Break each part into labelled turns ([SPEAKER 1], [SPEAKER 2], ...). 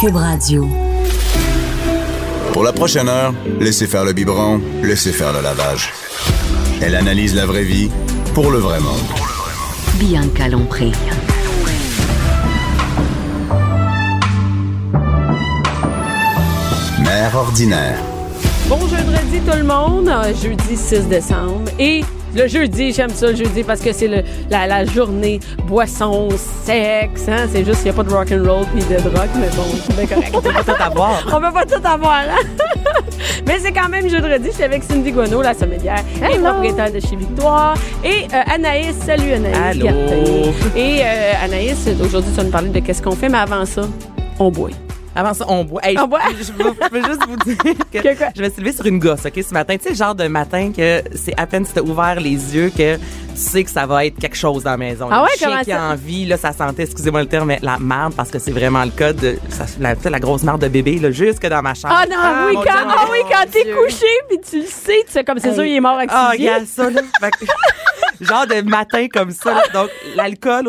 [SPEAKER 1] Cube Radio.
[SPEAKER 2] Pour la prochaine heure, laissez faire le biberon, laissez faire le lavage. Elle analyse la vraie vie pour le vrai monde.
[SPEAKER 1] Bianca Lompré.
[SPEAKER 2] Mère ordinaire.
[SPEAKER 3] Bon jeudi tout le monde, Euh, jeudi 6 décembre. Et le jeudi, j'aime ça le jeudi parce que c'est le- la, la journée boisson, sexe, hein? c'est juste qu'il n'y a pas de rock and roll puis de drogue, mais bon, c'est bien correct. On peut pas tout avoir. On peut pas tout avoir, hein? mais c'est quand même jeudi, j'étais avec Cindy Guano la semaine dernière, qui est propriétaire de chez Victoire, et euh, Anaïs, salut Anaïs.
[SPEAKER 4] Allô.
[SPEAKER 3] Gertin. Et euh, Anaïs, aujourd'hui tu vas nous parler de qu'est-ce qu'on fait, mais avant ça, on boit.
[SPEAKER 4] Avant ça, on boit. Hey,
[SPEAKER 3] On
[SPEAKER 4] je-
[SPEAKER 3] boit?
[SPEAKER 4] Je, je peux juste vous dire que,
[SPEAKER 3] Que quoi?
[SPEAKER 4] je me suis levée sur une gosse, OK, ce matin. Tu sais, le genre de matin que c'est à peine si t'as ouvert les yeux que tu sais que ça va être quelque chose dans la maison.
[SPEAKER 3] Ah
[SPEAKER 4] Le
[SPEAKER 3] ouais,
[SPEAKER 4] chien
[SPEAKER 3] comment
[SPEAKER 4] qui
[SPEAKER 3] ça?
[SPEAKER 4] a envie, là, ça sentait, excusez-moi le terme, mais la merde, parce que c'est vraiment le cas de ça- la, tu sais, la grosse merde de bébé, là, jusque dans ma chambre.
[SPEAKER 3] Ah non, oui,
[SPEAKER 4] mon
[SPEAKER 3] quand,
[SPEAKER 4] Dieu,
[SPEAKER 3] ah oui,
[SPEAKER 4] mon
[SPEAKER 3] quand t'es
[SPEAKER 4] Dieu.
[SPEAKER 3] couché, puis tu le sais, tu sais, comme c'est
[SPEAKER 4] Hey.
[SPEAKER 3] sûr, il est mort
[SPEAKER 4] Ah,
[SPEAKER 3] accidenté.
[SPEAKER 4] regarde ça, là. Fait que- genre de matin comme ça. là. Donc, l'alcool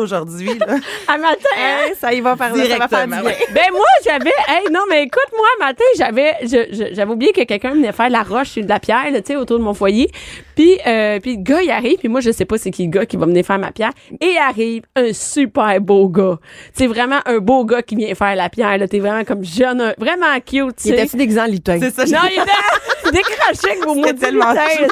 [SPEAKER 4] aujourd'hui, là.
[SPEAKER 3] à matin. hein?
[SPEAKER 4] ça y va par
[SPEAKER 5] là, ça va faire du bien.
[SPEAKER 3] Ben moi, j'avais... Hey, non, mais écoute, moi, un matin, j'avais je- je- j'avais oublié que quelqu'un venait faire de la roche et de la pierre, là, tu sais, autour de mon foyer. Puis, euh, puis le gars, il arrive, puis moi, je sais pas c'est qui le gars qui va venir faire ma pierre. Et arrive un super beau gars. C'est vraiment un beau gars qui vient faire la pierre. là. T'es vraiment comme jeune, vraiment cute, tu
[SPEAKER 5] Il
[SPEAKER 3] sais.
[SPEAKER 5] était-tu déguisé en lutin?
[SPEAKER 4] C'est ça,
[SPEAKER 3] Non,
[SPEAKER 4] j'ai-
[SPEAKER 3] il était décroché avec vos mots
[SPEAKER 4] tellement chaud.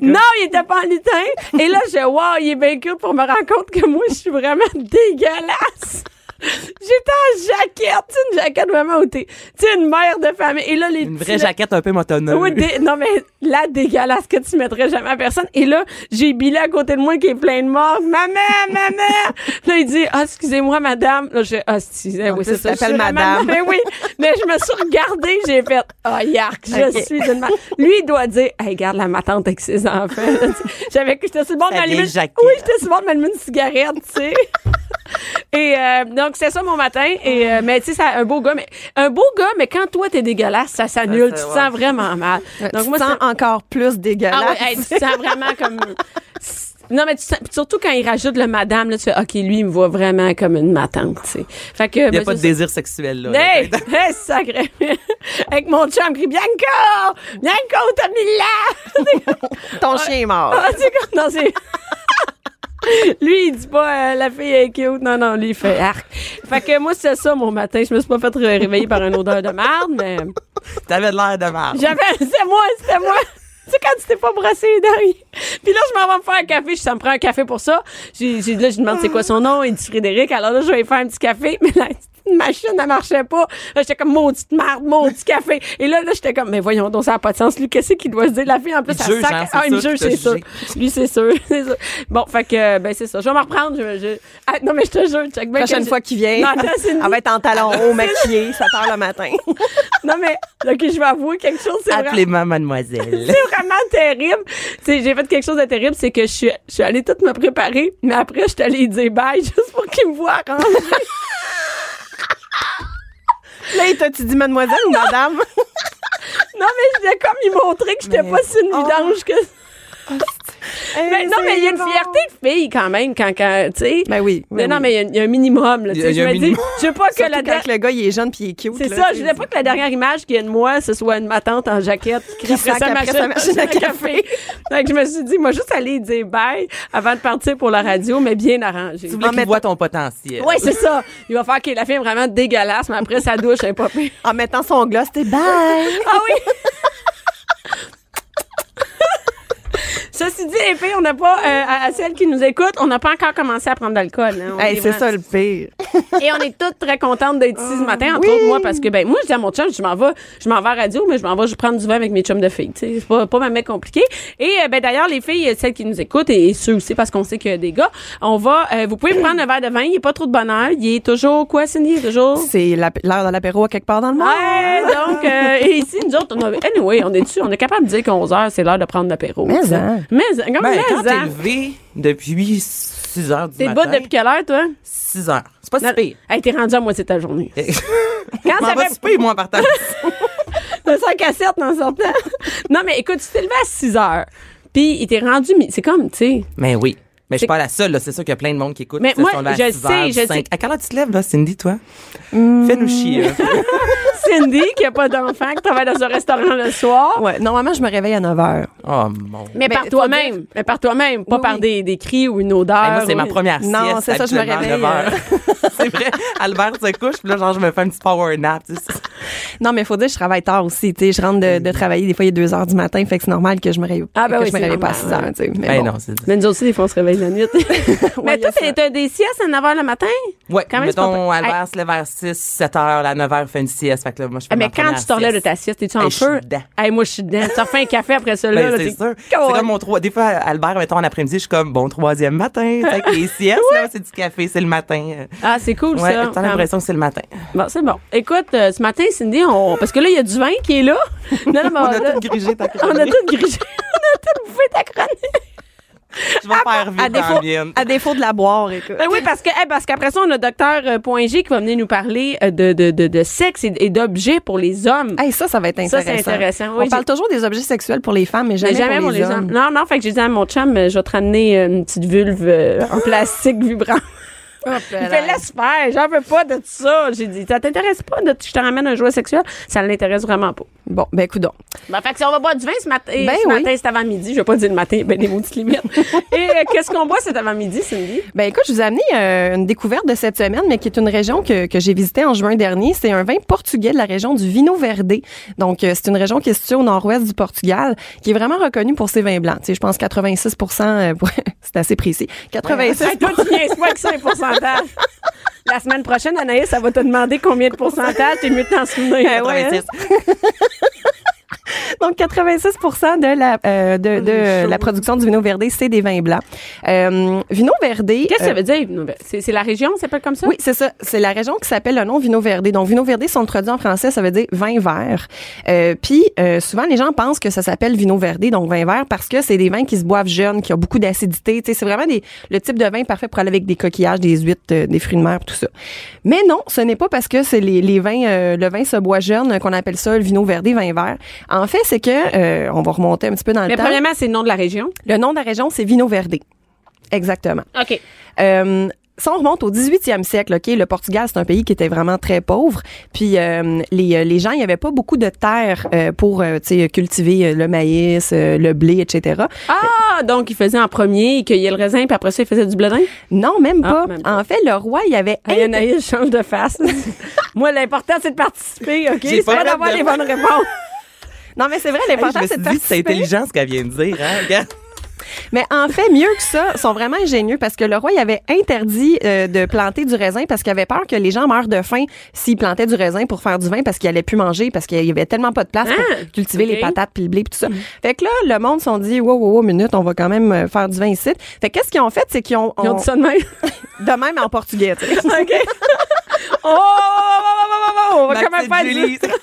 [SPEAKER 3] Non, il était pas en lutin. Et là, je wow, il est bien cute pour me rendre compte que moi, je suis vraiment dégueulasse. J'étais en jaquette, tu sais, une jaquette vraiment où t'es, tu sais, une mère de famille. Et là, les
[SPEAKER 4] Une
[SPEAKER 3] petits-
[SPEAKER 4] vraie jaquette un peu motonome.
[SPEAKER 3] Oui, dé- non, mais la dégueulasse que tu mettrais jamais à personne. Et là, j'ai Billy à côté de moi qui est plein de morts. Maman, maman! là, il dit, ah, excusez-moi, madame. Là, je ah, si, eh oui,
[SPEAKER 5] plus,
[SPEAKER 3] c'est ça.
[SPEAKER 5] tu t'appelles
[SPEAKER 3] je suis la
[SPEAKER 5] madame.
[SPEAKER 3] Mais oui. Mais je me suis regardée, j'ai fait, ah, yark, je
[SPEAKER 5] Ok.
[SPEAKER 3] suis une ma- Lui, il doit dire, hey, regarde la ma tante avec ses enfants. là, tu sais. J'avais, j'étais sur le bord de
[SPEAKER 4] Ça
[SPEAKER 3] m'allumer.
[SPEAKER 4] vient jaquer,
[SPEAKER 3] Oui,
[SPEAKER 4] là.
[SPEAKER 3] j'étais sur le bord de m'allumer une cigarette, tu sais. Et euh, donc c'est ça mon matin et euh, mais tu sais c'est un beau gars mais un beau gars mais quand toi t'es dégueulasse ça s'annule
[SPEAKER 4] Ah,
[SPEAKER 3] tu
[SPEAKER 4] ça,
[SPEAKER 3] te
[SPEAKER 4] ouais.
[SPEAKER 3] sens vraiment mal donc
[SPEAKER 5] tu
[SPEAKER 3] moi
[SPEAKER 5] te sens
[SPEAKER 3] c'est-
[SPEAKER 5] encore plus dégueulasse.
[SPEAKER 3] ah ouais, hey, tu te sens vraiment comme non mais tu sens- puis surtout quand il rajoute le madame là tu fais ok lui il me voit vraiment comme une matante tu sais fait que ben,
[SPEAKER 4] Il n'y a pas de désir sexuel, là.
[SPEAKER 3] Hey, hey, sacré. Avec mon chum qui crie Bianca! Bianca, où t'as mis là?
[SPEAKER 5] Ton chien est mort.
[SPEAKER 3] Ah, c'est comme- non, c'est. Lui, il dit pas euh, la fille est cute. Non, non, lui, il fait arc. Fait que moi, c'est ça mon matin. Je me suis pas fait ré- réveiller par une odeur de marde, mais
[SPEAKER 4] T'avais de l'air de marre.
[SPEAKER 3] j'avais. C'est moi, c'était moi. Tu sais, quand tu t'es pas brossé les dents. Puis là, je m'en vais me faire un café. Je- Ça me prend un café pour ça. J'ai, j'ai- là, je lui demande c'est quoi son nom. Il dit Frédéric. Alors là, je vais lui faire un petit café. Mais la petite machine, elle marchait pas. Là, j'étais comme maudite marde, maudit café. Et là, là, j'étais comme, mais voyons donc, ça n'a pas de sens. Lui, qu'est-ce qu'il doit se dire? La fille, en plus,
[SPEAKER 4] Il
[SPEAKER 3] elle
[SPEAKER 4] juge,
[SPEAKER 3] sac-
[SPEAKER 4] hein, c'est
[SPEAKER 3] Ah, il me
[SPEAKER 4] sûr
[SPEAKER 3] juge,
[SPEAKER 4] qu'il
[SPEAKER 3] c'est
[SPEAKER 4] t'a
[SPEAKER 3] sûr.
[SPEAKER 4] jugé.
[SPEAKER 3] Lui, c'est sûr, c'est sûr. Bon, fait que, euh, ben, c'est ça. Je vais me reprendre. Je, je... Ah, non, mais je te jure, check bien
[SPEAKER 5] La prochaine
[SPEAKER 3] que-
[SPEAKER 5] fois qu'il vient,
[SPEAKER 3] Non, attends, Cindy.
[SPEAKER 5] elle va être en talons hauts, maquillée, 7 heures le matin.
[SPEAKER 3] Non, mais, ok, je vais avouer quelque chose. C'est vrai.
[SPEAKER 4] Appelez-moi mademoiselle.
[SPEAKER 3] C'est vraiment terrible. Tu sais, j'ai fait quelque chose de terrible, c'est que je suis, je suis allée toute me préparer, mais après, je suis allée dire bye juste pour qu'il me voie rentrer.
[SPEAKER 5] Là, il t'a-tu dit mademoiselle ou madame?
[SPEAKER 3] non, mais je voulais comme lui montrer que j'étais
[SPEAKER 4] Mais-
[SPEAKER 3] pas si une vidange que Mais
[SPEAKER 5] Eh,
[SPEAKER 3] non, mais il y a une
[SPEAKER 5] oh, c'est bon.
[SPEAKER 3] fierté de fille quand même, quand, quand tu sais.
[SPEAKER 5] Ben oui. oui,
[SPEAKER 3] Mais non,
[SPEAKER 5] oui.
[SPEAKER 3] mais il y a- il y, a un minimum, là. tu sais,
[SPEAKER 4] Il y a- il y a
[SPEAKER 3] je
[SPEAKER 4] un
[SPEAKER 3] me dis,
[SPEAKER 4] minimum.
[SPEAKER 3] je veux pas que
[SPEAKER 5] Surtout
[SPEAKER 3] la
[SPEAKER 5] quand
[SPEAKER 3] dernière.
[SPEAKER 5] le gars, il est jeune puis il est cute.
[SPEAKER 3] C'est
[SPEAKER 5] là,
[SPEAKER 3] ça,
[SPEAKER 5] tu
[SPEAKER 3] je
[SPEAKER 5] sais.
[SPEAKER 3] voulais pas que la dernière image qu'il y a de moi, ce soit une ma tante en jaquette qui crie
[SPEAKER 5] sac
[SPEAKER 3] sa
[SPEAKER 5] après
[SPEAKER 3] machine,
[SPEAKER 5] sa machine à
[SPEAKER 3] à café. Donc, je me suis dit, moi, juste aller dire bye avant de partir pour la radio, mais bien arrangé.
[SPEAKER 4] Tu voulais
[SPEAKER 5] En
[SPEAKER 4] qu'il voit ton potentiel.
[SPEAKER 3] Oui, c'est ça. Il va faire que la fille est vraiment dégueulasse, mais après sa douche, elle est pas pire.
[SPEAKER 5] En mettant son gloss, t'es bye!
[SPEAKER 3] Ah oui! Ceci dit, épée, on n'a pas, euh, à, à celles qui nous écoutent, on n'a pas encore commencé à prendre d'alcool. hein. On
[SPEAKER 5] Hey,
[SPEAKER 3] est
[SPEAKER 5] c'est
[SPEAKER 3] vraiment-
[SPEAKER 5] ça le pire.
[SPEAKER 3] Et on est toutes très contentes d'être ici ce matin, entre
[SPEAKER 5] oui.
[SPEAKER 3] autres moi, parce que ben moi, je dis à mon chum, je m'en vais, je m'en vais à la radio, mais je m'en vais, je prendre du vin avec mes chums de filles. tu sais. C'est pas, pas même compliqué. Et euh, ben d'ailleurs, les filles, euh, celles qui nous écoutent et, et ceux aussi, parce qu'on sait qu'il y a des gars, on va, euh, vous pouvez prendre un verre de vin. Il n'est pas trop de bonheur. Il est toujours quoi, Cindy? Il est toujours
[SPEAKER 5] C'est la- l'heure de l'apéro à quelque part dans le monde.
[SPEAKER 3] Ouais, donc, euh, et ici, nous autres, on a, anyway, on est dessus, on est capable de dire qu'à 11 heures, c'est l'heure de prendre l'apéro.
[SPEAKER 5] Mais,
[SPEAKER 3] tu sais.
[SPEAKER 5] hein.
[SPEAKER 3] Mais, comment
[SPEAKER 4] Ben, quand
[SPEAKER 3] mais, hein?
[SPEAKER 4] t'es levé depuis 6 heures du
[SPEAKER 3] T'es
[SPEAKER 4] matin.
[SPEAKER 3] debout depuis quelle heure, toi?
[SPEAKER 4] 6 heures. C'est pas si
[SPEAKER 3] Non.
[SPEAKER 4] pire.
[SPEAKER 3] Hey, t'es rendu à moitié de ta journée.
[SPEAKER 4] Quand
[SPEAKER 3] ça
[SPEAKER 4] ça va
[SPEAKER 3] fait-
[SPEAKER 4] si pire, moi, en partant.
[SPEAKER 3] De 5 à 7 en sortant. non, mais écoute, tu t'es levé à 6 heures. Puis, il t'est rendu, mi- c'est comme, tu sais.
[SPEAKER 4] Mais Ben oui. Mais je suis pas la seule, là. C'est sûr qu'il y a plein de monde qui écoute.
[SPEAKER 3] Mais
[SPEAKER 4] ce
[SPEAKER 3] moi,
[SPEAKER 4] son-là à
[SPEAKER 3] je
[SPEAKER 4] 6 heures,
[SPEAKER 3] sais, je
[SPEAKER 4] 5.
[SPEAKER 3] sais. Hmm.
[SPEAKER 4] À quelle heure tu te lèves, là, Cindy, toi? Fais-nous chier, là.
[SPEAKER 3] Cindy, qui a pas d'enfant, qui travaille dans un restaurant le soir.
[SPEAKER 5] Ouais, normalement, je me réveille à 9 h.
[SPEAKER 4] Oh, mon.
[SPEAKER 3] Mais
[SPEAKER 5] Ben,
[SPEAKER 3] par
[SPEAKER 5] faut
[SPEAKER 3] toi-même, mais par toi-même, pas
[SPEAKER 5] Oui,
[SPEAKER 3] par
[SPEAKER 5] oui.
[SPEAKER 3] des, des cris ou une odeur.
[SPEAKER 4] Hey, Eh, moi, c'est
[SPEAKER 3] ou-
[SPEAKER 4] ma première sieste.
[SPEAKER 5] Non, c'est ça, je me
[SPEAKER 4] habituellement,
[SPEAKER 5] réveille,
[SPEAKER 4] à 9
[SPEAKER 3] euh.
[SPEAKER 4] heures. c'est vrai. Albert se couche, puis là, genre, je me fais un petit power nap. tu sais.
[SPEAKER 5] Non, mais faut dire que je travaille tard aussi. Tu sais, je rentre de, de travailler, des fois, il est 2 h du matin, fait que c'est normal que je me réveille,
[SPEAKER 3] Mm. Ah, ben
[SPEAKER 5] que
[SPEAKER 3] oui,
[SPEAKER 5] je me
[SPEAKER 3] c'est
[SPEAKER 5] réveille pas à 6
[SPEAKER 3] normal,
[SPEAKER 5] h. tu sais. Mais
[SPEAKER 4] Ben
[SPEAKER 5] bon.
[SPEAKER 4] non, c'est
[SPEAKER 3] Mais nous aussi, des fois, on se réveille la nuit. mais
[SPEAKER 5] Ouais, y
[SPEAKER 3] toi,
[SPEAKER 5] a
[SPEAKER 3] t'es-
[SPEAKER 5] ça.
[SPEAKER 3] t'as des siestes à 9 h le matin?
[SPEAKER 4] Ouais,
[SPEAKER 3] Quand même, c'est
[SPEAKER 4] mettons,
[SPEAKER 3] pas-
[SPEAKER 4] Albert se lève vers 6, 7 heures, à 9 heures, il fait une sieste. Fait que là, moi, je fais
[SPEAKER 3] Ah, mais
[SPEAKER 4] ma
[SPEAKER 3] quand
[SPEAKER 4] première
[SPEAKER 3] tu te relèves de ta sieste, t'es-tu en
[SPEAKER 4] Hey, je suis
[SPEAKER 3] feu?
[SPEAKER 4] dedans.
[SPEAKER 3] Hey, moi, je suis dedans. Tu refais un café après ça,
[SPEAKER 4] Ben,
[SPEAKER 3] là.
[SPEAKER 4] c'est sûr. C'est
[SPEAKER 3] Come on.
[SPEAKER 4] comme mon trois. Des fois, Albert, mettons, en après-midi, je suis comme, bon, troisième matin. tu sais, Avec les siestes, là, c'est du café, c'est le matin.
[SPEAKER 3] Ah, c'est cool,
[SPEAKER 4] ouais,
[SPEAKER 3] ça.
[SPEAKER 4] t'as l'impression que c'est le matin.
[SPEAKER 3] Bon, c'est bon. Écoute, euh, ce matin, Cindy, on... parce que là, il y a du vin qui est là. Non, non, mais
[SPEAKER 4] On a
[SPEAKER 3] Ah, là-
[SPEAKER 4] tout grigé, ta
[SPEAKER 3] on a
[SPEAKER 4] chronique.
[SPEAKER 3] tout grigé. on a tout bouffé ta chronique.
[SPEAKER 4] Je vais faire vite
[SPEAKER 5] À
[SPEAKER 4] en
[SPEAKER 5] défaut,
[SPEAKER 4] mienne.
[SPEAKER 5] à défaut de la boire, écoute.
[SPEAKER 3] Ben oui, parce que eh, parce qu'après ça, on a docteur euh, Point G qui va venir nous parler euh, de, de, de, de sexe et, et d'objets pour les hommes.
[SPEAKER 5] Hey, ça, ça va être
[SPEAKER 3] Ça,
[SPEAKER 5] intéressant.
[SPEAKER 3] c'est intéressant, oui,
[SPEAKER 5] On parle
[SPEAKER 3] j'ai-
[SPEAKER 5] toujours des objets sexuels pour les femmes, mais
[SPEAKER 3] Mais
[SPEAKER 5] jamais, pour les, hommes.
[SPEAKER 3] Non, non, fait que j'ai dit à mon chum, euh, je vais te ramener euh, une petite vulve euh, en plastique vibrant. Il fait, laisse faire, j'en veux pas de tout ça. J'ai dit, ça t'intéresse pas de je te ramène un jouet sexuel? Ça l'intéresse vraiment pas.
[SPEAKER 5] Bon, ben écoute donc.
[SPEAKER 3] Ben, fait que si on va boire du vin ce matin,
[SPEAKER 5] Ben
[SPEAKER 3] ce
[SPEAKER 5] oui.
[SPEAKER 3] matin, c'est avant midi. Je vais pas dire le matin, ben, des maudites limites. Et euh, qu'est-ce qu'on boit cet avant midi, Cindy?
[SPEAKER 5] Ben écoute, je vous ai amené euh, une découverte de cette semaine, mais qui est une région que, que j'ai visitée en juin dernier. C'est un vin portugais de la région du Vino Verde. Donc, euh, c'est une région qui est située au nord-ouest du Portugal, qui est vraiment reconnue pour ses vins blancs. Tu sais, je pense 86 euh, pour- c'est assez précis. 86
[SPEAKER 3] Hey, toi, tu niaises pas avec ça, les pourcentages. La semaine prochaine, Anaïs, ça va te demander combien de pourcentage. T'es mieux de t'en souvenir.
[SPEAKER 5] Eh ouais, hein?
[SPEAKER 4] 86.
[SPEAKER 5] Donc 86 de la euh, de, de, euh, la production du Vino Verde, c'est des vins blancs. Euh, Vino Verde.
[SPEAKER 3] Qu'est-ce que ça veut dire? Nouvelle? C'est c'est la région, ça s'appelle comme ça?
[SPEAKER 5] Oui, c'est ça. C'est la région qui s'appelle le nom Vino Verde. Donc, Vino Verde, si on le traduit en français, ça veut dire vin vert. Euh, Puis, euh, souvent, les gens pensent que ça s'appelle Vino Verde, donc vin vert, parce que c'est des vins qui se boivent jeunes, qui ont beaucoup d'acidité. Tu sais, C'est vraiment des, le type de vin parfait pour aller avec des coquillages, des huîtres, euh, des fruits de mer, tout ça. Mais non, ce n'est pas parce que c'est les, les vins, euh, le vin se boit jeune euh, qu'on appelle ça le Vino Verde, vin vert. En fait, c'est que, euh, on va remonter un petit peu dans le
[SPEAKER 3] Mais
[SPEAKER 5] temps.
[SPEAKER 3] premièrement, c'est le nom de la région.
[SPEAKER 5] Le nom de la région, c'est Vino Verde. Exactement.
[SPEAKER 3] OK.
[SPEAKER 5] Euh, si on remonte au 18e siècle, OK, le Portugal, c'est un pays qui était vraiment très pauvre. Puis euh, les, euh, les gens, il n'y avait pas beaucoup de terre euh, pour euh, tu sais, cultiver euh, le maïs, euh, le blé, etc.
[SPEAKER 3] Ah, donc il faisait en premier, il cueillait le raisin, puis après ça, il faisait du bledin.
[SPEAKER 5] Non, même
[SPEAKER 3] Ah,
[SPEAKER 5] pas.
[SPEAKER 3] même pas.
[SPEAKER 5] En fait, le roi, il avait...
[SPEAKER 3] Hey, Anaïs, change de face. Moi, l'important, c'est de participer, OK?
[SPEAKER 4] J'ai
[SPEAKER 3] C'est
[SPEAKER 4] pas
[SPEAKER 3] pas
[SPEAKER 4] fait
[SPEAKER 3] d'avoir
[SPEAKER 4] de-
[SPEAKER 3] les bonnes réponses.
[SPEAKER 5] Non, mais c'est vrai,
[SPEAKER 4] Hey,
[SPEAKER 5] l'important,
[SPEAKER 4] Je me
[SPEAKER 5] c'est
[SPEAKER 4] suis
[SPEAKER 5] de
[SPEAKER 4] dit, c'est
[SPEAKER 5] participer.
[SPEAKER 4] intelligent ce qu'elle vient de dire. Hein? Regarde.
[SPEAKER 5] Mais en fait, mieux que ça, sont vraiment ingénieux parce que le roi, il avait interdit euh, de planter du raisin parce qu'il avait peur que les gens meurent de faim s'ils plantaient du raisin pour faire du vin parce qu'ils allaient plus manger parce qu'il y avait tellement pas de place
[SPEAKER 3] Ah,
[SPEAKER 5] pour cultiver
[SPEAKER 3] ok. Mm.
[SPEAKER 5] les patates puis le blé puis tout ça. Fait que là, le monde se sont dit, wow, wow, wow, minute, on va quand même euh, faire du vin ici. Fait que qu'est-ce qu'ils ont fait, c'est qu'ils ont,
[SPEAKER 3] Ils ont
[SPEAKER 5] ont-
[SPEAKER 3] dit ça de même.
[SPEAKER 5] de même en portugais. tu sais.
[SPEAKER 3] OK? Oh, oh, oh, oh, oh, oh, oh, on va
[SPEAKER 5] Ben,
[SPEAKER 4] Ma
[SPEAKER 3] quand même
[SPEAKER 4] petite
[SPEAKER 3] faire
[SPEAKER 4] Julie.
[SPEAKER 3] du...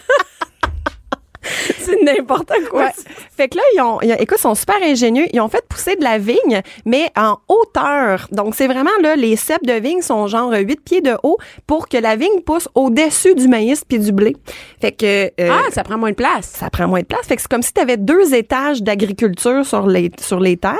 [SPEAKER 3] C'est n'importe quoi.
[SPEAKER 5] Ouais. Fait que là, ils ont, ils ont- écoute, ils sont super ingénieux. Ils ont fait pousser de la vigne, mais en hauteur. Donc, c'est vraiment, là, les cèpes de vigne sont genre 8 pieds de haut pour que la vigne pousse au-dessus du maïs puis du blé. Fait que, euh,
[SPEAKER 3] Ah, ça prend moins de place.
[SPEAKER 5] ça prend moins de place. Fait que c'est comme si tu avais deux étages d'agriculture sur les, sur les terres.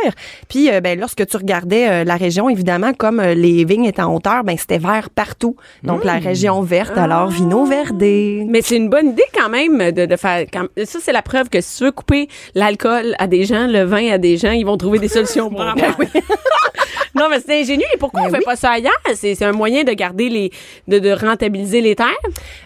[SPEAKER 5] Puis, euh, ben, lorsque tu regardais euh, la région, évidemment, comme euh, les vignes étaient en hauteur, ben, c'était vert partout. Donc,
[SPEAKER 3] Hmm.
[SPEAKER 5] la région verte,
[SPEAKER 3] Ah!
[SPEAKER 5] alors, vino verdé.
[SPEAKER 3] Mais c'est une bonne idée quand même de, de faire. quand- ça, c'est la preuve que si tu veux couper l'alcool à des gens, le vin à des gens, ils vont trouver des solutions pour en faire. Non, mais c'est ingénieux. Et pourquoi on fait pas ça ailleurs? C'est c'est un moyen de garder les. de, de rentabiliser les terres.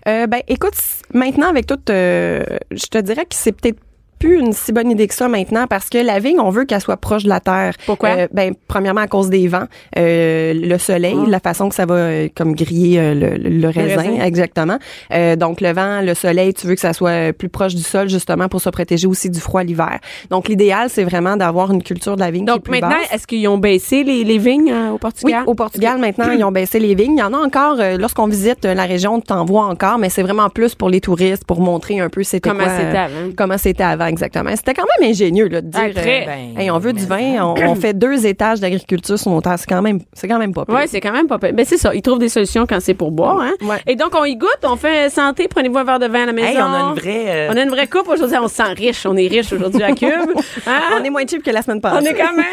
[SPEAKER 5] Euh, ben, écoute, c- maintenant, avec tout, euh, je te dirais que c'est peut-être plus une si bonne idée que ça maintenant parce que la vigne, on veut qu'elle soit proche de la terre.
[SPEAKER 3] Pourquoi?
[SPEAKER 5] Euh, ben, premièrement, à cause des vents, euh, le soleil, la façon que ça va euh, comme griller euh, le, le- le raisin,
[SPEAKER 3] Ah. raisin.
[SPEAKER 5] exactement. Euh, donc, le vent, le soleil, tu veux que ça soit euh, plus proche du sol justement pour se protéger aussi du froid l'hiver. Donc, l'idéal, c'est vraiment d'avoir une culture de la vigne qui est
[SPEAKER 3] Donc
[SPEAKER 5] plus
[SPEAKER 3] maintenant,
[SPEAKER 5] basse.
[SPEAKER 3] est-ce qu'ils ont baissé les, les vignes euh, au
[SPEAKER 5] Oui,
[SPEAKER 3] Portugal?
[SPEAKER 5] au Portugal, maintenant, ils ont baissé les vignes. Il y en a encore, euh, lorsqu'on visite euh, la région, on t'en voit encore, mais c'est vraiment plus pour les touristes, pour montrer un peu c'était
[SPEAKER 3] Comment
[SPEAKER 5] quoi, euh,
[SPEAKER 3] c'était avant.
[SPEAKER 5] Comment c'était avant, exactement. C'était quand même ingénieux là, de dire,
[SPEAKER 3] Ah, très.
[SPEAKER 5] euh,
[SPEAKER 4] Ben,
[SPEAKER 5] hey, on veut du vin, on, on fait deux étages d'agriculture sur nos terres. C'est quand même, c'est quand même pas pire.
[SPEAKER 3] Ouais, c'est quand même pas pire. Ben c'est ça, ils trouvent des solutions quand c'est pour boire, hein.
[SPEAKER 5] Ouais.
[SPEAKER 3] Et donc on y goûte, on fait santé, prenez-vous un verre de vin à la maison.
[SPEAKER 4] Hey, on a une vraie, euh,
[SPEAKER 3] On a une vraie coupe aujourd'hui, on se sent riche, on est riche aujourd'hui à Cube. Hein?
[SPEAKER 5] on est moins cheap que la semaine
[SPEAKER 3] on
[SPEAKER 5] passée.
[SPEAKER 3] est quand même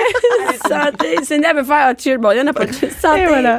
[SPEAKER 3] santé. Cindy elle veut faire ah, chill, bon, il y en a pas de chill. santé.
[SPEAKER 5] Et voilà.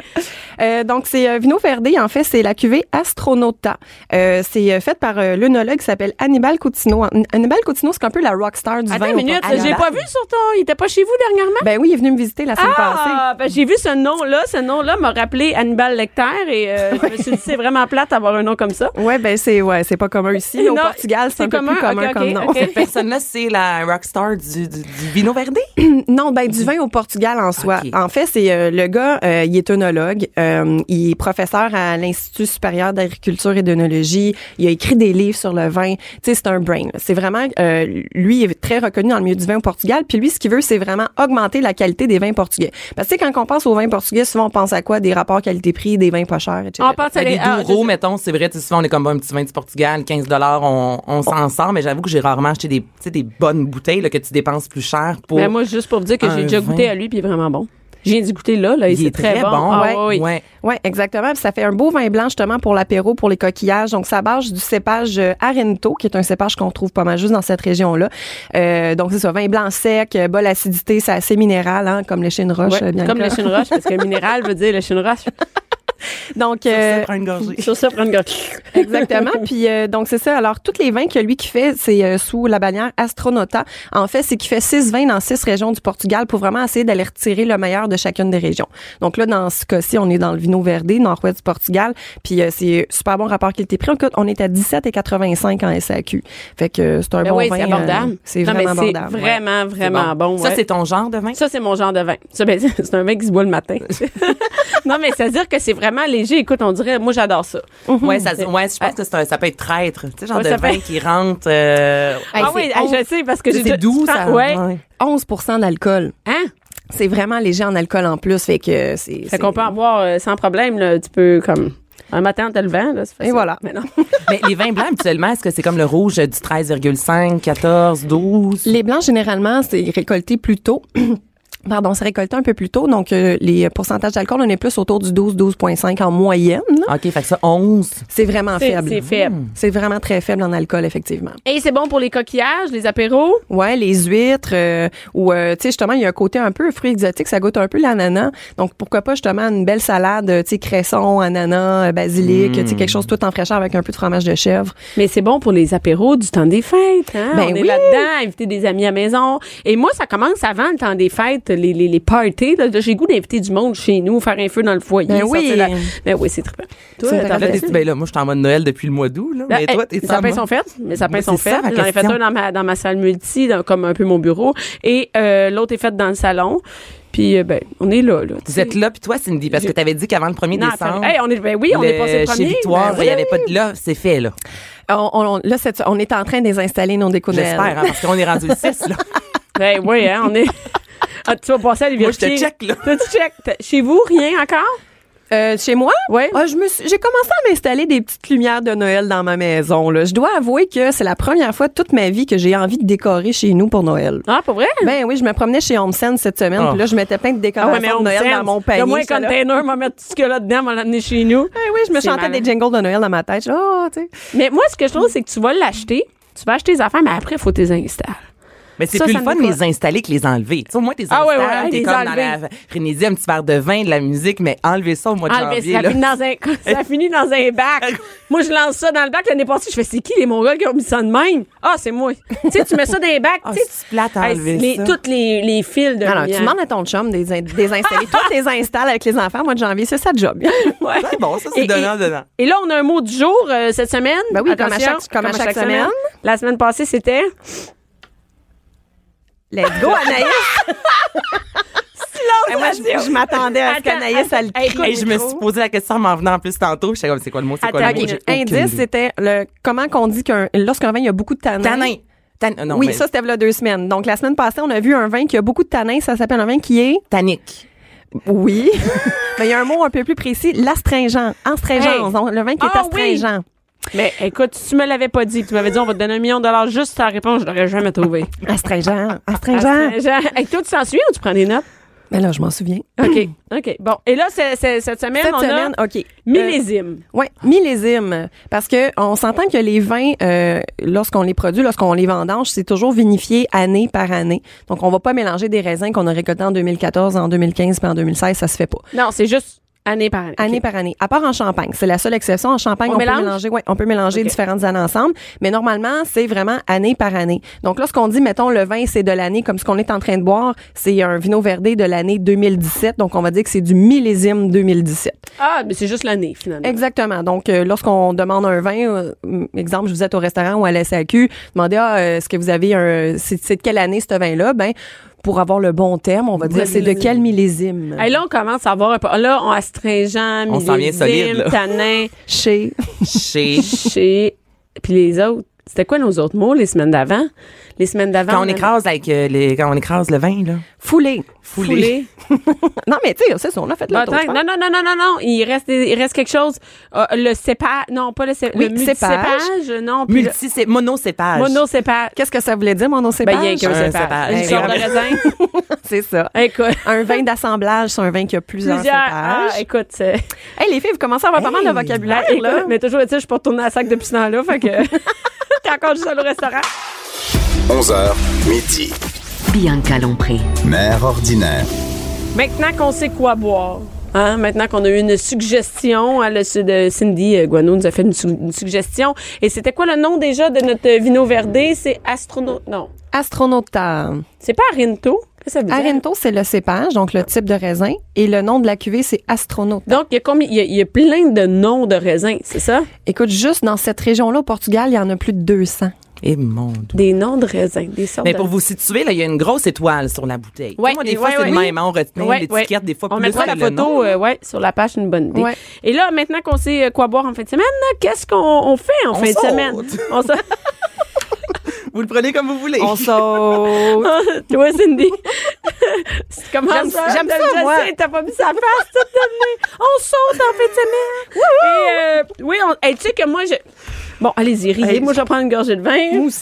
[SPEAKER 5] Euh, donc, c'est euh, Vino Verde. En fait, c'est la cuvée Astronauta. Euh, c'est euh, fait par euh, l'œnologue qui s'appelle Hannibal Coutinho. N- Hannibal Coutinho, c'est un peu la rockstar du
[SPEAKER 3] Attends
[SPEAKER 5] vin.
[SPEAKER 3] une
[SPEAKER 5] au
[SPEAKER 3] minute,
[SPEAKER 5] Portugal.
[SPEAKER 3] j'ai pas vu sur ton, il était pas chez vous dernièrement?
[SPEAKER 5] Ben oui, il est venu me visiter la semaine passée.
[SPEAKER 3] Ah, ben, j'ai vu ce nom-là. Ce nom-là m'a rappelé Hannibal Lecter et euh, je me suis dit, c'est vraiment plate d'avoir un nom comme ça.
[SPEAKER 5] Ouais, ben c'est ouais, c'est pas commun ici. mais au
[SPEAKER 3] Non,
[SPEAKER 5] Portugal, c'est
[SPEAKER 3] c'est
[SPEAKER 5] un peu
[SPEAKER 3] commun,
[SPEAKER 5] plus commun
[SPEAKER 3] ok,
[SPEAKER 5] comme
[SPEAKER 3] ok,
[SPEAKER 5] nom.
[SPEAKER 3] ok.
[SPEAKER 4] Cette personne-là, c'est la rockstar du, du, du Vino Verde?
[SPEAKER 5] Non, ben du vin au Portugal en soi.
[SPEAKER 4] Ok.
[SPEAKER 5] En fait, c'est euh, le gars, euh, il est œnologue, euh, il est professeur à l'Institut supérieur d'agriculture et d'œnologie. Il a écrit des livres sur le vin. Tu sais, c'est un brain. là. C'est vraiment euh, lui il est très reconnu dans le milieu du vin au Portugal. Puis lui, ce qu'il veut, c'est vraiment augmenter la qualité des vins portugais. Parce que tu sais, quand on pense aux vins portugais, souvent on pense à quoi Des rapports qualité-prix, des vins pas chers, etc.
[SPEAKER 3] On pense à
[SPEAKER 4] Ben,
[SPEAKER 3] les
[SPEAKER 4] des
[SPEAKER 3] ah,
[SPEAKER 4] Douro, mettons, c'est vrai, tu sais, souvent, on est comme bon, un petit vin du Portugal, 15 on,
[SPEAKER 3] Oh.
[SPEAKER 4] on s'en sort, mais j'avoue que j'ai rarement acheté des, tu sais, des bonnes bouteilles là, que tu dépenses plus cher pour.
[SPEAKER 3] Ben, moi, juste pour vous dire que
[SPEAKER 4] Un
[SPEAKER 3] j'ai déjà goûté
[SPEAKER 4] vin.
[SPEAKER 3] à lui puis il est vraiment bon. J'ai dû goûter là, là, et
[SPEAKER 4] il
[SPEAKER 3] c'est
[SPEAKER 4] est très, bon.
[SPEAKER 3] Ah,
[SPEAKER 4] ouais,
[SPEAKER 3] oui.
[SPEAKER 4] ouais.
[SPEAKER 5] Oui, exactement. Puis ça fait un beau vin blanc justement pour l'apéro, pour les coquillages. Donc ça base du cépage euh, Arento, qui est un cépage qu'on trouve pas mal juste dans cette région-là. Euh, donc c'est ça, vin blanc sec, euh, bol acidité, c'est assez minéral, hein, comme le chine roche.
[SPEAKER 3] Ouais,
[SPEAKER 5] bien
[SPEAKER 3] comme le chine roche, parce que minéral veut dire le chine roche.
[SPEAKER 5] Donc
[SPEAKER 4] Ça,
[SPEAKER 5] euh,
[SPEAKER 4] prends une gorgée.
[SPEAKER 3] Sur ça, prendre gars.
[SPEAKER 5] Exactement. Puis euh, donc c'est ça. Alors tous les vins que lui qui fait, c'est euh, sous la bannière Astronauta. En fait, c'est qu'il fait six vins dans six régions du Portugal pour vraiment essayer d'aller retirer le meilleur de chacune des régions. Donc là, dans ce cas-ci, on est dans le Vino Verde, nord-ouest du Portugal. Puis euh, c'est super bon rapport qualité-prix. En tout cas, on est à 17,85 en SAQ. Fait que euh, c'est un
[SPEAKER 3] Ben
[SPEAKER 5] bon
[SPEAKER 3] oui,
[SPEAKER 5] vin.
[SPEAKER 3] c'est
[SPEAKER 5] euh,
[SPEAKER 3] abordable.
[SPEAKER 5] c'est
[SPEAKER 3] Non, mais
[SPEAKER 5] vraiment abordable.
[SPEAKER 3] C'est
[SPEAKER 5] ouais.
[SPEAKER 3] vraiment, vraiment bon.
[SPEAKER 4] Ça,
[SPEAKER 3] ouais.
[SPEAKER 4] c'est ton genre de vin?
[SPEAKER 3] Ça, c'est mon genre de vin. Ça, ben, c'est un vin qui se boit le matin. non, mais c'est-à-dire que c'est vraiment léger. Écoute, on dirait, moi, j'adore ça.
[SPEAKER 5] Mm-hmm.
[SPEAKER 4] Ouais, ça, se- ouais, je pense que c'est un- ça peut être traître. Tu sais,
[SPEAKER 3] Ah.
[SPEAKER 4] genre
[SPEAKER 3] Ouais,
[SPEAKER 4] de
[SPEAKER 3] ça
[SPEAKER 4] vin
[SPEAKER 3] peut-
[SPEAKER 4] qui rentre. euh,
[SPEAKER 5] Hey,
[SPEAKER 3] ah
[SPEAKER 5] c'est
[SPEAKER 3] oui, hey, je sais, parce que j'ai
[SPEAKER 4] c'est
[SPEAKER 3] déjà-
[SPEAKER 4] doux,
[SPEAKER 3] tu prends-
[SPEAKER 4] ça.
[SPEAKER 3] Ouais.
[SPEAKER 5] 11 d'alcool.
[SPEAKER 3] Hein?
[SPEAKER 5] C'est vraiment léger en alcool en plus. Fait que euh, c'est.
[SPEAKER 3] Fait
[SPEAKER 5] c'est-
[SPEAKER 3] qu'on peut en boire euh, sans problème, là, tu peux, comme, un matin en te levant, là, c'est facile.
[SPEAKER 5] Et voilà.
[SPEAKER 3] Mais non.
[SPEAKER 4] Mais les vins blancs, habituellement, est-ce que c'est comme le rouge euh, du 13,5, 14, 12?
[SPEAKER 5] Les blancs, généralement, c'est récolté plus tôt. Pardon, c'est récolté un peu plus tôt. Donc, euh, les pourcentages d'alcool, on est plus autour du 12-12,5 en moyenne. là.
[SPEAKER 4] OK, fait que ça, 11.
[SPEAKER 5] C'est vraiment
[SPEAKER 3] C'est-
[SPEAKER 5] faible. Hmm.
[SPEAKER 3] c'est faible. Mm.
[SPEAKER 5] C'est vraiment très faible en alcool, effectivement.
[SPEAKER 3] Et c'est bon pour les coquillages, les apéros.
[SPEAKER 5] Ouais, les huîtres, euh, ou, euh, tu sais, justement, il y a un côté un peu fruit exotique, ça goûte un peu l'ananas. Donc, pourquoi pas, justement, une belle salade, euh, tu sais, cresson, ananas, euh, basilic,
[SPEAKER 3] Hmm.
[SPEAKER 5] tu sais, quelque chose tout en fraîcheur avec un peu de fromage de chèvre.
[SPEAKER 3] Mais c'est bon pour les apéros du temps des fêtes. Hein?
[SPEAKER 5] Ben
[SPEAKER 3] on est
[SPEAKER 5] oui.
[SPEAKER 3] là-dedans, inviter des amis à la maison. Et moi, ça commence avant le temps des fêtes, les, les, les parties. là. J'ai le goût d'inviter du monde chez nous, faire un feu dans le foyer.
[SPEAKER 5] Ben oui.
[SPEAKER 3] sortir la- Ben oui, c'est très bien. Toi,
[SPEAKER 5] C'est une
[SPEAKER 3] t'en
[SPEAKER 5] Ah,
[SPEAKER 4] Là,
[SPEAKER 5] ben,
[SPEAKER 3] fais-
[SPEAKER 4] t'es- ben là, moi, je suis en mode Noël depuis le mois d'août, là.
[SPEAKER 3] Là,
[SPEAKER 4] mais
[SPEAKER 3] Ben, hey,
[SPEAKER 4] toi, t'es
[SPEAKER 3] les
[SPEAKER 4] sans
[SPEAKER 3] sapins
[SPEAKER 4] moi.
[SPEAKER 3] sont faits. Mes sapins
[SPEAKER 4] Mais
[SPEAKER 3] sont
[SPEAKER 4] c'est
[SPEAKER 3] faits.
[SPEAKER 4] ça, ma
[SPEAKER 3] J'en ai fait
[SPEAKER 4] question.
[SPEAKER 3] un dans ma, dans ma salle multi, dans- comme un peu mon bureau. Et euh, l'autre est faite dans le salon. Puis, euh, ben, on est là. là
[SPEAKER 4] Vous êtes là, puis toi, Cindy, parce que t'avais dit qu'avant le 1er
[SPEAKER 3] Non,
[SPEAKER 4] décembre.
[SPEAKER 3] attends. Hey, on est, ben oui, on est
[SPEAKER 4] le-
[SPEAKER 3] passé le
[SPEAKER 4] Chez
[SPEAKER 3] premier.
[SPEAKER 4] Victoire,
[SPEAKER 3] Ben
[SPEAKER 4] il
[SPEAKER 3] oui.
[SPEAKER 4] y avait pas de là, c'est fait, là.
[SPEAKER 5] Euh, On, on- là, c'est- on est en train de les installer, nos décos de Noël.
[SPEAKER 4] J'espère, hein, parce qu'on est rendu le 6, là.
[SPEAKER 3] Ben oui, hein, on est. Ah, tu vas passer à
[SPEAKER 4] Moi, je te
[SPEAKER 3] l'université.
[SPEAKER 4] check, là.
[SPEAKER 3] Toi, tu check. T'as- Chez vous, rien encore?
[SPEAKER 5] Euh, chez moi,
[SPEAKER 3] Ouais.
[SPEAKER 5] Ah, je me suis- j'ai commencé à m'installer des petites lumières de Noël dans ma maison. Là. Je dois avouer que c'est la première fois de toute ma vie que j'ai envie de décorer chez nous pour Noël.
[SPEAKER 3] Ah, pas vrai?
[SPEAKER 5] Ben oui, je me promenais chez Home Sense cette semaine,
[SPEAKER 4] Ah.
[SPEAKER 5] puis là je mettais plein de
[SPEAKER 3] ah
[SPEAKER 5] décorations de Noël dans mon panier.
[SPEAKER 3] Le moins
[SPEAKER 5] J'étais là,
[SPEAKER 3] container, m'a mettre tout ce qu'il y a là-dedans, m'a l'amener chez nous.
[SPEAKER 4] Eh
[SPEAKER 5] Ben oui, je me
[SPEAKER 3] C'est
[SPEAKER 5] chantais
[SPEAKER 3] malin.
[SPEAKER 5] des jingles de Noël dans ma tête. Je- Ah, tu sais.
[SPEAKER 3] Mais moi, ce que je trouve, c'est que tu vas l'acheter. Tu vas acheter tes affaires, mais après, il faut tes installes.
[SPEAKER 4] Mais c'est
[SPEAKER 3] Ça,
[SPEAKER 4] plus
[SPEAKER 3] ça
[SPEAKER 4] le fun
[SPEAKER 3] me
[SPEAKER 4] de
[SPEAKER 3] dit
[SPEAKER 4] les installer que les enlever. Tu sais, au moins, t'es
[SPEAKER 3] Ah ouais,
[SPEAKER 4] installé,
[SPEAKER 3] ouais, les
[SPEAKER 4] t'es comme dans
[SPEAKER 3] enlever.
[SPEAKER 4] la frénésie, un petit verre de vin, de la musique, mais enlever ça au mois de
[SPEAKER 3] Enlever,
[SPEAKER 4] janvier,
[SPEAKER 3] Ah, ça,
[SPEAKER 4] là.
[SPEAKER 3] finit dans un, ça finit dans un bac. moi, je lance ça dans le bac. L'année passée, je fais, c'est qui les Mongols qui ont mis ça de même? Ah, c'est moi. tu sais, tu mets ça dans un bac.
[SPEAKER 4] Ah,
[SPEAKER 3] tu sais,
[SPEAKER 4] c'est plate à
[SPEAKER 3] Hey,
[SPEAKER 4] enlever
[SPEAKER 3] les-
[SPEAKER 4] ça.
[SPEAKER 3] Toutes les, les fils de
[SPEAKER 5] Alors, tu
[SPEAKER 3] lumière.
[SPEAKER 5] demandes à ton chum de les in- de les installer. Toi, tu les installes avec les enfants au mois de janvier. C'est ça, le job.
[SPEAKER 3] Ouais.
[SPEAKER 4] C'est bon, ça,
[SPEAKER 3] Et-
[SPEAKER 4] c'est
[SPEAKER 3] et-
[SPEAKER 4] donnant, donnant.
[SPEAKER 3] Et là, on a un mot du jour euh, cette semaine.
[SPEAKER 5] Ben oui, comme à
[SPEAKER 3] Attention,
[SPEAKER 5] chaque- comme à chaque semaine.
[SPEAKER 3] La semaine passée, c'était
[SPEAKER 5] Let's go, Anaïs. Eh, moi, je, je m'attendais à ce
[SPEAKER 3] Attends,
[SPEAKER 5] qu'Anaïs,
[SPEAKER 3] attends.
[SPEAKER 5] elle
[SPEAKER 3] Hey,
[SPEAKER 5] crie.
[SPEAKER 4] Et je me suis posé la question en m'en venant en plus tantôt. J'étais comme, c'est quoi le mot? C'est quoi
[SPEAKER 3] Attends,
[SPEAKER 4] le mot?
[SPEAKER 5] Ok,
[SPEAKER 3] Moi,
[SPEAKER 5] le
[SPEAKER 4] J'ai aucune
[SPEAKER 5] indice,
[SPEAKER 4] idée.
[SPEAKER 5] c'était le comment qu'on dit qu'un lorsqu'un vin il y a beaucoup de tanins.
[SPEAKER 4] Tanin. Tanin. euh, Non,
[SPEAKER 5] oui,
[SPEAKER 4] mais-
[SPEAKER 5] ça c'était là deux semaines. Donc la semaine passée, on a vu un vin qui a beaucoup de tanins. Ça s'appelle un vin qui est
[SPEAKER 4] Tannique.
[SPEAKER 5] oui, mais il y a un mot un peu plus précis, l'astringent, astringent.
[SPEAKER 3] Hey.
[SPEAKER 5] Donc, le vin qui est
[SPEAKER 3] Ah, oui.
[SPEAKER 5] astringent.
[SPEAKER 3] Mais écoute, si tu me l'avais pas dit, tu m'avais dit on va te donner un million de dollars juste ta réponse, je l'aurais jamais trouvé.
[SPEAKER 5] Astringent, astringent.
[SPEAKER 3] Astringent. Hey, toi, tu t'en souviens ou tu prends des notes?
[SPEAKER 5] Mais là, je m'en souviens.
[SPEAKER 3] OK. OK. Bon. Et là, c'est- c'est- cette semaine,
[SPEAKER 5] Cette
[SPEAKER 3] Ben, on
[SPEAKER 5] semaine, euh,
[SPEAKER 3] a
[SPEAKER 5] OK.
[SPEAKER 3] millésime.
[SPEAKER 5] Oui, millésime. Parce que on s'entend que les vins, euh, lorsqu'on les produit, lorsqu'on les vendange, c'est toujours vinifié année par année. Donc, on va pas mélanger des raisins qu'on a récoltés en 2014, en 2015 puis en 2016. Ça se fait pas.
[SPEAKER 3] Non, c'est juste année par année.
[SPEAKER 5] Année
[SPEAKER 3] OK.
[SPEAKER 5] par année. À part en Champagne. C'est la seule exception. En Champagne,
[SPEAKER 3] On
[SPEAKER 5] on,
[SPEAKER 3] mélange?
[SPEAKER 5] peut mélanger, ouais, on peut mélanger
[SPEAKER 3] OK.
[SPEAKER 5] différentes années ensemble. Mais normalement, c'est vraiment année par année. Donc, lorsqu'on dit, mettons, le vin, c'est de l'année, comme ce qu'on est en train de boire, c'est un vino verdé de l'année 2017. Donc, on va dire que c'est du millésime 2017.
[SPEAKER 3] Ah, mais c'est juste l'année, finalement.
[SPEAKER 5] Exactement. Donc, euh, lorsqu'on demande un vin, euh, m- exemple, vous êtes au restaurant ou à la SAQ, demandez, ah, euh, est-ce que vous avez un, c'est c'est de quelle année ce vin-là? Ben, pour avoir le bon terme, on va dire, c'est de quel millésime?
[SPEAKER 3] Hey, là, on commence à avoir un peu. Là, on astringent,
[SPEAKER 4] On s'en vient solide,
[SPEAKER 3] millésime,
[SPEAKER 4] là.
[SPEAKER 3] tanin,
[SPEAKER 5] Chez.
[SPEAKER 4] Chez.
[SPEAKER 3] chez. Puis les autres. C'était quoi nos autres mots les semaines d'avant? Les semaines d'avant.
[SPEAKER 4] Quand on
[SPEAKER 3] a-
[SPEAKER 4] écrase avec euh, les, quand on écrase le vin là.
[SPEAKER 5] Foulé.
[SPEAKER 3] Foulé.
[SPEAKER 5] non, mais tu sais, c'est ça, on a fait le
[SPEAKER 3] Ah,
[SPEAKER 5] tour, je
[SPEAKER 3] attends,
[SPEAKER 5] pense.
[SPEAKER 3] non, non, non, non, non, non. Il reste, des- il reste quelque chose. Euh, le cépage. Non, pas le cépage.
[SPEAKER 5] Oui,
[SPEAKER 3] le multicépage. Non, puis
[SPEAKER 4] Multi, c'est monocépage.
[SPEAKER 3] le monocépage.
[SPEAKER 5] Qu'est-ce que ça voulait dire, mon nom, c'est
[SPEAKER 3] Ben, il y a qu'un
[SPEAKER 4] Un
[SPEAKER 3] cépage.
[SPEAKER 4] cépage.
[SPEAKER 3] Une
[SPEAKER 5] Hey,
[SPEAKER 3] sorte de
[SPEAKER 4] regarde.
[SPEAKER 3] raisin.
[SPEAKER 5] C'est ça.
[SPEAKER 3] Écoute.
[SPEAKER 5] Un vin d'assemblage, c'est un vin qui a plusieurs,
[SPEAKER 3] Plusieurs. Ah,
[SPEAKER 5] cépages.
[SPEAKER 3] écoute, c'est.
[SPEAKER 5] Hey, les filles, vous commencez à avoir pas mal de
[SPEAKER 4] Hey.
[SPEAKER 5] vocabulaire,
[SPEAKER 3] Écoute,
[SPEAKER 5] là.
[SPEAKER 3] Mais toujours, tu sais, je suis pas retournée à la sac depuis ce temps-là. Fait que. T'es encore juste allé au restaurant.
[SPEAKER 2] 11h, midi.
[SPEAKER 1] Bianca Lompré.
[SPEAKER 2] Mère ordinaire.
[SPEAKER 3] Maintenant qu'on sait quoi boire. Hein, maintenant qu'on a eu une suggestion, hein, le su- de Cindy euh, Guano nous a fait une, su- une suggestion. Et c'était quoi le nom déjà de notre euh, vino verdé? C'est Astrono... Non,
[SPEAKER 5] Astronauta.
[SPEAKER 3] c'est pas Arinto. Qu'est-ce que ça veut dire?
[SPEAKER 5] Arento, c'est le cépage, donc le type de raisin. Et le nom de la cuvée, c'est Astronaute.
[SPEAKER 3] Donc, il y, a combien- il y a- il y a plein de noms de raisins, c'est ça?
[SPEAKER 5] Écoute, juste dans cette région-là, au Portugal, il y en a plus de 200.
[SPEAKER 4] Et Eh, mon Dieu.
[SPEAKER 3] Des noms de raisins, des sortes
[SPEAKER 4] Mais
[SPEAKER 3] de-
[SPEAKER 4] pour vous situer, là, il y a une grosse étoile sur la bouteille.
[SPEAKER 3] Ouais,
[SPEAKER 4] Tu sais, moi, des
[SPEAKER 3] et
[SPEAKER 4] fois,
[SPEAKER 3] ouais,
[SPEAKER 4] c'est
[SPEAKER 3] ouais,
[SPEAKER 4] le
[SPEAKER 3] oui.
[SPEAKER 4] même. hein, On retient
[SPEAKER 3] Ouais,
[SPEAKER 4] l'étiquette
[SPEAKER 3] ouais.
[SPEAKER 4] des fois
[SPEAKER 3] On
[SPEAKER 4] plus
[SPEAKER 3] mettra
[SPEAKER 4] que
[SPEAKER 3] la
[SPEAKER 4] le nom.
[SPEAKER 3] photo euh, ouais, sur la page, une bonne idée.
[SPEAKER 5] Ouais.
[SPEAKER 3] Et là, maintenant qu'on sait euh, quoi boire en fin de semaine, là, qu'est-ce qu'on on fait en
[SPEAKER 4] On
[SPEAKER 3] fin de
[SPEAKER 4] saute.
[SPEAKER 3] semaine? On saute.
[SPEAKER 4] Vous le prenez comme vous voulez.
[SPEAKER 5] On saute.
[SPEAKER 3] Toi, Cindy. C'est Comment
[SPEAKER 5] J'aime-
[SPEAKER 3] ça?
[SPEAKER 5] j'aime ça,
[SPEAKER 3] Je
[SPEAKER 5] moi.
[SPEAKER 3] sais, T'as pas mis sa face toute l'année. On saute en fin de semaine. Et, euh, oui, on, hey, tu sais que moi, je... Bon, allez-y, riez.
[SPEAKER 4] Hey.
[SPEAKER 3] Moi, je vais prendre une gorgée de vin.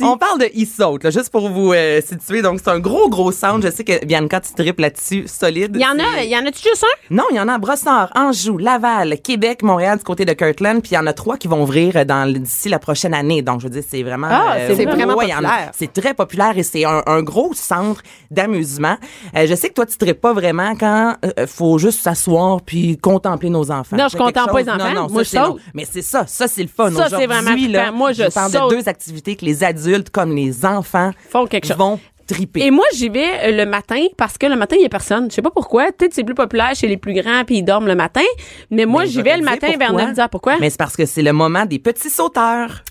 [SPEAKER 4] On parle de e saute, là, juste pour vous euh, situer. Donc, c'est un gros, gros sound. Je sais que Bianca, tu tripes là-dessus, solide.
[SPEAKER 3] Il y en a, il y en a-tu juste un?
[SPEAKER 4] Non, il y en a à Brossard, Anjou, Laval, Québec, Montréal, du côté de Kirtland, puis il y en a trois qui vont ouvrir euh, dans le- d'ici la prochaine année. Donc, je veux dire, c'est vraiment...
[SPEAKER 3] Ah, c'est
[SPEAKER 5] vraiment
[SPEAKER 4] il y en a-
[SPEAKER 5] populaire.
[SPEAKER 4] C'est très populaire et c'est un, un gros centre d'amusement. Euh, je sais que toi, tu ne pas vraiment quand euh, faut juste s'asseoir puis contempler nos enfants.
[SPEAKER 3] Non, je
[SPEAKER 4] C'est quelque
[SPEAKER 3] contemple pas les
[SPEAKER 4] chose- non,
[SPEAKER 3] enfants.
[SPEAKER 4] non,
[SPEAKER 3] Moi,
[SPEAKER 4] ça,
[SPEAKER 3] je
[SPEAKER 4] c'est non.
[SPEAKER 3] saute.
[SPEAKER 4] Mais c'est ça, ça, c'est le fun.
[SPEAKER 3] Ça, c'est vraiment
[SPEAKER 4] Aujourd'hui, là,
[SPEAKER 3] trippant. Moi, je
[SPEAKER 4] parle
[SPEAKER 3] saute.
[SPEAKER 4] de deux activités que les adultes comme les enfants
[SPEAKER 3] Font quelque chose.
[SPEAKER 4] vont triper.
[SPEAKER 3] Et moi, j'y vais euh, le matin parce que le matin, il y a personne. Je sais pas pourquoi. Peut-être c'est plus populaire chez les plus grands puis ils dorment le matin. Mais moi,
[SPEAKER 4] Mais je
[SPEAKER 3] j'y vais
[SPEAKER 4] te
[SPEAKER 3] le matin
[SPEAKER 4] dire
[SPEAKER 3] vers
[SPEAKER 4] pourquoi.
[SPEAKER 3] 9 h Pourquoi?
[SPEAKER 4] Mais c'est parce que c'est le moment des petits sauteurs.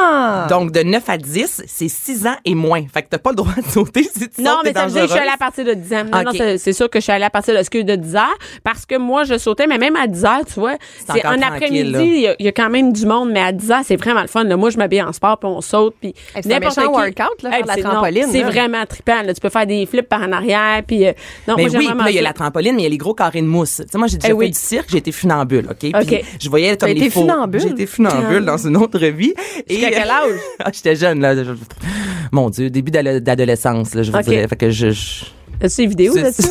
[SPEAKER 5] Ah!
[SPEAKER 4] Donc, de 9 à 10, c'est 6 ans et moins. Fait que t'as pas le droit de sauter si tu
[SPEAKER 3] Non,
[SPEAKER 4] sautes,
[SPEAKER 3] mais
[SPEAKER 4] t'es
[SPEAKER 3] ça veut dire que je suis allée à
[SPEAKER 4] dangereuse.
[SPEAKER 3] partir de 10 ans. Non,
[SPEAKER 4] Ok.
[SPEAKER 3] non, c'est- c'est sûr que je suis allée à partir de, excuse, de 10 heures parce que moi, je sautais, mais même à 10 heures, tu vois, c'est
[SPEAKER 4] encore
[SPEAKER 3] en
[SPEAKER 4] tranquille,
[SPEAKER 3] après-midi,
[SPEAKER 4] là.
[SPEAKER 3] il y, a- il y a quand même du monde, mais à 10 heures, c'est vraiment le fun. là. Moi, je m'habille en sport, puis on saute, puis
[SPEAKER 5] Hey, c'est un
[SPEAKER 3] n'importe qui.
[SPEAKER 5] méchant workout, là, faire de la
[SPEAKER 3] c'est- non,
[SPEAKER 5] trampoline,
[SPEAKER 3] C'est
[SPEAKER 5] là.
[SPEAKER 3] vraiment trippant. là. Tu peux faire des flips par en arrière, puis... euh, non,
[SPEAKER 4] Mais
[SPEAKER 3] moi, j'aime
[SPEAKER 4] Ben oui,
[SPEAKER 3] vraiment
[SPEAKER 4] puis là, il y a
[SPEAKER 3] ça.
[SPEAKER 4] la trampoline, mais il y a les gros carrés de mousse. Tu sais, moi, j'ai déjà
[SPEAKER 3] Eh
[SPEAKER 4] fait
[SPEAKER 3] oui.
[SPEAKER 4] du cirque, j'ai été funambule, OK? Puis
[SPEAKER 3] OK.
[SPEAKER 4] je voyais comme
[SPEAKER 5] T'as
[SPEAKER 4] les
[SPEAKER 5] été
[SPEAKER 4] faux-
[SPEAKER 5] funambule?
[SPEAKER 4] J'ai été funambule dans une autre vie.
[SPEAKER 3] Jusqu'à quel âge?
[SPEAKER 4] Ah, J'étais jeune, là. Je- Mon Dieu, début d'ado- d'adolescence, là, je vous
[SPEAKER 3] OK.
[SPEAKER 4] dirais. Fait que je... je-
[SPEAKER 3] As-tu des vidéos
[SPEAKER 4] C'est-
[SPEAKER 3] là-dessus?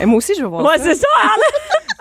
[SPEAKER 5] Eh, Moi aussi, je veux voir
[SPEAKER 3] Ouais,
[SPEAKER 5] ça.
[SPEAKER 3] c'est ça, Arlette!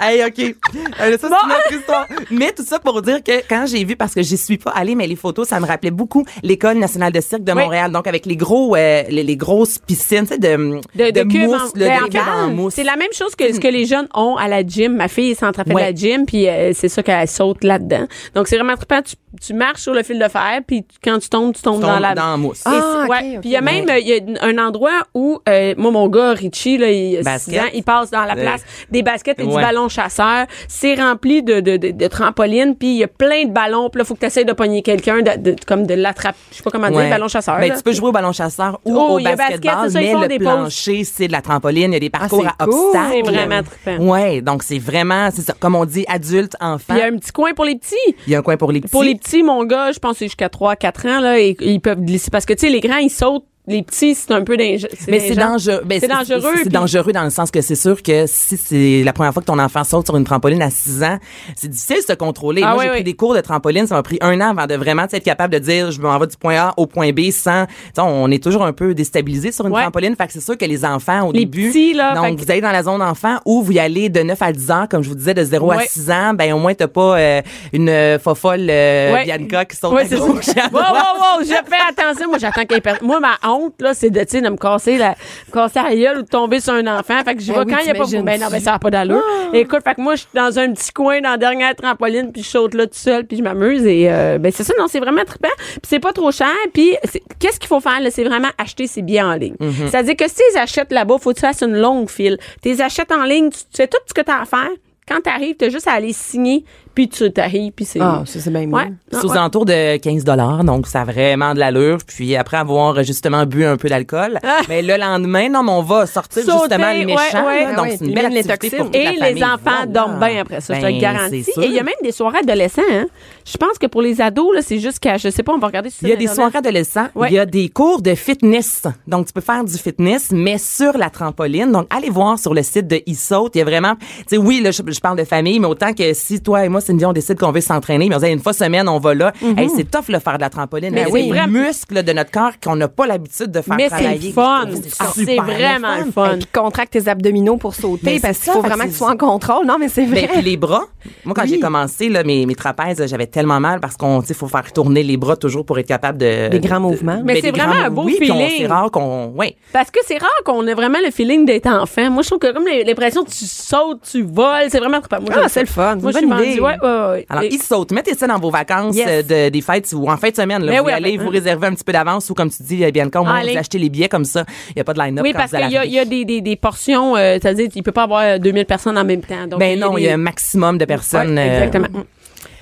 [SPEAKER 4] Hey, OK. Euh, ça, c'est une autre histoire. Mais tout ça pour dire que quand j'ai vu, parce que j'y suis pas allée, mais les photos, ça me rappelait beaucoup l'École nationale de cirque de
[SPEAKER 3] Oui.
[SPEAKER 4] Montréal. Donc, avec les gros, euh, les, les grosses piscines, tu sais, de,
[SPEAKER 3] De, de cubes
[SPEAKER 4] mousse,
[SPEAKER 3] en- ben,
[SPEAKER 4] là, des
[SPEAKER 3] en
[SPEAKER 4] cubes en
[SPEAKER 3] fait,
[SPEAKER 4] mousse.
[SPEAKER 3] C'est la même chose que ce que les jeunes ont à la gym. Ma fille s'entraîne
[SPEAKER 4] Ouais.
[SPEAKER 3] à la gym, puis euh, c'est ça qu'elle saute là-dedans. Donc, c'est vraiment trippant. Tu, tu marches sur le fil de fer, puis tu- quand tu tombes, tu tombes,
[SPEAKER 4] Tombes
[SPEAKER 3] dans la...
[SPEAKER 4] dans la mousse.
[SPEAKER 3] Et
[SPEAKER 5] Ah,
[SPEAKER 3] c'est-
[SPEAKER 5] ok,
[SPEAKER 3] ouais.
[SPEAKER 5] ok.
[SPEAKER 3] Puis il y a même euh, il y a un endroit où, euh, moi, mon gars, Richie, là, il, a six
[SPEAKER 4] Basket.
[SPEAKER 3] ans, il passe dans la
[SPEAKER 4] Euh,
[SPEAKER 3] place des baskets et du
[SPEAKER 4] ouais.
[SPEAKER 3] ballon chasseur. C'est rempli de, de, de, de trampolines, puis il y a plein de ballons. Puis là, faut que tu essaies de pogner quelqu'un, de, de- comme de l'attraper. Je sais pas comment
[SPEAKER 4] Ouais.
[SPEAKER 3] dire, ballon chasseur.
[SPEAKER 4] Ben,
[SPEAKER 3] là.
[SPEAKER 4] tu peux jouer au ballon chasseur ou
[SPEAKER 3] Oh,
[SPEAKER 4] au
[SPEAKER 3] il y a basket,
[SPEAKER 4] basketball,
[SPEAKER 3] c'est ça, ils
[SPEAKER 4] mais
[SPEAKER 3] font
[SPEAKER 4] le
[SPEAKER 3] des pauses.
[SPEAKER 4] plancher, c'est de la trampoline, il y a des parcours
[SPEAKER 5] c'est
[SPEAKER 4] à
[SPEAKER 5] cool.
[SPEAKER 4] obstacles.
[SPEAKER 3] C'est vraiment trippant.
[SPEAKER 4] Ouais, donc c'est vraiment, c'est ça, comme on dit, adulte, enfant.
[SPEAKER 3] Puis il y a un petit coin pour les petits.
[SPEAKER 4] Il y a un coin pour les petits.
[SPEAKER 3] Pour les petits, mon gars, je pense que c'est jusqu'à 3-4 ans, là, et, ils peuvent glisser. Parce que, tu sais, les grands, ils sautent les petits, c'est un peu dangereux.
[SPEAKER 4] Mais c'est dangereux. ben,
[SPEAKER 3] C'est dangereux.
[SPEAKER 4] C'est
[SPEAKER 3] puis-
[SPEAKER 4] dangereux dans le sens que c'est sûr que si c'est la première fois que ton enfant saute sur une trampoline à 6 ans, c'est difficile de se contrôler.
[SPEAKER 3] Ah
[SPEAKER 4] Moi,
[SPEAKER 3] oui,
[SPEAKER 4] j'ai pris
[SPEAKER 3] oui.
[SPEAKER 4] des cours de trampoline. Ça m'a pris un an avant de vraiment tu sais, être capable de dire je m'en vais du point A au point B sans. tu sais, On est toujours un peu déstabilisé sur une
[SPEAKER 3] Ouais.
[SPEAKER 4] trampoline. Fait que c'est sûr que les enfants, au
[SPEAKER 3] Les
[SPEAKER 4] début,
[SPEAKER 3] petits, là, fait
[SPEAKER 4] donc
[SPEAKER 3] que-
[SPEAKER 4] vous allez dans la zone enfant ou vous y allez de 9 à 10 ans, comme je vous disais, de 0
[SPEAKER 3] Ouais.
[SPEAKER 4] à 6 ans, ben au moins t'as pas euh, une euh, fofolle euh,
[SPEAKER 3] Ouais.
[SPEAKER 4] Bianca qui saute
[SPEAKER 3] Ouais,
[SPEAKER 4] à
[SPEAKER 3] c'est ça.
[SPEAKER 4] gauche, à
[SPEAKER 3] Wow,
[SPEAKER 4] droite.
[SPEAKER 3] wow, wow, je fais attention. Moi, j'attends qu'elle perde. Moi, ma honte, là, c'est de, tu sais, de me casser la, me casser la gueule ou de tomber sur un enfant. Fait que je
[SPEAKER 5] Ben
[SPEAKER 3] vois
[SPEAKER 5] oui,
[SPEAKER 3] quand il y a pas
[SPEAKER 5] t'imagines-tu?
[SPEAKER 3] Ben non, ben ça n'a pas d'allure.
[SPEAKER 4] Ah.
[SPEAKER 3] Écoute, fait que moi, je suis dans un petit coin, dans la dernière trampoline, puis je saute là tout seul, puis je m'amuse. Et, euh, ben c'est ça, non, c'est vraiment trippant. Puis c'est pas trop cher. Puis c'est- qu'est-ce qu'il faut faire, là? C'est vraiment acheter ses billets en ligne.
[SPEAKER 4] Mm-hmm.
[SPEAKER 3] C'est-à-dire que si tu les achètes là-bas, faut que tu fasses une longue file. Tu les achètes en ligne, tu, tu fais tout ce que tu as à faire. Quand t'arrives, t'as juste à aller signer, puis tu t'arrives, puis c'est...
[SPEAKER 5] Ah, ça, c'est bien mieux.
[SPEAKER 3] Ouais.
[SPEAKER 4] C'est aux alentours de 15 dollars, donc ça a vraiment de l'allure. Puis après avoir euh, justement bu un peu d'alcool, mais le lendemain, non, mais on va sortir
[SPEAKER 3] Ah. Sauter,
[SPEAKER 4] justement le méchant.
[SPEAKER 3] ouais, ouais.
[SPEAKER 4] là.
[SPEAKER 3] Ah
[SPEAKER 4] donc
[SPEAKER 5] ouais,
[SPEAKER 4] c'est une
[SPEAKER 5] puis
[SPEAKER 4] belle
[SPEAKER 5] même les
[SPEAKER 4] activité
[SPEAKER 5] toxines.
[SPEAKER 4] pour toute
[SPEAKER 3] Et
[SPEAKER 4] la
[SPEAKER 3] les
[SPEAKER 4] famille.
[SPEAKER 3] enfants
[SPEAKER 4] Voilà.
[SPEAKER 3] dorment bien après ça, je te
[SPEAKER 4] Ben,
[SPEAKER 3] le garantis.
[SPEAKER 4] c'est sûr.
[SPEAKER 3] Et il y a même des soirées adolescents. Hein? Je pense que pour les ados, là, c'est juste qu'à, je sais pas, on va regarder sur
[SPEAKER 4] Il y a des
[SPEAKER 3] Internet.
[SPEAKER 4] soirées adolescents,
[SPEAKER 3] Ouais.
[SPEAKER 4] il y a des cours de fitness. Donc, tu peux faire du fitness, mais sur la trampoline. Donc, allez voir sur le site de eSaut. Il y a vraiment, tu sais, oui, là, je, je parle de famille, mais autant que si toi et moi, Cindy, on décide qu'on veut s'entraîner, mais on dit, une fois semaine, on va là. Hey, c'est tough, le faire de la trampoline.
[SPEAKER 3] Mais
[SPEAKER 4] Mais,
[SPEAKER 3] Mhm. Ben oui.
[SPEAKER 4] c'est les muscles de notre corps qu'on n'a pas l'habitude de faire
[SPEAKER 3] Mais c'est
[SPEAKER 4] travailler.
[SPEAKER 3] le fun.
[SPEAKER 4] Je trouve
[SPEAKER 3] Ah,
[SPEAKER 4] super
[SPEAKER 3] c'est vraiment le fun.
[SPEAKER 5] Hey, puis contracte tes abdominaux pour sauter
[SPEAKER 4] Mais
[SPEAKER 5] parce
[SPEAKER 4] c'est ça,
[SPEAKER 5] qu'il faut
[SPEAKER 4] fait que
[SPEAKER 5] vraiment que
[SPEAKER 4] c'est-
[SPEAKER 5] tu sois en contrôle. Non, mais c'est vrai.
[SPEAKER 4] Ben, puis les bras. Moi, quand
[SPEAKER 5] Oui.
[SPEAKER 4] j'ai commencé, là, mes, mes trapèzes, j'avais tellement mal parce qu'on, tu sais, faut faire tourner les bras toujours pour être capable de.
[SPEAKER 5] Des grands
[SPEAKER 4] de-
[SPEAKER 5] mouvements.
[SPEAKER 3] Mais
[SPEAKER 4] ben,
[SPEAKER 3] c'est
[SPEAKER 4] des
[SPEAKER 3] vraiment
[SPEAKER 4] grands
[SPEAKER 3] un beau
[SPEAKER 4] oui, puis on-
[SPEAKER 3] feeling.
[SPEAKER 4] C'est rare qu'on, ouais.
[SPEAKER 3] Parce que c'est rare qu'on ait vraiment le feeling d'être enfant. Moi, je trouve que comme l'impression que tu sautes, tu voles, c'est vraiment trippant. Moi,
[SPEAKER 5] Ah,
[SPEAKER 3] j'aime
[SPEAKER 5] c'est
[SPEAKER 3] ça.
[SPEAKER 5] le fun.
[SPEAKER 3] Moi, je
[SPEAKER 5] Bonne
[SPEAKER 3] suis vendue.
[SPEAKER 5] idée.
[SPEAKER 3] Ouais, ouais, ouais.
[SPEAKER 4] Alors,
[SPEAKER 3] Et-
[SPEAKER 4] ils sautent. Mettez ça dans vos vacances
[SPEAKER 5] Yes.
[SPEAKER 4] euh, de, des fêtes ou en fin de semaine. Là,
[SPEAKER 3] Mais
[SPEAKER 4] vous
[SPEAKER 3] oui,
[SPEAKER 4] allez
[SPEAKER 3] ben,
[SPEAKER 4] vous
[SPEAKER 3] hein. Ah,
[SPEAKER 4] réserver un petit peu d'avance ou, comme tu dis, eh bien, quand on
[SPEAKER 3] Allez.
[SPEAKER 4] vous achetez les billets comme ça, il n'y a pas de line-up
[SPEAKER 3] oui,
[SPEAKER 4] quand
[SPEAKER 3] parce
[SPEAKER 4] vous allez
[SPEAKER 3] qu'il y a, il y a
[SPEAKER 4] arriver.
[SPEAKER 3] des, des, des portions, euh, c'est-à-dire il peut pas avoir euh, 2000 personnes en même temps. Donc,
[SPEAKER 4] Ben non, il y a un
[SPEAKER 3] des-
[SPEAKER 4] maximum de personnes.
[SPEAKER 3] Ouais,
[SPEAKER 4] euh,
[SPEAKER 3] exactement.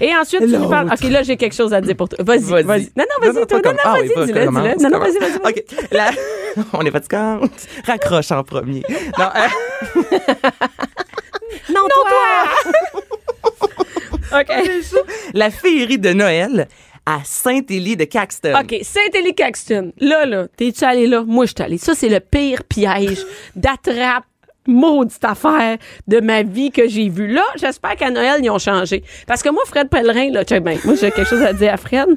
[SPEAKER 3] Et ensuite, tu nous
[SPEAKER 4] L'autre.
[SPEAKER 3] parles. OK, là, j'ai quelque chose à dire pour toi. Vas-y, vas-y.
[SPEAKER 4] Vas-y.
[SPEAKER 3] Non, non, vas-y,
[SPEAKER 4] pas
[SPEAKER 3] toi. Non,
[SPEAKER 4] comme-
[SPEAKER 3] non,
[SPEAKER 4] ah oui,
[SPEAKER 3] vas-y,
[SPEAKER 4] pas
[SPEAKER 3] dis-le,
[SPEAKER 4] comme-
[SPEAKER 3] dis-le.
[SPEAKER 4] commence,
[SPEAKER 3] Non, non,
[SPEAKER 4] commence.
[SPEAKER 3] vas-y, vas-y.
[SPEAKER 4] OK. La- On est fatigant. Raccroche en premier. Non, euh,
[SPEAKER 5] Non, toi!
[SPEAKER 3] OK.
[SPEAKER 4] la féerie de Noël à Saint-Élie de Caxton.
[SPEAKER 3] OK, Saint-Élie-Caxton. Là, là, t'es-tu allé là? Moi, je suis allée. Ça, c'est le pire piège d'attrape maudite affaire de ma vie que j'ai vue. Là, j'espère qu'à Noël, ils ont changé. Parce que moi, Fred Pellerin, là, check bien, moi, j'ai quelque chose à dire à Fred.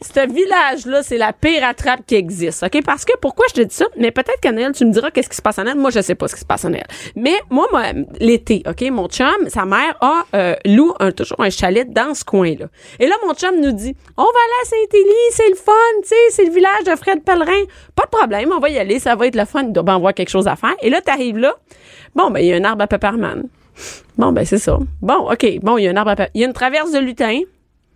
[SPEAKER 3] Ce village-là, c'est la pire attrape qui existe, OK? Parce que, pourquoi je te dis ça? Mais peut-être qu'à Noël, tu me diras qu'est-ce qui se passe à Noël. Moi, je sais pas ce qui se passe à Noël. Mais moi, moi, l'été, OK, mon chum, sa mère a euh, loue un, toujours un chalet dans ce coin-là. Et là, mon chum nous dit, on va aller à Saint-Élie, c'est le fun, tu sais, c'est le village de Fred Pellerin. Pas de problème, on va y aller, ça va être le fun. Il doit bien avoir quelque chose à faire. Et là, t'arrives là, bon, ben, il y a un arbre à pepperman. Bon, ben, c'est ça. Bon, OK, bon, il y a un arbre à pepperman. Il y a une traverse de lutin.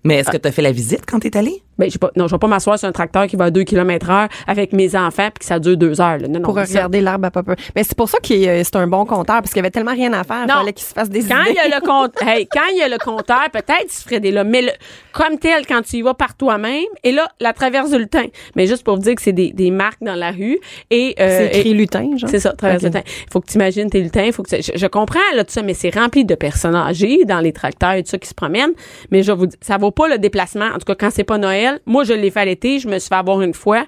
[SPEAKER 4] Mais est-ce que
[SPEAKER 3] Ah.
[SPEAKER 4] tu as fait la visite quand t'es allée?
[SPEAKER 3] Ben, j'ai pas, non, je vais pas m'asseoir sur un tracteur qui va à 2 km heure avec mes enfants puis que ça dure deux heures, là. Non, non,
[SPEAKER 5] Pour
[SPEAKER 3] dis ça.
[SPEAKER 5] regarder l'arbre à papa. Mais c'est pour ça que c'est un bon compteur, parce qu'il y avait tellement rien à faire. Il
[SPEAKER 3] Non.
[SPEAKER 5] fallait qu'il se fasse des
[SPEAKER 3] Quand il
[SPEAKER 5] idées. Euh,
[SPEAKER 3] y a le compteur, hey, quand il y a le compteur, peut-être il se ferait des là, mais le- comme tel, quand tu y vas par toi-même, et là, la traverse du lutin. Mais juste pour vous dire que c'est des, des marques dans la rue et, euh,
[SPEAKER 5] C'est écrit
[SPEAKER 3] et-
[SPEAKER 5] lutin, genre.
[SPEAKER 3] C'est ça, traverse
[SPEAKER 5] Ok.
[SPEAKER 3] le lutin. Faut que tu imagines tes lutins, faut que tu- je, je comprends là tout ça, mais c'est rempli de personnes âgées dans les tracteurs et tout ça qui se promènent. Mais je vous dis, ça vaut pas le déplacement. En tout cas, quand c'est pas Noël, moi je l'ai fait à l'été, je me suis fait avoir une fois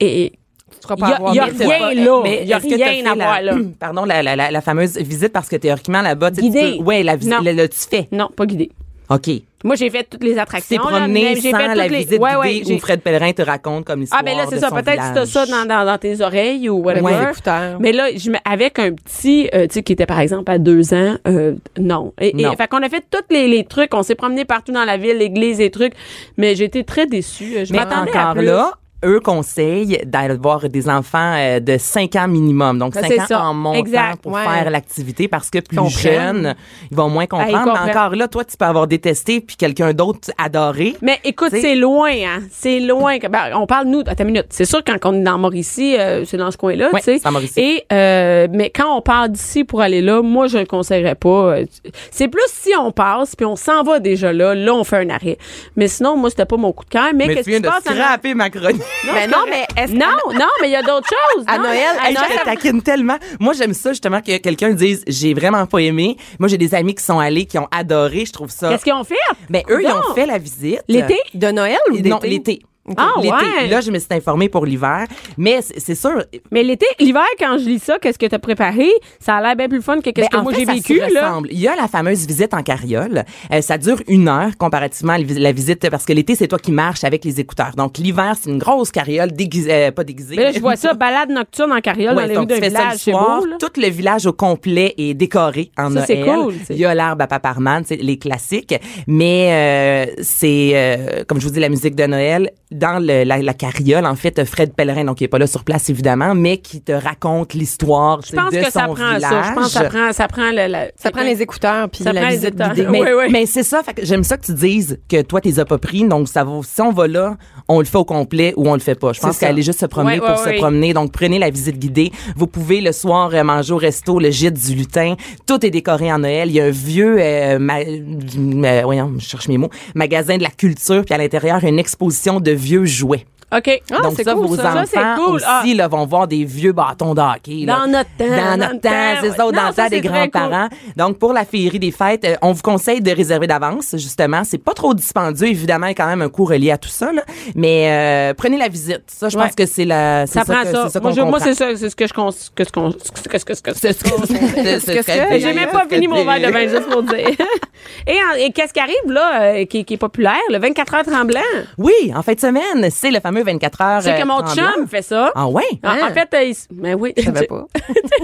[SPEAKER 3] et
[SPEAKER 5] Tu feras
[SPEAKER 3] Il y a-
[SPEAKER 5] avoir
[SPEAKER 3] il y a
[SPEAKER 5] mille.
[SPEAKER 3] rien là. Il y a
[SPEAKER 4] est-ce que t'as
[SPEAKER 3] rien
[SPEAKER 4] fait
[SPEAKER 3] à
[SPEAKER 4] la-
[SPEAKER 3] voir là.
[SPEAKER 4] Pardon, la, la, la, la fameuse visite parce que théoriquement là-bas, tu sais, tu
[SPEAKER 3] Guidée.
[SPEAKER 4] peux- Ouais, la visite,
[SPEAKER 3] Non.
[SPEAKER 4] le, le- tu fais.
[SPEAKER 3] non, pas guidé.
[SPEAKER 4] OK.
[SPEAKER 3] Moi, j'ai fait toutes les attractions.
[SPEAKER 4] C'est
[SPEAKER 3] là,
[SPEAKER 4] promené
[SPEAKER 3] mais j'ai
[SPEAKER 4] sans
[SPEAKER 3] fait
[SPEAKER 4] la
[SPEAKER 3] toutes les-
[SPEAKER 4] visite
[SPEAKER 3] Ouais, ouais,
[SPEAKER 4] guidée
[SPEAKER 3] j'ai-
[SPEAKER 4] où Fred Pellerin te raconte comme l'histoire
[SPEAKER 3] Ah, ben là, c'est
[SPEAKER 4] de
[SPEAKER 3] ça.
[SPEAKER 4] son
[SPEAKER 3] Peut-être que tu as ça
[SPEAKER 4] village.
[SPEAKER 3] dans, dans, dans tes oreilles ou whatever.
[SPEAKER 5] Ouais, les écouteurs.
[SPEAKER 3] Mais là, je, me- avec un petit, euh, tu sais, qui était par exemple à deux ans, euh, non. Et, et-
[SPEAKER 4] Non.
[SPEAKER 3] fait qu'on a fait tous les, les trucs. On s'est promené partout dans la ville, l'église et trucs. Mais j'étais très déçue. Euh, Je
[SPEAKER 4] Mais
[SPEAKER 3] m'attendais à
[SPEAKER 4] encore
[SPEAKER 3] plus.
[SPEAKER 4] là, eux conseillent d'avoir des enfants euh, de 5 ans minimum. Donc,
[SPEAKER 3] Ça,
[SPEAKER 4] 5
[SPEAKER 3] Ben, c'est
[SPEAKER 4] ans
[SPEAKER 3] ça.
[SPEAKER 4] en montant
[SPEAKER 3] Exact,
[SPEAKER 4] pour
[SPEAKER 5] ouais.
[SPEAKER 4] faire l'activité parce que plus
[SPEAKER 5] comprennent.
[SPEAKER 4] jeunes, ils vont moins
[SPEAKER 3] Ah, ils
[SPEAKER 4] comprendre.
[SPEAKER 3] comprennent.
[SPEAKER 4] Mais encore là, toi, tu peux avoir détesté puis quelqu'un d'autre adoré.
[SPEAKER 3] Mais écoute,
[SPEAKER 4] T'sais-
[SPEAKER 3] c'est loin, hein. C'est loin. que- ben, on parle, nous, à ta minute. C'est sûr, quand on est dans Mauricie, euh, c'est dans ce coin-là,
[SPEAKER 4] Ouais,
[SPEAKER 3] tu sais.
[SPEAKER 4] c'est en Mauricie.
[SPEAKER 3] Et, euh, mais quand on part d'ici pour aller là, moi, je le conseillerais pas. Euh, C'est plus si on passe, puis on s'en va déjà là, là, on fait un arrêt. Mais sinon, moi, c'était pas mon coup de cœur. Mais,
[SPEAKER 4] mais
[SPEAKER 3] qu'est-ce
[SPEAKER 4] tu
[SPEAKER 3] qui
[SPEAKER 4] viens
[SPEAKER 3] se passe
[SPEAKER 4] de
[SPEAKER 3] à
[SPEAKER 4] scraper ma chronique.
[SPEAKER 5] Mais non, mais est-ce que.
[SPEAKER 3] Non, non, mais il y a d'autres choses.
[SPEAKER 5] À
[SPEAKER 3] Non,
[SPEAKER 5] Noël,
[SPEAKER 3] à
[SPEAKER 4] Hey, je te
[SPEAKER 3] Noël,
[SPEAKER 4] taquine tellement. Moi, j'aime ça justement que quelqu'un dise j'ai vraiment pas aimé. Moi, j'ai des amis qui sont allés, qui ont adoré. Je trouve ça.
[SPEAKER 3] qu'est-ce qu'ils ont fait?
[SPEAKER 4] Mais eux, ils
[SPEAKER 3] Non.
[SPEAKER 4] ont fait la visite.
[SPEAKER 3] L'été?
[SPEAKER 5] De Noël ou
[SPEAKER 4] Non, l'été.
[SPEAKER 3] Ah,
[SPEAKER 4] L'été.
[SPEAKER 3] ouais?
[SPEAKER 4] Là, je me suis informée pour l'hiver. Mais c'est c'est sûr,
[SPEAKER 3] Mais l'été, l'hiver, quand je lis ça, qu'est-ce que t'as préparé? Ça a l'air bien plus fun que qu'est-ce
[SPEAKER 4] Ben,
[SPEAKER 3] que
[SPEAKER 4] en
[SPEAKER 3] moi
[SPEAKER 4] fait,
[SPEAKER 3] j'ai
[SPEAKER 4] ça
[SPEAKER 3] vécu,
[SPEAKER 4] se
[SPEAKER 3] là.
[SPEAKER 4] ressemble. Il y a la fameuse visite en carriole. Euh, ça dure une heure comparativement à la vis- la visite parce que l'été, c'est toi qui marches avec les écouteurs. Donc l'hiver, c'est une grosse carriole déguisée, euh, pas déguisée.
[SPEAKER 3] Mais là, je vois ça, balade nocturne en carriole
[SPEAKER 4] Ouais,
[SPEAKER 3] dans les rues
[SPEAKER 4] donc,
[SPEAKER 3] d'un
[SPEAKER 4] tu fais ça le
[SPEAKER 3] village, c'est
[SPEAKER 4] soir.
[SPEAKER 3] beau, là.
[SPEAKER 4] Tout le village au complet est décoré en
[SPEAKER 3] Ça,
[SPEAKER 4] Noël.
[SPEAKER 3] c'est cool, tu sais.
[SPEAKER 4] Il y a l'arbre à Paparman, c'est les classiques. Mais euh, c'est, euh, comme je vous dis, la musique de Noël. Dans le- la, la carriole, en fait, Fred Pellerin, donc qui est pas là sur place, évidemment, mais qui te raconte l'histoire
[SPEAKER 3] Je pense
[SPEAKER 4] de
[SPEAKER 3] que ça
[SPEAKER 4] son
[SPEAKER 3] prend ça.
[SPEAKER 4] village.
[SPEAKER 3] Je pense que ça prend, ça prend le- la-
[SPEAKER 5] Ça prend les écouteurs puis
[SPEAKER 3] Ça prend
[SPEAKER 5] la
[SPEAKER 3] les
[SPEAKER 5] visite
[SPEAKER 3] écouteurs.
[SPEAKER 5] guidée.
[SPEAKER 4] Mais,
[SPEAKER 3] Oui, oui.
[SPEAKER 4] mais c'est ça, fait que j'aime ça que tu dises que toi, t'es pas pris. Donc, ça vaut, si on va là, on le fait au complet ou on le fait pas. Je pense
[SPEAKER 5] C'est ça.
[SPEAKER 4] qu'aller juste se
[SPEAKER 3] Ouais,
[SPEAKER 4] promener pour
[SPEAKER 3] ouais,
[SPEAKER 4] se
[SPEAKER 3] ouais.
[SPEAKER 4] promener. Donc, prenez la visite guidée. Vous pouvez le soir euh, manger au resto, le gîte du lutin. Tout est décoré en Noël. Il y a un vieux, euh, ma- euh, voyons, je cherche mes mots, magasin de la culture. Puis à l'intérieur, une exposition de vieux jouets.
[SPEAKER 3] OK.
[SPEAKER 5] Ah,
[SPEAKER 4] Donc
[SPEAKER 5] c'est
[SPEAKER 4] ça,
[SPEAKER 5] cool,
[SPEAKER 4] vos
[SPEAKER 3] ça. Ça,
[SPEAKER 4] enfants
[SPEAKER 3] c'est cool.
[SPEAKER 4] aussi
[SPEAKER 3] Ah.
[SPEAKER 4] là, vont voir des vieux bâtons de hockey. là.
[SPEAKER 3] Dans notre temps,
[SPEAKER 4] Dans notre temps, c'est ça,
[SPEAKER 3] ouais.
[SPEAKER 4] dans
[SPEAKER 3] Non,
[SPEAKER 4] le
[SPEAKER 3] ça,
[SPEAKER 4] temps des
[SPEAKER 3] c'est très
[SPEAKER 4] grands-parents. Donc, pour la féerie des fêtes, euh, on vous conseille de réserver d'avance, justement. C'est pas trop dispendieux, évidemment, il y a quand même un coût relié à tout ça, là. mais euh, prenez la visite. Ça, je
[SPEAKER 3] Ouais.
[SPEAKER 4] pense que c'est la... c'est
[SPEAKER 3] Ça prend
[SPEAKER 4] que-
[SPEAKER 3] ça.
[SPEAKER 4] c'est qu'on
[SPEAKER 3] Moi, je- moi,
[SPEAKER 4] comprend.
[SPEAKER 3] c'est ça, c'est ce que je cons- que ce qu'on- que ce que- ce que-
[SPEAKER 4] C'est ce que- c'est ce
[SPEAKER 5] que-
[SPEAKER 4] que-
[SPEAKER 3] J'ai même pas fini mon verre de vin, juste pour dire. Et, en- et qu'est-ce qui arrive, là, euh, qui, qui est populaire, le 24 heures tremblant?
[SPEAKER 4] Oui, en fin de semaine, c'est le fameux 24 heures.
[SPEAKER 3] C'est
[SPEAKER 4] euh,
[SPEAKER 3] que mon
[SPEAKER 4] tremblant.
[SPEAKER 3] chum fait ça.
[SPEAKER 4] Ah ouais?
[SPEAKER 3] En- En, fait, euh, il s- ben oui.
[SPEAKER 5] Je savais pas.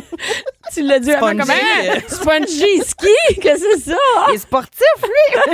[SPEAKER 3] Tu l'as dit avant
[SPEAKER 4] Spongy.
[SPEAKER 3] comment? Spongy ski? Qu'est-ce que c'est ça? Ah,
[SPEAKER 5] Il est sportif, lui!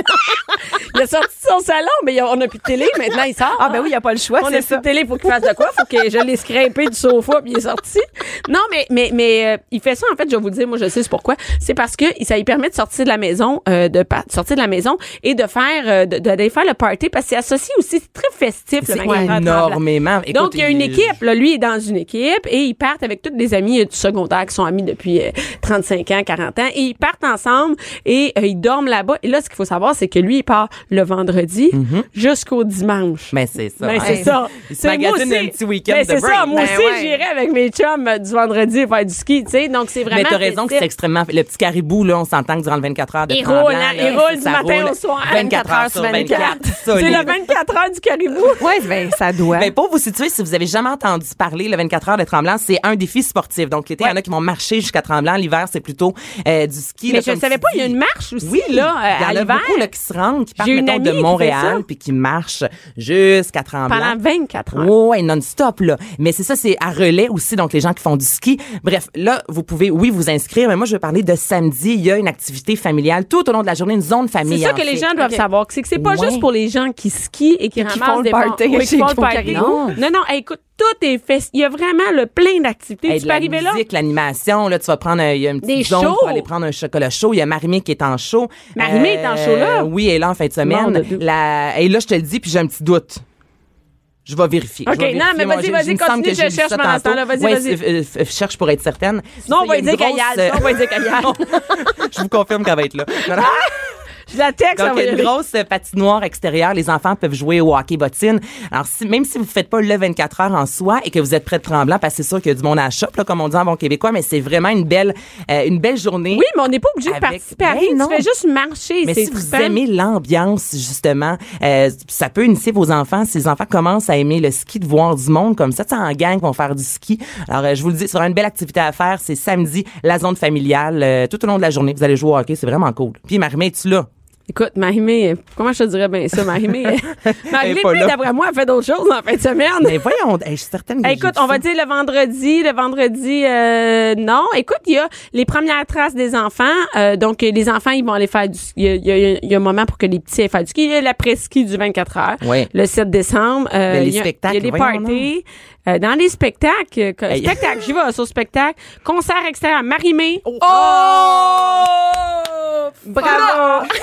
[SPEAKER 3] Il a sorti son salon, mais il a- on n'a plus de télé. Maintenant, il sort.
[SPEAKER 5] Ah, ben oui, il n'y a pas le choix,
[SPEAKER 3] On a
[SPEAKER 5] c'est
[SPEAKER 3] plus de
[SPEAKER 5] ça.
[SPEAKER 3] télé pour qu'il fasse de quoi. Faut que je l'ai scrapé du sofa puis il est sorti. Non, mais, mais, mais euh, il fait ça, en fait, je vais vous le dire, moi, je sais c'est pourquoi. C'est parce que ça lui permet de sortir de la maison, euh, de, pa- de sortir de la maison et de faire, euh, de- d'aller faire le party parce que c'est associé aussi, c'est très festif, le
[SPEAKER 4] C'est
[SPEAKER 3] 24 heures tremblant.
[SPEAKER 4] énormément. Écoute,
[SPEAKER 3] Donc, il y a une
[SPEAKER 4] il-
[SPEAKER 3] équipe. Là, lui est dans une équipe et ils partent avec tous des amis euh, du secondaire qui sont amis depuis euh, 35 ans, 40 ans. Et ils partent ensemble et euh, ils dorment là-bas. Et là, ce qu'il faut savoir, c'est que lui, il part le vendredi jusqu'au dimanche.
[SPEAKER 4] Mm-hmm. Mais c'est ça.
[SPEAKER 3] Ben, c'est
[SPEAKER 5] Ouais.
[SPEAKER 3] ça.
[SPEAKER 4] Il se
[SPEAKER 3] C'est moi
[SPEAKER 4] magasine
[SPEAKER 3] aussi.
[SPEAKER 4] un petit week-end
[SPEAKER 3] Ben,
[SPEAKER 4] de
[SPEAKER 3] c'est ça.
[SPEAKER 4] break.
[SPEAKER 3] Moi
[SPEAKER 5] Ben
[SPEAKER 3] aussi,
[SPEAKER 5] ouais.
[SPEAKER 3] j'irai avec mes chums euh, du vendredi faire du ski, tu sais. Donc, c'est vraiment.
[SPEAKER 4] Mais t'as raison que c'est extrêmement. Le petit caribou, là, on s'entend que durant le 24 heures de
[SPEAKER 3] Il
[SPEAKER 4] tremblant,
[SPEAKER 3] roule, hein,
[SPEAKER 4] là,
[SPEAKER 3] il roule du
[SPEAKER 4] ça
[SPEAKER 3] matin
[SPEAKER 4] roule
[SPEAKER 3] au soir.
[SPEAKER 4] 24 heures sur 24.
[SPEAKER 3] C'est
[SPEAKER 4] solide.
[SPEAKER 3] le 24 heures du caribou.
[SPEAKER 5] Oui, ben, ça doit.
[SPEAKER 4] Ben, pour vous situer, si vous avez jamais entendu parler, le 24 heures de Tremblant, c'est un défi sportif. Donc, l'été, il y en a qui vont marcher jusqu'à Tremblant. L'hiver, c'est plutôt euh, du ski. là,
[SPEAKER 3] Mais je
[SPEAKER 4] comme
[SPEAKER 3] ne savais
[SPEAKER 4] tu
[SPEAKER 3] pas, il y a
[SPEAKER 4] dis.
[SPEAKER 3] une marche aussi,
[SPEAKER 4] Oui,
[SPEAKER 3] là, euh,
[SPEAKER 4] il y
[SPEAKER 3] à
[SPEAKER 4] en a beaucoup là,
[SPEAKER 3] l'hiver.
[SPEAKER 4] qui se rendent, qui partent
[SPEAKER 3] J'ai une
[SPEAKER 4] mettons,
[SPEAKER 3] amie
[SPEAKER 4] de
[SPEAKER 3] qui fait ça.
[SPEAKER 4] Montréal, puis qui marchent jusqu'à Tremblant.
[SPEAKER 3] Pendant 24 heures.
[SPEAKER 4] Ouais, ouais, non-stop, là. Mais c'est ça, c'est à relais aussi, donc les gens qui font du ski. Bref, là, vous pouvez, oui, vous inscrire, mais moi, je vais parler de samedi. Il y a une activité familiale tout au long de la journée, une zone
[SPEAKER 3] C'est
[SPEAKER 4] familiale.
[SPEAKER 3] ça que les gens doivent savoir. C'est que c'est pas
[SPEAKER 4] Ouais.
[SPEAKER 3] juste pour les gens qui skient et qui,
[SPEAKER 5] qui
[SPEAKER 3] ramassent
[SPEAKER 5] font le
[SPEAKER 3] des
[SPEAKER 5] party
[SPEAKER 3] bons- oui, qui
[SPEAKER 5] chez
[SPEAKER 3] font le
[SPEAKER 5] Joe
[SPEAKER 3] party.
[SPEAKER 5] Carino.
[SPEAKER 3] Non, non, hey, écoute, tout est fait. Il y a vraiment le plein d'activités.
[SPEAKER 4] Hey,
[SPEAKER 3] Tu
[SPEAKER 4] de
[SPEAKER 3] peux
[SPEAKER 4] la
[SPEAKER 3] arriver là.
[SPEAKER 4] musique, l'animation, là, tu vas prendre un, il y a une petite
[SPEAKER 3] Des
[SPEAKER 4] zone
[SPEAKER 3] shows.
[SPEAKER 4] pour aller prendre un chocolat chaud. Il y a Marimé qui est en show. Euh,
[SPEAKER 3] Marimé est en show, là?
[SPEAKER 4] Oui, elle est là en fin de
[SPEAKER 3] Mon
[SPEAKER 4] semaine.
[SPEAKER 3] Dieu.
[SPEAKER 4] La, et là, je te le dis, puis j'ai un petit doute. Je vais vérifier.
[SPEAKER 3] Ok,
[SPEAKER 4] Je vais
[SPEAKER 3] non,
[SPEAKER 4] vérifier.
[SPEAKER 3] mais
[SPEAKER 4] Moi,
[SPEAKER 3] vas-y,
[SPEAKER 4] j'ai-
[SPEAKER 3] vas-y,
[SPEAKER 4] il me semble
[SPEAKER 3] continue,
[SPEAKER 4] que
[SPEAKER 3] je
[SPEAKER 4] j'ai lu
[SPEAKER 3] cherche
[SPEAKER 4] ça
[SPEAKER 3] pendant ce
[SPEAKER 4] tantôt.
[SPEAKER 3] temps-là. Vas-y,
[SPEAKER 4] Ouais,
[SPEAKER 3] vas-y.
[SPEAKER 4] euh, euh, cherche pour être certaine.
[SPEAKER 3] Non, on
[SPEAKER 4] Ça,
[SPEAKER 3] va
[SPEAKER 4] il y
[SPEAKER 3] dire
[SPEAKER 4] a une
[SPEAKER 3] qu'elle y
[SPEAKER 4] grosse,
[SPEAKER 3] a. On va dire qu'elle y a. Ah!
[SPEAKER 4] Je vous confirme qu'elle va être là. Non, non.
[SPEAKER 3] Je la texte.
[SPEAKER 4] Donc,
[SPEAKER 3] on va
[SPEAKER 4] il
[SPEAKER 3] y
[SPEAKER 4] y a une
[SPEAKER 3] aller.
[SPEAKER 4] grosse euh, patinoire extérieure. Les enfants peuvent jouer au hockey bottine. Alors, si, même si vous ne faites pas le 24 heures en soi et que vous êtes prêt de tremblant, parce que c'est sûr qu'il y a du monde à la shop, là, comme on dit en bon québécois, mais c'est vraiment une belle, euh, une belle journée.
[SPEAKER 3] Oui, mais on n'est pas obligé de
[SPEAKER 4] Avec-
[SPEAKER 3] participer à
[SPEAKER 4] Ben
[SPEAKER 3] rien.
[SPEAKER 4] non.
[SPEAKER 3] Tu fais juste marcher.
[SPEAKER 4] Mais
[SPEAKER 3] c'est
[SPEAKER 4] si vous
[SPEAKER 3] trippant.
[SPEAKER 4] aimez l'ambiance, justement, euh, ça peut initier vos enfants. Si les enfants commencent à aimer le ski, de voir du monde comme ça, tu sais, en gang, ils vont faire du ski. Alors, euh, je vous le dis, c'est vraiment une belle activité à faire. C'est samedi, la zone familiale, euh, tout au long de la journée. Vous allez jouer au hockey, c'est vraiment cool. Puis, Marimé, es-tu là?
[SPEAKER 3] Écoute, Marimé, euh, comment je te dirais bien ça, Marimé? euh,
[SPEAKER 4] Elle
[SPEAKER 3] Marimé,
[SPEAKER 4] est pas là.
[SPEAKER 3] d'après moi, elle fait d'autres choses en fin de semaine.
[SPEAKER 4] Mais voyons, hey, je suis certaine que
[SPEAKER 3] Hey, écoute,
[SPEAKER 4] j'ai
[SPEAKER 3] on va
[SPEAKER 4] ça.
[SPEAKER 3] dire le vendredi, le vendredi, euh, non. Écoute, il y a les premières traces des enfants. euh, donc, euh, les enfants, ils vont aller faire du Il y a, il y a- il y a un moment pour que les petits aillent faire du ski. Il y a l'après-ski du 24 heures,
[SPEAKER 4] Ouais.
[SPEAKER 3] le 7 décembre. Euh,
[SPEAKER 4] Ben, les
[SPEAKER 3] il y a-
[SPEAKER 4] spectacles,
[SPEAKER 3] Il y a des
[SPEAKER 4] voyons
[SPEAKER 3] parties. Euh, dans les spectacles, euh, que-
[SPEAKER 4] Hey.
[SPEAKER 3] spectacle, j'y vais sur spectacle, concert extérieur, Marimé. Oh!
[SPEAKER 4] Oh!
[SPEAKER 3] Bravo!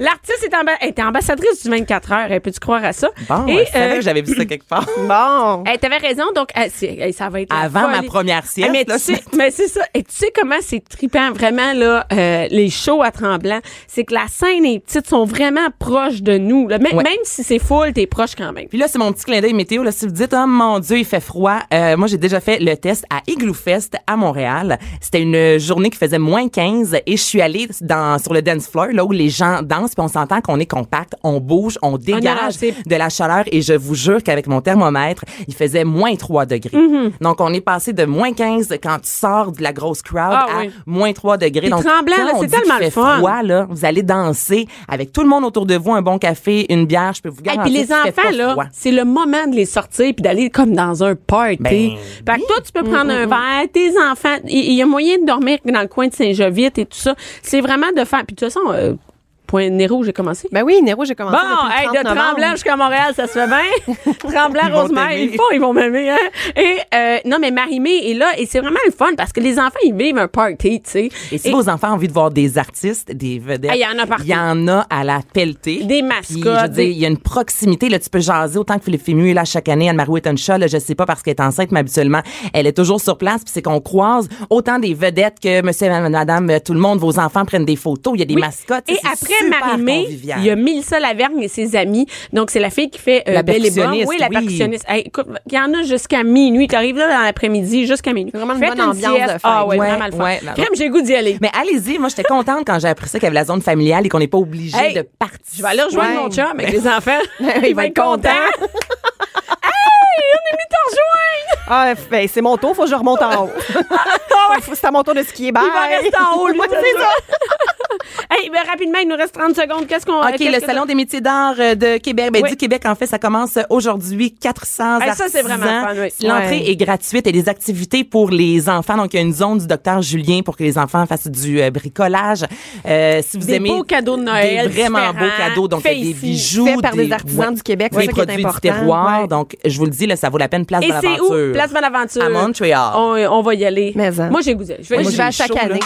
[SPEAKER 3] L'artiste est, amba- est ambassadrice du 24 heures, hein, peux-tu croire à ça?
[SPEAKER 4] Bon,
[SPEAKER 3] Et,
[SPEAKER 4] je savais
[SPEAKER 3] euh,
[SPEAKER 4] que j'avais vu ça quelque part.
[SPEAKER 5] Bon.
[SPEAKER 3] Hey, t'avais raison, donc ah, c'est- hey, ça va être la
[SPEAKER 4] Avant ma
[SPEAKER 3] folie.
[SPEAKER 4] première sieste,
[SPEAKER 3] Ah, mais,
[SPEAKER 4] là,
[SPEAKER 3] tu sais,
[SPEAKER 4] c'est-
[SPEAKER 3] mais c'est ça. Et tu sais comment c'est trippant vraiment là, euh, les shows à Tremblant, c'est que la scène et les petites sont vraiment proches de nous. là. Même-
[SPEAKER 4] Ouais.
[SPEAKER 3] Même si c'est full, t'es proche quand même.
[SPEAKER 4] Puis là, c'est mon petit clin d'œil météo. Là, si vous dites, oh mon Dieu, il fait froid. Euh, moi, j'ai déjà fait le test à Igloo Fest à Montréal. C'était une journée qui faisait moins 15 et je suis allée dans, sur le dance floor, là où les gens dansent. intense, puis on s'entend qu'on est compact, on bouge, on dégage
[SPEAKER 3] assez.
[SPEAKER 4] de la chaleur. Et je vous jure qu'avec mon thermomètre, il faisait moins 3 degrés. Donc, on est passé de moins 15 quand tu sors de la grosse crowd
[SPEAKER 3] Ah
[SPEAKER 4] à
[SPEAKER 3] oui.
[SPEAKER 4] moins 3 degrés.
[SPEAKER 3] Puis
[SPEAKER 4] Donc,
[SPEAKER 3] tremblant,
[SPEAKER 4] quand
[SPEAKER 3] là,
[SPEAKER 4] on
[SPEAKER 3] c'est
[SPEAKER 4] dit qu'il
[SPEAKER 3] tellement le
[SPEAKER 4] fait
[SPEAKER 3] fun.
[SPEAKER 4] froid, là, vous allez danser avec tout le monde autour de vous, un bon café, une bière, je peux vous
[SPEAKER 3] Et
[SPEAKER 4] garantir.
[SPEAKER 3] puis les
[SPEAKER 4] qu'il fait pas
[SPEAKER 3] enfants, là,
[SPEAKER 4] froid.
[SPEAKER 3] c'est le moment de les sortir puis d'aller comme dans un party.
[SPEAKER 4] Ben, mm,
[SPEAKER 3] fait que toi, tu peux prendre un verre, tes enfants, il il y, a moyen de dormir dans le coin de Saint-Jovite et tout ça. C'est vraiment de faire... Puis de toute façon, euh, point Nero, j'ai commencé.
[SPEAKER 5] Ben oui, Nero, j'ai commencé
[SPEAKER 3] Bon,
[SPEAKER 5] depuis le
[SPEAKER 3] hey,
[SPEAKER 5] 30
[SPEAKER 3] de
[SPEAKER 5] novembre.
[SPEAKER 3] Tremblant jusqu'à Montréal, ça se fait bien.
[SPEAKER 4] Ils
[SPEAKER 3] Tremblant,
[SPEAKER 4] vont
[SPEAKER 3] Rosemère,
[SPEAKER 4] t'aimer.
[SPEAKER 3] il faut, ils vont m'aimer. Hein? Et euh, non, mais Marimé est là et c'est vraiment le fun parce que les enfants, ils vivent un party, tu sais.
[SPEAKER 4] Et si
[SPEAKER 3] Et-
[SPEAKER 4] vos enfants ont envie de voir des artistes, des vedettes,
[SPEAKER 3] Ah, il y en a partout.
[SPEAKER 4] il y en a à la pelletée.
[SPEAKER 3] Des mascottes,
[SPEAKER 4] Puis, je veux dire,
[SPEAKER 3] des-
[SPEAKER 4] il y a une proximité. Là, tu peux jaser autant que Philippe Fému est là chaque année. Anne-Marie Wittenshaw, là, je sais pas parce qu'elle est enceinte, mais habituellement, elle est toujours sur place. Puis c'est qu'on croise autant des vedettes que monsieur, madame, euh, tout le monde. Vos enfants prennent des photos. Il y a des
[SPEAKER 3] Oui.
[SPEAKER 4] mascottes.
[SPEAKER 3] Et
[SPEAKER 4] C'est
[SPEAKER 3] après
[SPEAKER 4] super
[SPEAKER 3] Marimé,
[SPEAKER 4] convivial.
[SPEAKER 3] il y a Mélissa Lavergne et ses amis. Donc, c'est la fille qui fait euh,
[SPEAKER 4] La
[SPEAKER 3] Belle et Bonne.
[SPEAKER 4] percussionniste,
[SPEAKER 3] Oui, la
[SPEAKER 4] oui.
[SPEAKER 3] percussionniste. Hey, écoute, il y en a jusqu'à minuit. Tu arrives là dans l'après-midi jusqu'à minuit.
[SPEAKER 5] Vraiment une
[SPEAKER 3] Faites
[SPEAKER 5] bonne ambiance
[SPEAKER 3] sieste.
[SPEAKER 5] de fête.
[SPEAKER 3] Ah ouais,
[SPEAKER 4] Ouais,
[SPEAKER 3] vraiment le fun.
[SPEAKER 4] ouais, non, non.
[SPEAKER 3] Crème, j'ai le goût d'y aller.
[SPEAKER 4] Mais allez-y. Moi, j'étais contente quand j'ai appris ça qu'il y avait la zone familiale et qu'on n'est pas obligé
[SPEAKER 3] Hey,
[SPEAKER 4] de partir.
[SPEAKER 3] Je vais aller rejoindre
[SPEAKER 5] Ouais.
[SPEAKER 3] mon chum avec les enfants.
[SPEAKER 5] Il va être content.
[SPEAKER 3] hey, on est mis te rejoindre.
[SPEAKER 5] Ah, ben, c'est mon tour, faut que je remonte en haut. Faut- c'est à mon tour de skier. Bye.
[SPEAKER 3] Ah, Il va rester en haut, lui.
[SPEAKER 5] Ouais, c'est ça.
[SPEAKER 3] hey, ben, rapidement, il nous reste 30 secondes. Qu'est-ce qu'on
[SPEAKER 4] OK,
[SPEAKER 3] qu'est-ce
[SPEAKER 4] le
[SPEAKER 3] que-
[SPEAKER 4] Salon des métiers d'art euh, de Québec. Ben,
[SPEAKER 3] Oui.
[SPEAKER 4] Du Québec, en fait, ça commence euh, aujourd'hui. 400
[SPEAKER 3] Ah, ça, c'est
[SPEAKER 4] artisans.
[SPEAKER 3] vraiment fun, oui.
[SPEAKER 4] L'entrée
[SPEAKER 5] Ouais.
[SPEAKER 4] est gratuite et des activités pour les enfants. Donc, il y a une zone du docteur Julien pour que les enfants fassent du euh, bricolage. Euh, si vous
[SPEAKER 3] Des
[SPEAKER 4] aimez
[SPEAKER 3] beaux cadeaux de Noël
[SPEAKER 4] des vraiment
[SPEAKER 3] différents,
[SPEAKER 4] beaux cadeaux. Donc, il y a
[SPEAKER 3] faits
[SPEAKER 4] des
[SPEAKER 3] ici,
[SPEAKER 4] bijoux.
[SPEAKER 5] faits par des artisans du Québec, c'est
[SPEAKER 4] Des
[SPEAKER 5] ça qui est
[SPEAKER 4] produits du
[SPEAKER 5] important.
[SPEAKER 4] terroir.
[SPEAKER 5] Ouais.
[SPEAKER 4] Donc, je vous le dis, là, ça vaut la peine. Place
[SPEAKER 3] Et
[SPEAKER 4] de
[SPEAKER 3] c'est où?
[SPEAKER 4] l'aventure.
[SPEAKER 3] Place Bonaventure.
[SPEAKER 4] À Montréal.
[SPEAKER 3] On, on va y aller.
[SPEAKER 5] Mais, hein.
[SPEAKER 3] Moi, j'ai le goût d'y aller. Je vais
[SPEAKER 5] Moi,
[SPEAKER 4] Moi,
[SPEAKER 5] j'y vais à
[SPEAKER 4] j'ai
[SPEAKER 5] chaque
[SPEAKER 4] chaud, là.
[SPEAKER 5] année.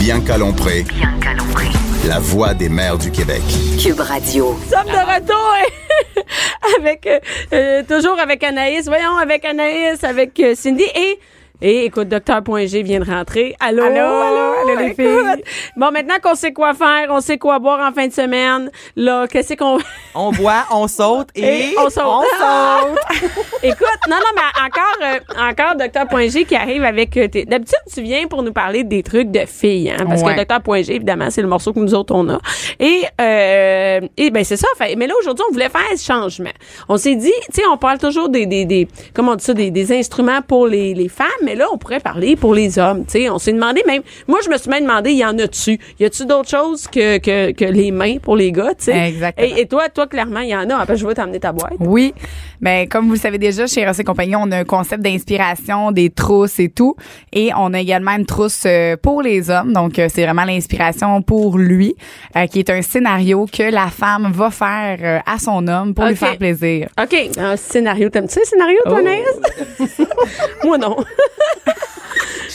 [SPEAKER 2] Bianca Lompré,
[SPEAKER 1] Bianca Lompré.
[SPEAKER 2] la voix des mères du Québec.
[SPEAKER 1] Cube Radio.
[SPEAKER 3] Nous sommes de retour hein, avec euh, euh, toujours avec Anaïs. Voyons avec Anaïs, avec euh, Cindy et et écoute, docteur.g vient de rentrer. Allô,
[SPEAKER 5] Allô, allô, allô, les
[SPEAKER 3] écoute. Bon, maintenant qu'on sait quoi faire, on sait quoi boire en fin de semaine. Là, qu'est-ce qu'on
[SPEAKER 4] On boit, on saute et,
[SPEAKER 3] Et on saute.
[SPEAKER 4] saute.
[SPEAKER 3] Écoute, non, non, mais encore, euh, encore Docteur.g qui arrive avec. euh, tes- D'habitude, tu viens pour nous parler des trucs de filles, hein, parce
[SPEAKER 4] Ouais.
[SPEAKER 3] que Docteur.g, évidemment, c'est le morceau que nous autres on a. Et, euh, et ben c'est ça. Fait- mais là aujourd'hui, on voulait faire ce changement. On s'est dit, tu sais, on parle toujours des, des, des comment on dit ça, des, des instruments pour les, les femmes, mais là, on pourrait parler pour les hommes. Tu sais, on s'est demandé même. Moi, je me suis même demandé, y en a-tu Y a-tu d'autres choses que, que que les mains pour les gars, tu sais
[SPEAKER 6] Exactement.
[SPEAKER 3] Et, et toi, toi clairement, il y en a. Après, je vais t'emmener ta boîte.
[SPEAKER 6] Oui. Mais comme vous le savez déjà, chez Ross et compagnie, on a un concept d'inspiration, des trousses et tout. Et on a également une trousse euh, pour les hommes. Donc, euh, c'est vraiment l'inspiration pour lui, euh, qui est un scénario que la femme va faire euh, à son homme pour lui
[SPEAKER 3] Ok.
[SPEAKER 6] faire plaisir.
[SPEAKER 3] OK. Un scénario. T'aimes-tu les scénarios, toi,
[SPEAKER 6] Oh.
[SPEAKER 3] Anaïs? Moi, non.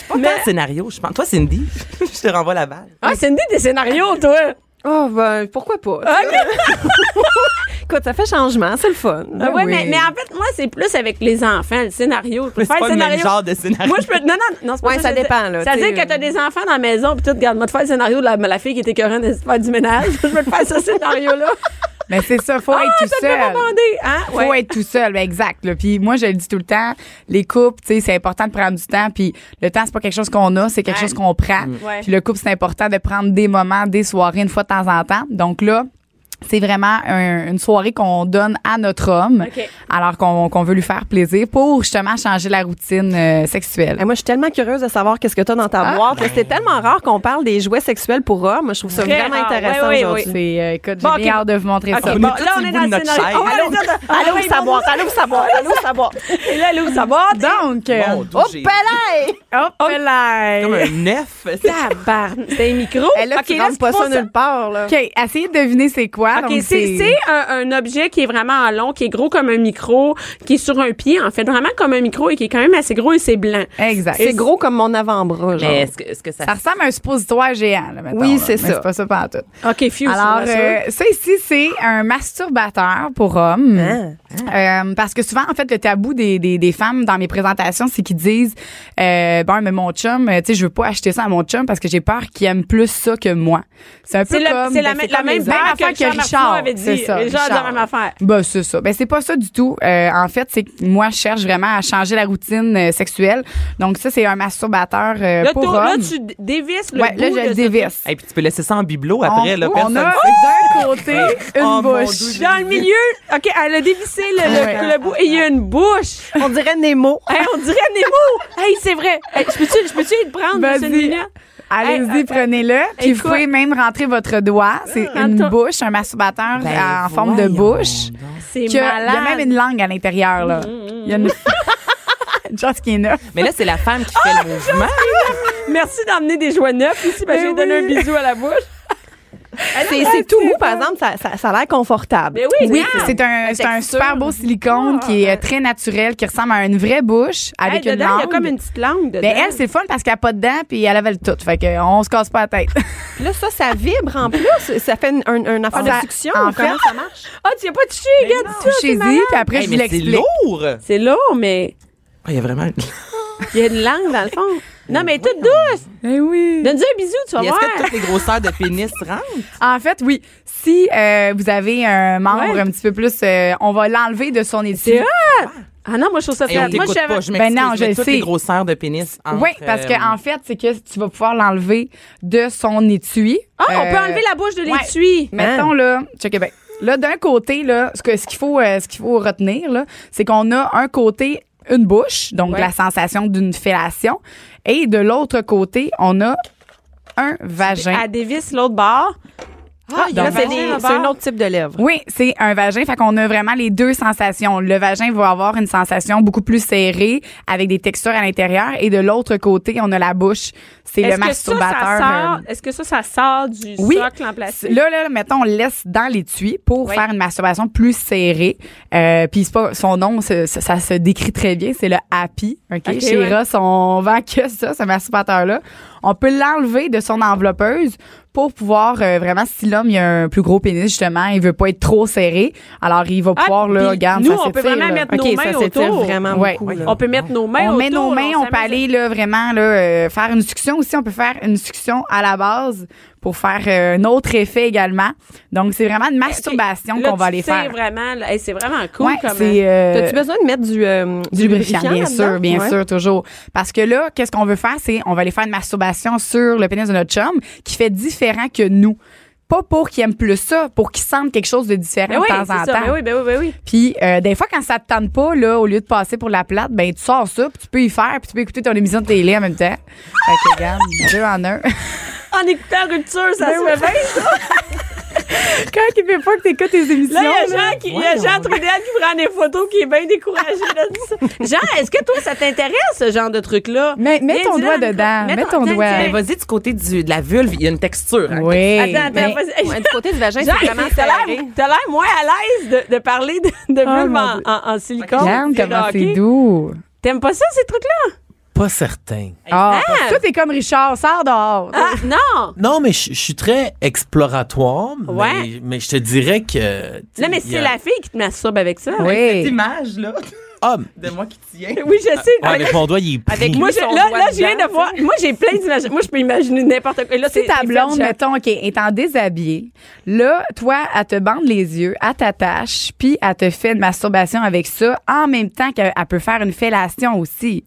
[SPEAKER 4] Pas tant de scénario, je pense. Toi, Cindy, je te renvoie la balle.
[SPEAKER 3] Ah, Cindy, des scénarios, toi.
[SPEAKER 5] Oh, ben, pourquoi pas? Écoute, ça fait changement, c'est le fun.
[SPEAKER 4] Ben
[SPEAKER 3] Ah ouais,
[SPEAKER 6] oui.
[SPEAKER 3] mais, mais en fait, moi, c'est plus avec les enfants, le scénario. Je peux
[SPEAKER 4] C'est
[SPEAKER 3] faire
[SPEAKER 4] pas le
[SPEAKER 3] scénario.
[SPEAKER 4] même genre de scénario.
[SPEAKER 3] Moi, je peux. Non, non, non, c'est pas
[SPEAKER 5] Ouais,
[SPEAKER 3] que
[SPEAKER 5] ça
[SPEAKER 3] je veux dire.
[SPEAKER 5] dépend, là,
[SPEAKER 3] Ça veut
[SPEAKER 5] t'sais,
[SPEAKER 3] dire que t'as
[SPEAKER 5] euh,
[SPEAKER 3] des enfants dans la maison, puis tout, regarde-moi, te faire le scénario de la, la fille qui était écœurante de se faire du ménage. je veux te faire ce scénario-là.
[SPEAKER 6] Mais c'est ça, faut
[SPEAKER 3] ah,
[SPEAKER 6] être tout
[SPEAKER 3] ça te fait
[SPEAKER 6] seul.
[SPEAKER 3] demander. Hein?
[SPEAKER 6] faut
[SPEAKER 3] Ouais.
[SPEAKER 6] être tout seul, ben, exact. là. Puis moi, je le dis tout le temps, les couples, tu sais, c'est important de prendre du temps. Puis le temps, c'est pas quelque chose qu'on a, c'est quelque
[SPEAKER 3] Ouais.
[SPEAKER 6] chose qu'on prend.
[SPEAKER 3] Ouais.
[SPEAKER 6] Puis le couple, c'est important de prendre des moments, des soirées, une fois de temps en temps. Donc là, c'est vraiment un- une soirée qu'on donne à notre homme,
[SPEAKER 3] OK.
[SPEAKER 6] alors qu'on qu'on veut lui faire plaisir pour justement changer la routine euh, sexuelle.
[SPEAKER 5] Eh, moi, je suis tellement curieuse de savoir qu'est-ce que t'as dans
[SPEAKER 3] Ah.
[SPEAKER 5] ta boîte. parce que C'est tellement rare qu'on parle des jouets sexuels pour hommes. Je trouve ça
[SPEAKER 3] Très
[SPEAKER 5] vraiment
[SPEAKER 3] rare.
[SPEAKER 5] intéressant
[SPEAKER 3] Ouais, ouais,
[SPEAKER 5] aujourd'hui.
[SPEAKER 6] C'est, euh, écoute, j'ai
[SPEAKER 3] Bon, OK.
[SPEAKER 6] bien hâte de vous montrer
[SPEAKER 3] OK, bon,
[SPEAKER 6] ça.
[SPEAKER 4] On est
[SPEAKER 3] là,
[SPEAKER 4] tous
[SPEAKER 3] on
[SPEAKER 4] au
[SPEAKER 3] est
[SPEAKER 4] bout
[SPEAKER 3] dans
[SPEAKER 4] de
[SPEAKER 3] le
[SPEAKER 4] notre
[SPEAKER 3] scénario.
[SPEAKER 4] chaise.
[SPEAKER 3] Allô, ah
[SPEAKER 5] Allô, sa boîte, allô, sa boîte, allô, sa boîte.
[SPEAKER 3] Et là, elle ouvre sa boîte.
[SPEAKER 6] Donc, euh,
[SPEAKER 4] Mon Dieu, j'ai-
[SPEAKER 5] Pelé!
[SPEAKER 3] Hop,
[SPEAKER 4] comme
[SPEAKER 3] là.
[SPEAKER 4] un neuf.
[SPEAKER 3] Oh. Tabarn. C'est un micro.
[SPEAKER 5] Eh, là,
[SPEAKER 3] OK,
[SPEAKER 5] tu
[SPEAKER 3] là,
[SPEAKER 5] rentres
[SPEAKER 3] c'est
[SPEAKER 5] pas
[SPEAKER 3] pour
[SPEAKER 5] ça nulle part, là.
[SPEAKER 6] OK, essayez de deviner c'est quoi.
[SPEAKER 3] OK,
[SPEAKER 6] Donc,
[SPEAKER 3] Ah, c'est c'est un, un objet qui est vraiment en long, qui est gros comme un micro, qui est sur un pied, en fait, vraiment comme un micro et qui est quand même assez gros et c'est blanc.
[SPEAKER 6] Exact.
[SPEAKER 5] C'est gros comme mon avant-bras, genre.
[SPEAKER 4] Mais est-ce que, est-ce que ça
[SPEAKER 6] Ça ressemble à un suppositoire géant, là, mettons,
[SPEAKER 5] Oui,
[SPEAKER 6] là.
[SPEAKER 5] c'est
[SPEAKER 6] Mais
[SPEAKER 5] ça.
[SPEAKER 6] C'est pas ça pas tout.
[SPEAKER 3] OK, fiu,
[SPEAKER 6] Alors,
[SPEAKER 3] c'est
[SPEAKER 6] euh,
[SPEAKER 3] ça.
[SPEAKER 6] ça ici, c'est un masturbateur pour hommes.
[SPEAKER 5] Ah,
[SPEAKER 6] Euh, parce que souvent, en fait, le tabou des, des, des femmes dans mes présentations, c'est qu'ils disent euh, Bon, mais mon chum, euh, tu sais, je veux pas acheter ça à mon chum parce que j'ai peur qu'il aime plus ça que moi. C'est un peu
[SPEAKER 3] C'est le-
[SPEAKER 6] comme.
[SPEAKER 3] c'est la
[SPEAKER 6] ben,
[SPEAKER 3] même- la
[SPEAKER 6] comme
[SPEAKER 3] même
[SPEAKER 6] les
[SPEAKER 3] peur
[SPEAKER 6] affaires
[SPEAKER 3] que le chum Richard avait dit.
[SPEAKER 6] c'est ça,
[SPEAKER 3] Richard dit la
[SPEAKER 6] Richard.
[SPEAKER 3] même affaire.
[SPEAKER 6] Ben, c'est ça. Ben, c'est pas ça du tout. Euh, en fait, c'est que moi, je cherche vraiment à changer la routine euh, sexuelle. Donc, ça, c'est un masturbateur euh,
[SPEAKER 3] Là,
[SPEAKER 6] pour
[SPEAKER 3] toi- là,
[SPEAKER 6] hommes.
[SPEAKER 3] tu dé- dévisses le
[SPEAKER 6] ouais, là,
[SPEAKER 3] bout
[SPEAKER 6] je
[SPEAKER 3] de ce-
[SPEAKER 6] le dévisse.
[SPEAKER 4] Et puis tu peux laisser ça en bibelot
[SPEAKER 6] On,
[SPEAKER 4] après. là,
[SPEAKER 6] on
[SPEAKER 4] personne
[SPEAKER 6] a
[SPEAKER 4] sait.
[SPEAKER 6] d'un côté une
[SPEAKER 4] Oh, mon
[SPEAKER 6] bouche.
[SPEAKER 4] Dieu,
[SPEAKER 3] Dans le milieu, OK, elle a dévissé le, le-
[SPEAKER 6] Ouais.
[SPEAKER 3] le bout et il y a une bouche.
[SPEAKER 5] On dirait Nemo.
[SPEAKER 3] Hey, on dirait Nemo. Hey, c'est vrai. Hey, je peux-tu je peux-tu le prendre,
[SPEAKER 6] Vas-y.
[SPEAKER 3] monsieur Nina?
[SPEAKER 6] Allez-y,
[SPEAKER 3] Hey, euh,
[SPEAKER 6] prenez-le. Puis vous
[SPEAKER 3] écoute.
[SPEAKER 6] pouvez même rentrer votre doigt. C'est
[SPEAKER 3] Ah,
[SPEAKER 6] une
[SPEAKER 3] attends.
[SPEAKER 6] bouche, un masturbateur euh,
[SPEAKER 4] Ben,
[SPEAKER 6] en forme de
[SPEAKER 4] voyons
[SPEAKER 6] bouche.
[SPEAKER 4] donc.
[SPEAKER 3] C'est
[SPEAKER 6] Que- Il y a
[SPEAKER 3] malade. Mm,
[SPEAKER 6] même une langue à l'intérieur, là. Il y a une... une chance qu'il y en a.
[SPEAKER 4] Mais là, c'est la femme qui
[SPEAKER 6] Ah,
[SPEAKER 4] fait le mouvement.
[SPEAKER 3] Merci d'emmener des joies neufs ici. Ben,
[SPEAKER 6] Ben
[SPEAKER 3] je vais donner un
[SPEAKER 6] oui.
[SPEAKER 3] bisou à la bouche.
[SPEAKER 5] C'est c'est tout mou, par exemple, ça, ça, ça a l'air confortable.
[SPEAKER 3] Mais oui,
[SPEAKER 6] Oui,
[SPEAKER 3] regarde.
[SPEAKER 6] c'est un, c'est un
[SPEAKER 3] texture. Ah.
[SPEAKER 6] super beau silicone qui est très naturel, qui ressemble à une vraie bouche
[SPEAKER 3] Hey,
[SPEAKER 6] avec une
[SPEAKER 3] dedans, il y a
[SPEAKER 6] langue.
[SPEAKER 3] comme une petite langue dedans.
[SPEAKER 6] Ben, elle, c'est le fun parce qu'elle n'a pas de dents puis elle avait le tout. Fait que on se casse pas la tête.
[SPEAKER 5] Puis Là, ça, ça vibre en plus. Ça fait une, une, une affaire
[SPEAKER 6] Ça-
[SPEAKER 5] de succion.
[SPEAKER 6] en
[SPEAKER 5] ou Comment
[SPEAKER 6] fait-
[SPEAKER 5] ça marche?
[SPEAKER 3] Ah, tu n'as pas touché, regarde tout. c'est malade.
[SPEAKER 6] Touchez-y, puis après,
[SPEAKER 4] Hey,
[SPEAKER 6] je vous
[SPEAKER 4] mais c'est
[SPEAKER 6] l'explique.
[SPEAKER 4] lourd.
[SPEAKER 3] C'est lourd, mais
[SPEAKER 4] Ah, Il y a vraiment.
[SPEAKER 3] il y a une langue dans le fond. Non, mais toute douce.
[SPEAKER 6] Eh oui.
[SPEAKER 3] Donne-lui un bisou, tu vas
[SPEAKER 4] Est-ce
[SPEAKER 3] voir.
[SPEAKER 4] que toutes les grosseurs de pénis rentrent?
[SPEAKER 6] En fait, oui. Si euh, vous avez un membre
[SPEAKER 3] Ouais.
[SPEAKER 6] un petit peu plus, euh, on va l'enlever de son étui.
[SPEAKER 3] C'est Ah non, moi, je trouve ça
[SPEAKER 4] Et
[SPEAKER 3] flat.
[SPEAKER 4] on
[SPEAKER 3] Moi,
[SPEAKER 4] t'écoute
[SPEAKER 3] j'avais-
[SPEAKER 4] pas, je m'excuse.
[SPEAKER 6] Ben non,
[SPEAKER 4] mais
[SPEAKER 6] je le
[SPEAKER 4] toutes
[SPEAKER 6] sais.
[SPEAKER 4] les grosseurs de pénis euh,
[SPEAKER 6] Oui, parce que en fait, c'est que tu vas pouvoir l'enlever de son étui.
[SPEAKER 3] Ah, on
[SPEAKER 6] Euh,
[SPEAKER 3] peut enlever la bouche de
[SPEAKER 6] ouais.
[SPEAKER 3] l'étui. Hein?
[SPEAKER 6] Mettons là, check bien. Là d'un côté là, ce que- ce qu'il faut euh, ce qu'il faut retenir là, c'est qu'on a un côté une bouche, donc
[SPEAKER 3] Ouais.
[SPEAKER 6] la sensation d'une fellation et de l'autre côté, on a un vagin.
[SPEAKER 3] Elle dévisse l'autre bord. Ah, il y a
[SPEAKER 5] Là,
[SPEAKER 3] un
[SPEAKER 5] c'est
[SPEAKER 3] vagin
[SPEAKER 5] des-
[SPEAKER 3] à
[SPEAKER 5] c'est un
[SPEAKER 3] bord.
[SPEAKER 5] autre type de lèvres.
[SPEAKER 6] Oui, c'est un vagin, fait qu'on a vraiment les deux sensations. Le vagin va avoir une sensation beaucoup plus serrée avec des textures à l'intérieur et de l'autre côté, on a la bouche. C'est le
[SPEAKER 3] Est-ce que ça,
[SPEAKER 6] masturbateur.
[SPEAKER 3] ça
[SPEAKER 6] euh,
[SPEAKER 3] sort- Est-ce que ça, ça sort du
[SPEAKER 6] Oui.
[SPEAKER 3] socle en plastique?
[SPEAKER 6] Là, là, mettons, on le laisse dans l'étui pour
[SPEAKER 3] Oui.
[SPEAKER 6] faire une masturbation plus serrée. Euh, Puis c'est pas- son nom, c'est- ça, ça se décrit très bien, c'est le happy. Ok,
[SPEAKER 3] Ok,
[SPEAKER 6] Chez
[SPEAKER 3] ouais.
[SPEAKER 6] Ross, on vend que ça, ce masturbateur-là. On peut l'enlever de son enveloppeuse pour pouvoir euh, vraiment, si l'homme il a un plus gros pénis, justement, il veut pas être trop serré, alors il va
[SPEAKER 3] Ah,
[SPEAKER 6] pouvoir,
[SPEAKER 3] puis
[SPEAKER 6] là, regarde,
[SPEAKER 3] nous,
[SPEAKER 6] ça
[SPEAKER 3] on peut
[SPEAKER 6] s'étire,
[SPEAKER 3] vraiment
[SPEAKER 6] là.
[SPEAKER 3] mettre
[SPEAKER 5] OK,
[SPEAKER 3] nos
[SPEAKER 5] ça
[SPEAKER 3] mains
[SPEAKER 5] s'étire
[SPEAKER 3] autour.
[SPEAKER 5] vraiment
[SPEAKER 6] Ouais.
[SPEAKER 5] beaucoup.
[SPEAKER 6] Ouais.
[SPEAKER 5] là.
[SPEAKER 3] On peut mettre nos mains
[SPEAKER 6] on
[SPEAKER 3] autour.
[SPEAKER 6] met nos mains, on, peut
[SPEAKER 3] s'amuse.
[SPEAKER 6] aller là, vraiment là, euh, faire une succion aussi. On peut faire une succion à la base pour faire euh, un autre effet également. Donc, c'est vraiment une masturbation
[SPEAKER 3] Là,
[SPEAKER 6] qu'on va
[SPEAKER 3] tu
[SPEAKER 6] aller
[SPEAKER 3] sais
[SPEAKER 6] faire.
[SPEAKER 3] vraiment, là, hey, c'est vraiment cool.
[SPEAKER 6] Ouais,
[SPEAKER 3] comme-
[SPEAKER 6] c'est euh,
[SPEAKER 5] T'as-tu besoin de mettre du, euh,
[SPEAKER 6] du lubrifiant, bien
[SPEAKER 5] là-dedans?
[SPEAKER 6] sûr, bien
[SPEAKER 5] Ouais.
[SPEAKER 6] sûr, toujours. Parce que là, qu'est-ce qu'on veut faire, c'est on va aller faire une masturbation sur le pénis de notre chum qui fait différent que nous. Pas pour qu'il aime plus ça, pour qu'il sente quelque chose de différent
[SPEAKER 3] Ben oui,
[SPEAKER 6] de temps
[SPEAKER 3] c'est
[SPEAKER 6] en
[SPEAKER 3] ça.
[SPEAKER 6] temps.
[SPEAKER 3] Ben oui, ben oui, ben oui.
[SPEAKER 6] Puis euh, des fois quand ça te tente pas là, au lieu de passer pour la plate, ben tu sors ça, puis tu peux y faire, puis tu peux écouter ton émission de télé en même temps. Fait que regarde, deux en un.
[SPEAKER 3] En écoutant Rupture, ça se fait bien.
[SPEAKER 6] Ben quand il fait pas que t'écoutes tes émissions.
[SPEAKER 3] Là, il y
[SPEAKER 6] là.
[SPEAKER 3] a Jean, qui, il y a Jean Trudel qui prend des photos, qui est bien découragé de ça. Jean, est-ce que toi, ça t'intéresse, ce genre de truc-là?
[SPEAKER 6] Mets- mets
[SPEAKER 3] Viens,
[SPEAKER 6] ton
[SPEAKER 3] dis-le à
[SPEAKER 6] doigt
[SPEAKER 3] la
[SPEAKER 6] dedans.
[SPEAKER 3] micro.
[SPEAKER 6] Mets ton
[SPEAKER 3] tiens,
[SPEAKER 6] doigt.
[SPEAKER 3] tiens.
[SPEAKER 6] Ben,
[SPEAKER 4] Vas-y, du côté du- de la vulve, il y a une texture. hein.
[SPEAKER 6] Oui.
[SPEAKER 3] Attends, attends,
[SPEAKER 6] Mais-
[SPEAKER 3] vas-y.
[SPEAKER 5] Ouais, du côté du vagin,
[SPEAKER 3] Jean,
[SPEAKER 5] c'est vraiment
[SPEAKER 3] t'as l'air-
[SPEAKER 5] serré.
[SPEAKER 3] t'as l'air moins à l'aise de, de parler de, de
[SPEAKER 6] Oh,
[SPEAKER 3] vulve
[SPEAKER 6] mon
[SPEAKER 3] en,
[SPEAKER 6] Dieu.
[SPEAKER 3] en- en silicone.
[SPEAKER 6] Regarde
[SPEAKER 3] C'est
[SPEAKER 6] comment
[SPEAKER 3] hockey.
[SPEAKER 6] c'est doux.
[SPEAKER 3] T'aimes pas ça, ces trucs-là?
[SPEAKER 7] Pas certain.
[SPEAKER 6] Ah, tout est comme Richard, sors dehors.
[SPEAKER 3] Ah, non!
[SPEAKER 7] Non, mais je je suis très exploratoire, mais-
[SPEAKER 3] Ouais.
[SPEAKER 7] mais, je te dirais que... tu sais,
[SPEAKER 3] Non, mais
[SPEAKER 7] il y
[SPEAKER 3] c'est
[SPEAKER 7] a-
[SPEAKER 3] la fille qui te masturbe avec ça.
[SPEAKER 4] Cette
[SPEAKER 6] Oui.
[SPEAKER 4] image, là,
[SPEAKER 7] Ah,
[SPEAKER 4] de moi qui tiens.
[SPEAKER 3] Oui, je
[SPEAKER 5] Ah,
[SPEAKER 3] sais.
[SPEAKER 7] ouais, mais mon doigt, il est pris.
[SPEAKER 4] Avec
[SPEAKER 3] Moi,
[SPEAKER 4] lui,
[SPEAKER 3] je,
[SPEAKER 4] son
[SPEAKER 3] là,
[SPEAKER 4] doigt
[SPEAKER 3] là, je viens
[SPEAKER 4] dedans,
[SPEAKER 3] de voir. Moi, j'ai plein d'imaginations. Moi, je peux imaginer n'importe quoi. Là,
[SPEAKER 6] Si
[SPEAKER 3] c'est
[SPEAKER 6] ta
[SPEAKER 3] c'est
[SPEAKER 6] blonde,
[SPEAKER 3] fait, Jean.
[SPEAKER 6] mettons, OK, est en déshabillé, là, toi, elle te bande les yeux, elle t'attache, puis elle te fait une masturbation avec ça, en même temps qu'elle elle peut faire une fellation aussi.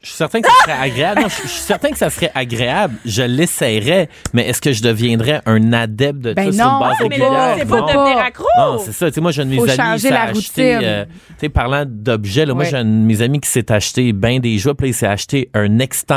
[SPEAKER 7] Je suis certain que ça serait agréable. Non, je, je suis certain que ça serait agréable. Je l'essayerais, mais est-ce que je deviendrais un adepte de
[SPEAKER 6] Ben
[SPEAKER 7] ça sur
[SPEAKER 6] non,
[SPEAKER 7] une base
[SPEAKER 6] ouais,
[SPEAKER 3] Mais là,
[SPEAKER 7] régulière?
[SPEAKER 3] c'est
[SPEAKER 7] Non.
[SPEAKER 3] pas devenir accro.
[SPEAKER 7] Non, c'est ça. Tu sais, moi, j'ai un de mes
[SPEAKER 6] Faut
[SPEAKER 7] amis qui
[SPEAKER 6] changer
[SPEAKER 7] s'est
[SPEAKER 6] la
[SPEAKER 7] acheté.
[SPEAKER 6] routine.
[SPEAKER 7] euh, tu sais, parlant d'objets, là, moi,
[SPEAKER 6] Ouais.
[SPEAKER 7] j'ai un de mes amis qui s'est acheté ben des jouets, puis là, il s'est acheté un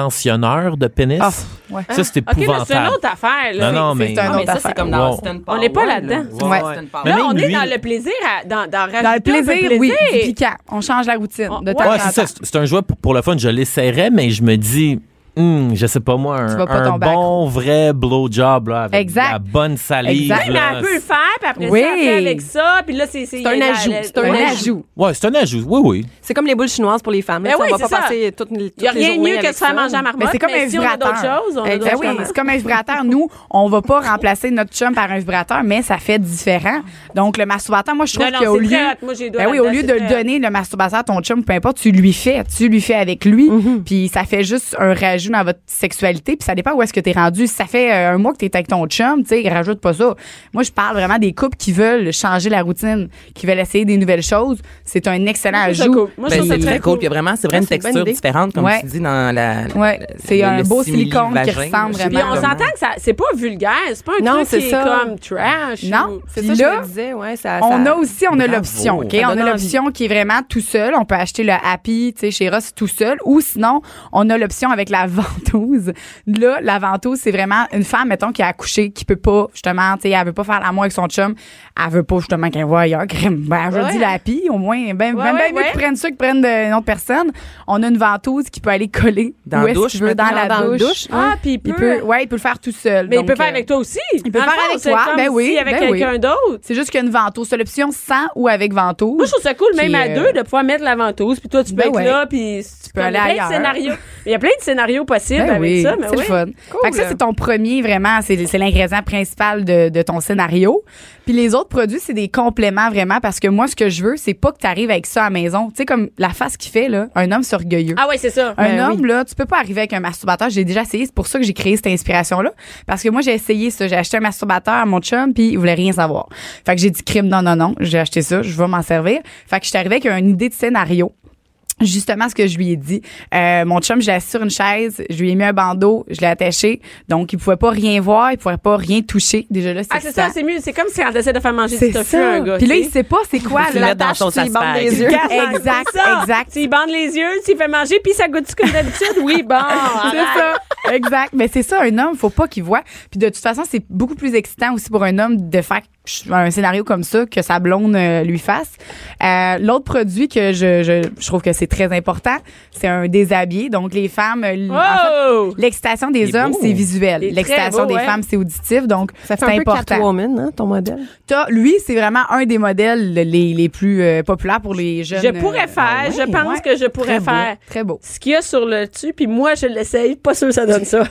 [SPEAKER 7] extensionneur de pénis.
[SPEAKER 6] Ah, ouais.
[SPEAKER 7] Ça, c'est
[SPEAKER 3] OK, mais
[SPEAKER 7] épouvantable.
[SPEAKER 3] c'est une autre affaire. Là.
[SPEAKER 7] Non, non,
[SPEAKER 6] C'est-
[SPEAKER 7] mais.
[SPEAKER 6] c'est un
[SPEAKER 4] Ah, mais
[SPEAKER 6] autre
[SPEAKER 4] ça, c'est
[SPEAKER 6] affaire.
[SPEAKER 4] comme dans
[SPEAKER 7] Wow.
[SPEAKER 4] Austin
[SPEAKER 3] On n'est pas
[SPEAKER 4] Powell,
[SPEAKER 3] là-dedans.
[SPEAKER 4] là.
[SPEAKER 6] Ouais.
[SPEAKER 4] Austin Powell.
[SPEAKER 7] Mais
[SPEAKER 3] Là,
[SPEAKER 7] même
[SPEAKER 3] on est
[SPEAKER 7] lui-
[SPEAKER 3] dans le plaisir, à, dans, dans,
[SPEAKER 6] Dans le
[SPEAKER 3] rajouter un peu de
[SPEAKER 6] plaisir, oui, du
[SPEAKER 3] plaisir.
[SPEAKER 6] piquant. On change la routine
[SPEAKER 3] Oh,
[SPEAKER 6] de
[SPEAKER 3] ouais.
[SPEAKER 6] temps en
[SPEAKER 7] Ouais, c'est
[SPEAKER 6] temps.
[SPEAKER 7] ça. C'est c'est un jouet pour, pour le fun. Je l'essayerais, mais je me dis, hmm, je sais pas moi, un,
[SPEAKER 6] vas pas
[SPEAKER 7] un
[SPEAKER 6] tomber
[SPEAKER 7] bon vrai blowjob là, avec
[SPEAKER 6] Exact.
[SPEAKER 7] la bonne salive.
[SPEAKER 6] Exact.
[SPEAKER 3] Mais
[SPEAKER 7] là.
[SPEAKER 3] elle peut le faire, puis après
[SPEAKER 6] Oui.
[SPEAKER 3] ça, elle fait avec ça, puis là, c'est... C'est
[SPEAKER 5] C'est un
[SPEAKER 3] la-
[SPEAKER 5] ajout.
[SPEAKER 3] la-
[SPEAKER 5] C'est un
[SPEAKER 6] Un
[SPEAKER 5] ajout.
[SPEAKER 6] ajout.
[SPEAKER 7] Ouais, c'est un ajout. Oui, oui.
[SPEAKER 5] C'est comme les boules chinoises pour les femmes. là,
[SPEAKER 3] Ben
[SPEAKER 5] tu sais,
[SPEAKER 3] oui,
[SPEAKER 5] on va
[SPEAKER 3] c'est
[SPEAKER 5] pas
[SPEAKER 3] ça.
[SPEAKER 5] passer toutes, toutes
[SPEAKER 3] Il n'y a
[SPEAKER 5] les
[SPEAKER 3] rien de
[SPEAKER 5] journées
[SPEAKER 3] mieux que
[SPEAKER 5] avec
[SPEAKER 3] se faire
[SPEAKER 5] ça.
[SPEAKER 3] manger à marmotte,
[SPEAKER 6] Mais c'est comme un
[SPEAKER 3] si on a
[SPEAKER 6] vibrateur.
[SPEAKER 3] d'autres choses, on a
[SPEAKER 6] Ben
[SPEAKER 3] d'autres
[SPEAKER 6] oui,
[SPEAKER 3] choses.
[SPEAKER 6] c'est comme un vibrateur. Nous, on va pas remplacer notre chum par un vibrateur, mais ça fait différent. Donc, le masturbateur, moi, je
[SPEAKER 3] Non,
[SPEAKER 6] trouve
[SPEAKER 3] non,
[SPEAKER 6] qu'au
[SPEAKER 3] c'est
[SPEAKER 6] lieu.
[SPEAKER 3] très hot. Moi, j'ai les doigts
[SPEAKER 6] Ben oui, au
[SPEAKER 3] là-dedans,
[SPEAKER 6] lieu
[SPEAKER 3] c'est
[SPEAKER 6] de le
[SPEAKER 3] très hot. Mhm.
[SPEAKER 6] donner le masturbateur à ton chum, peu importe, tu lui fais. Tu lui fais avec lui. Puis ça fait juste un rajout joue dans votre sexualité, puis ça dépend où est-ce que t'es rendu. Si ça fait euh, un mois que t'es avec ton chum, tu sais, rajoute pas ça. Moi, je parle vraiment des couples qui veulent changer la routine, qui veulent essayer des nouvelles choses. C'est un excellent
[SPEAKER 3] Moi, je trouve ça
[SPEAKER 6] ajout.
[SPEAKER 3] cool. Moi, je
[SPEAKER 4] Ben,
[SPEAKER 3] trouve ça
[SPEAKER 4] c'est très cool. Puis il y a vraiment, c'est vrai,
[SPEAKER 5] Ouais,
[SPEAKER 4] une
[SPEAKER 5] c'est une bonne
[SPEAKER 4] texture
[SPEAKER 5] idée.
[SPEAKER 4] différente, comme
[SPEAKER 6] Ouais.
[SPEAKER 4] tu dis, dans la. la-
[SPEAKER 6] Ouais, c'est
[SPEAKER 4] le-
[SPEAKER 6] un
[SPEAKER 4] le
[SPEAKER 6] beau
[SPEAKER 4] simili
[SPEAKER 6] silicone qui
[SPEAKER 4] vagin,
[SPEAKER 6] ressemble
[SPEAKER 4] je sais
[SPEAKER 6] vraiment.
[SPEAKER 3] Puis on
[SPEAKER 4] pas comment.
[SPEAKER 3] s'entend que ça, c'est pas vulgaire, c'est pas un
[SPEAKER 5] Non,
[SPEAKER 3] truc
[SPEAKER 5] c'est
[SPEAKER 3] qui est
[SPEAKER 5] ça.
[SPEAKER 3] comme trash.
[SPEAKER 6] Non.
[SPEAKER 3] ou-
[SPEAKER 5] C'est
[SPEAKER 6] Puis
[SPEAKER 5] ça que je
[SPEAKER 6] là,
[SPEAKER 5] me disais, ouais, ça,
[SPEAKER 6] On
[SPEAKER 5] ça-
[SPEAKER 6] a aussi, on a
[SPEAKER 4] Bravo.
[SPEAKER 6] l'option, OK?
[SPEAKER 4] Ça
[SPEAKER 6] On
[SPEAKER 5] donne
[SPEAKER 6] a l'option qui est vraiment tout seul. On peut acheter le Happy, tu sais, chez Ross tout seul. Ou sinon, on a l'option avec la ventouse. Là, la ventouse, c'est vraiment une femme, mettons, qui a accouché, qui peut pas, justement, tu sais, elle veut pas faire l'amour avec son chum. Elle veut pas, justement, qu'elle voit ailleurs. Crime. Ben, je
[SPEAKER 3] Ouais.
[SPEAKER 6] dis le Happy, au moins, ben, ben,
[SPEAKER 3] Ouais,
[SPEAKER 6] ben,
[SPEAKER 3] ouais,
[SPEAKER 6] mieux
[SPEAKER 3] ouais.
[SPEAKER 6] qu'ils prennent ça, qu'ils prennent de- une autre personne. On a une ventouse qui peut aller coller.
[SPEAKER 4] Dans
[SPEAKER 6] où
[SPEAKER 4] la
[SPEAKER 6] est-ce
[SPEAKER 4] douche,
[SPEAKER 6] qu'il veut, dans la
[SPEAKER 5] maintenant, dans la
[SPEAKER 6] douche.
[SPEAKER 5] douche.
[SPEAKER 3] Ah, puis il
[SPEAKER 6] Il
[SPEAKER 3] peut-
[SPEAKER 6] peut, ouais, il peut le faire tout seul.
[SPEAKER 3] Mais il
[SPEAKER 6] Donc,
[SPEAKER 3] peut faire
[SPEAKER 6] euh,
[SPEAKER 3] avec toi aussi.
[SPEAKER 6] il peut
[SPEAKER 3] Dans le
[SPEAKER 6] faire
[SPEAKER 3] fond,
[SPEAKER 6] avec
[SPEAKER 3] c'est
[SPEAKER 6] toi,
[SPEAKER 3] comme
[SPEAKER 6] ben oui,
[SPEAKER 3] si avec
[SPEAKER 6] ben oui.
[SPEAKER 3] quelqu'un d'autre.
[SPEAKER 6] C'est juste qu'une ventouse. C'est l'option sans ou avec ventouse.
[SPEAKER 3] Moi, je trouve ça cool, même
[SPEAKER 6] Qui,
[SPEAKER 3] à
[SPEAKER 6] euh,
[SPEAKER 3] deux, de pouvoir mettre la ventouse, puis toi, tu peux
[SPEAKER 6] Ben
[SPEAKER 3] être
[SPEAKER 6] ouais.
[SPEAKER 3] là, puis tu
[SPEAKER 6] peux
[SPEAKER 3] Il
[SPEAKER 6] aller
[SPEAKER 3] y a plein
[SPEAKER 6] ailleurs.
[SPEAKER 3] de scénarios. Il y a plein de scénarios possibles
[SPEAKER 6] Ben
[SPEAKER 3] avec
[SPEAKER 6] oui,
[SPEAKER 3] ça, mais
[SPEAKER 6] c'est
[SPEAKER 3] oui.
[SPEAKER 6] le fun.
[SPEAKER 5] Cool.
[SPEAKER 6] Fait que ça, c'est ton premier, vraiment, c'est c'est l'ingrédient principal de, de ton scénario. Puis les autres produits, c'est des compléments, vraiment, parce que moi, ce que je veux, c'est pas que tu arrives avec ça à la maison. Tu sais, comme la face qu'il fait, là, un homme, c'est orgueilleux.
[SPEAKER 3] Ah ouais, c'est ça.
[SPEAKER 6] Un
[SPEAKER 5] Ben oui.
[SPEAKER 6] homme, là, tu peux pas arriver avec un masturbateur. J'ai déjà essayé. C'est pour ça que j'ai créé cette inspiration-là. Parce que moi, j'ai essayé ça. J'ai acheté un masturbateur à mon chum, puis il voulait rien savoir. Fait que j'ai dit crime, non, non, non. J'ai acheté ça. Je vais m'en servir. Fait que je suis arrivée avec une idée de scénario. Justement, ce que je lui ai dit. Euh, mon chum, je l'ai assis sur une chaise, je lui ai mis un bandeau, je l'ai attaché. Donc, il pouvait pas rien voir, il pouvait pas rien toucher. Déjà là, c'est
[SPEAKER 3] Ah, c'est ça, c'est mieux. C'est comme si on essaie de faire manger du
[SPEAKER 6] C'est
[SPEAKER 3] tofu
[SPEAKER 6] ça.
[SPEAKER 3] à un gars.
[SPEAKER 6] Puis là,
[SPEAKER 3] tu
[SPEAKER 6] il
[SPEAKER 3] sais.
[SPEAKER 6] sait pas c'est quoi
[SPEAKER 4] Tu
[SPEAKER 6] là.
[SPEAKER 4] mets dans son
[SPEAKER 5] tu y bandes
[SPEAKER 4] saspag.
[SPEAKER 5] les yeux.
[SPEAKER 3] Ah, c'est
[SPEAKER 6] Exact,
[SPEAKER 3] ça.
[SPEAKER 6] exact.
[SPEAKER 3] S'il bande les yeux, s'il fait manger, puis ça goûte comme d'habitude, oui, bon.
[SPEAKER 6] C'est
[SPEAKER 3] arrête.
[SPEAKER 6] ça. Exact. Mais c'est ça, un homme, faut pas qu'il voit. Puis de toute façon, c'est beaucoup plus excitant aussi pour un homme de faire un scénario comme ça que sa blonde euh, lui fasse. Euh, L'autre produit que je, je, je trouve que c'est très important, c'est un déshabillé. Donc, les femmes, euh, en fait,
[SPEAKER 3] Oh!
[SPEAKER 6] l'excitation
[SPEAKER 4] Il
[SPEAKER 6] des
[SPEAKER 4] est
[SPEAKER 6] hommes,
[SPEAKER 4] beau.
[SPEAKER 6] c'est
[SPEAKER 3] Il est
[SPEAKER 6] visuel.
[SPEAKER 3] très
[SPEAKER 6] L'excitation
[SPEAKER 3] beau,
[SPEAKER 6] des
[SPEAKER 3] ouais.
[SPEAKER 6] femmes, c'est auditif. Donc,
[SPEAKER 5] Ça fait
[SPEAKER 6] c'est
[SPEAKER 5] un peu
[SPEAKER 6] important.
[SPEAKER 5] Catwoman, hein, ton modèle.
[SPEAKER 6] T'as- Lui, c'est vraiment un des modèles les, les plus euh, populaires pour les jeunes.
[SPEAKER 3] Je pourrais
[SPEAKER 6] euh,
[SPEAKER 3] faire,
[SPEAKER 6] ouais,
[SPEAKER 3] je pense
[SPEAKER 6] ouais.
[SPEAKER 3] que je pourrais
[SPEAKER 6] Très beau,
[SPEAKER 3] faire.
[SPEAKER 6] Très beau.
[SPEAKER 3] Ce qu'il y a sur le dessus, puis moi, je l'essaye. Pas sûr que ça donne ça.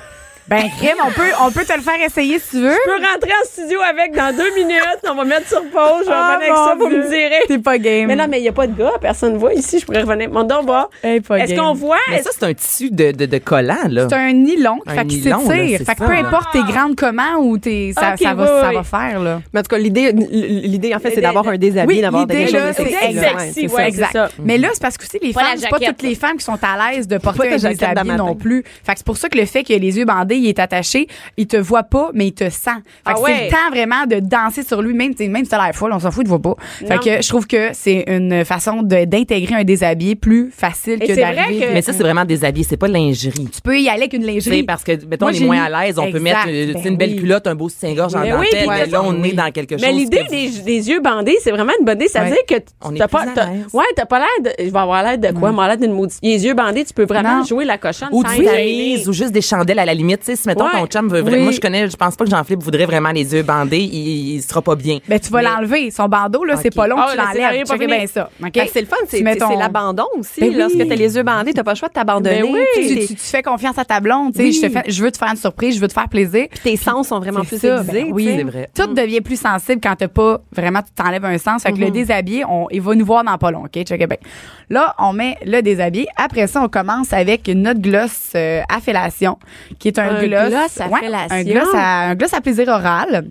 [SPEAKER 6] Ben, Grim, on peut, on peut te le faire essayer si tu veux.
[SPEAKER 3] Je peux rentrer en studio avec dans deux minutes. On va mettre sur pause. Je vais
[SPEAKER 6] Ah,
[SPEAKER 3] revenir avec
[SPEAKER 6] mon
[SPEAKER 3] ça, vous
[SPEAKER 6] Dieu.
[SPEAKER 3] me direz.
[SPEAKER 6] T'es pas game.
[SPEAKER 3] Mais non, mais il n'y a pas de gars. Personne ne voit ici. Je pourrais revenir. Mon don va.
[SPEAKER 6] Hey, pas
[SPEAKER 3] Est-ce
[SPEAKER 6] game.
[SPEAKER 3] qu'on voit?
[SPEAKER 4] Mais ça, c'est un tissu de, de, de collant, là.
[SPEAKER 6] C'est un nylon,
[SPEAKER 4] Un
[SPEAKER 6] fait qu'il
[SPEAKER 4] nylon, là,
[SPEAKER 6] s'étire.
[SPEAKER 4] c'est
[SPEAKER 6] Fait que
[SPEAKER 4] ça.
[SPEAKER 6] peu importe tes grandes comment ou tes. Ça,
[SPEAKER 3] Ok,
[SPEAKER 6] ça va,
[SPEAKER 3] oui,
[SPEAKER 6] ça
[SPEAKER 3] oui.
[SPEAKER 6] va faire, là.
[SPEAKER 5] Mais en tout cas, l'idée, l'idée en fait, c'est
[SPEAKER 3] L'idée-
[SPEAKER 5] d'avoir un déshabillé,
[SPEAKER 6] Oui,
[SPEAKER 5] d'avoir
[SPEAKER 6] l'idée,
[SPEAKER 5] des
[SPEAKER 6] là,
[SPEAKER 5] choses
[SPEAKER 6] c'est
[SPEAKER 5] sexy,
[SPEAKER 6] exact.
[SPEAKER 5] ouais,
[SPEAKER 3] Sexy,
[SPEAKER 5] c'est
[SPEAKER 3] ouais.
[SPEAKER 5] ça.
[SPEAKER 6] exact.
[SPEAKER 3] ça.
[SPEAKER 6] Mais là, c'est parce que aussi, les
[SPEAKER 1] Pas la
[SPEAKER 6] femmes, c'est pas
[SPEAKER 1] jaquette,
[SPEAKER 6] toutes les femmes qui sont à l'aise de
[SPEAKER 5] Pas
[SPEAKER 6] porter
[SPEAKER 5] ta
[SPEAKER 6] un
[SPEAKER 5] jaquette
[SPEAKER 6] déshabillé
[SPEAKER 5] d'amateur.
[SPEAKER 6] non plus. Fait que c'est pour ça que le fait qu'il a les yeux bandés, il est attaché, il te voit pas, mais il te sent. Fait
[SPEAKER 3] Ah
[SPEAKER 6] que c'est
[SPEAKER 3] ouais.
[SPEAKER 6] le temps vraiment de danser sur lui, même, t'sais, même si t'as l'air folle, on s'en fout, il te voit pas. Fait
[SPEAKER 3] Non.
[SPEAKER 6] que je trouve que c'est une façon de- d'intégrer un déshabillé plus facile
[SPEAKER 3] Et
[SPEAKER 6] que
[SPEAKER 3] c'est vrai
[SPEAKER 6] d'arriver.
[SPEAKER 3] que-
[SPEAKER 4] Mais ça, c'est vraiment déshabillé, c'est pas de lingerie.
[SPEAKER 6] Tu peux y aller avec une
[SPEAKER 4] Tu sais,
[SPEAKER 6] lingerie.
[SPEAKER 4] parce que, mettons,
[SPEAKER 6] Moi,
[SPEAKER 4] on est
[SPEAKER 6] j'ai
[SPEAKER 4] moins
[SPEAKER 6] lu-
[SPEAKER 4] à l'aise, on peut
[SPEAKER 6] Exact.
[SPEAKER 4] mettre euh, tu
[SPEAKER 6] Ben
[SPEAKER 4] sais, une belle
[SPEAKER 6] oui.
[SPEAKER 4] culotte, un beau ceinture en
[SPEAKER 3] Mais oui,
[SPEAKER 4] dentelle,
[SPEAKER 3] puis
[SPEAKER 4] mais
[SPEAKER 3] de-
[SPEAKER 4] là, on
[SPEAKER 6] oui.
[SPEAKER 4] est dans quelque chose.
[SPEAKER 3] Mais l'idée
[SPEAKER 4] que-
[SPEAKER 3] des, des yeux bandés, c'est vraiment une bonne idée. Ça veut
[SPEAKER 6] Ouais.
[SPEAKER 3] dire que
[SPEAKER 4] On
[SPEAKER 3] tu
[SPEAKER 4] est
[SPEAKER 3] t'as pas.
[SPEAKER 4] plus à
[SPEAKER 3] t'as-
[SPEAKER 4] l'aise.
[SPEAKER 3] ouais, t'as pas l'air de. Je vais avoir l'air de quoi? Moi, l'air d'une maudite. Les yeux bandés, tu peux vraiment
[SPEAKER 6] Non.
[SPEAKER 3] jouer la cochonne.
[SPEAKER 4] ou
[SPEAKER 3] sans
[SPEAKER 4] du
[SPEAKER 3] être
[SPEAKER 4] chemise, ou juste des chandelles à la limite. Tu sais, si mettons
[SPEAKER 3] Ouais.
[SPEAKER 4] ton chum veut vraiment.
[SPEAKER 6] Oui.
[SPEAKER 4] Moi, je connais, je pense pas que Jean-Philippe voudrait vraiment les yeux bandés, il, il sera pas bien.
[SPEAKER 6] Ben, tu vas
[SPEAKER 4] Mais-
[SPEAKER 6] l'enlever. Son bandeau, là, c'est
[SPEAKER 4] Ok.
[SPEAKER 6] pas long,
[SPEAKER 3] Ah,
[SPEAKER 6] tu
[SPEAKER 3] le scénario
[SPEAKER 6] l'enlèves.
[SPEAKER 3] est pas
[SPEAKER 6] Checkez
[SPEAKER 3] fini.
[SPEAKER 6] bien ça. OK?
[SPEAKER 5] Fait que c'est le fun, c'est
[SPEAKER 6] Tu mets
[SPEAKER 5] c'est-
[SPEAKER 6] ton-
[SPEAKER 5] c'est l'abandon aussi.
[SPEAKER 6] Ben oui.
[SPEAKER 5] Lorsque t'as les yeux bandés, t'as pas le choix de t'abandonner.
[SPEAKER 3] Ben oui.
[SPEAKER 5] Tu-
[SPEAKER 6] Tu,
[SPEAKER 5] tu-
[SPEAKER 6] tu- tu fais confiance à ta blonde, tu sais, je, te fais- je veux te faire une surprise, je veux te faire plaisir.
[SPEAKER 5] tes sens sont vraiment plus
[SPEAKER 6] C'est ça.
[SPEAKER 5] aiguisés.
[SPEAKER 6] Ben
[SPEAKER 5] tu sais.
[SPEAKER 4] c'est vrai.
[SPEAKER 6] Tout devient plus sensible quand t'as pas vraiment, tu t'enlèves un sens. Fait que le déshabillé, on, il va nous voir dans pas long, OK? Check it back. Là, on met le déshabillé. Après ça, on commence avec notre gloss euh, à fellation, qui est un,
[SPEAKER 3] Un gloss à
[SPEAKER 6] ouais, un,
[SPEAKER 3] fellation.
[SPEAKER 6] gloss à, un gloss à plaisir oral.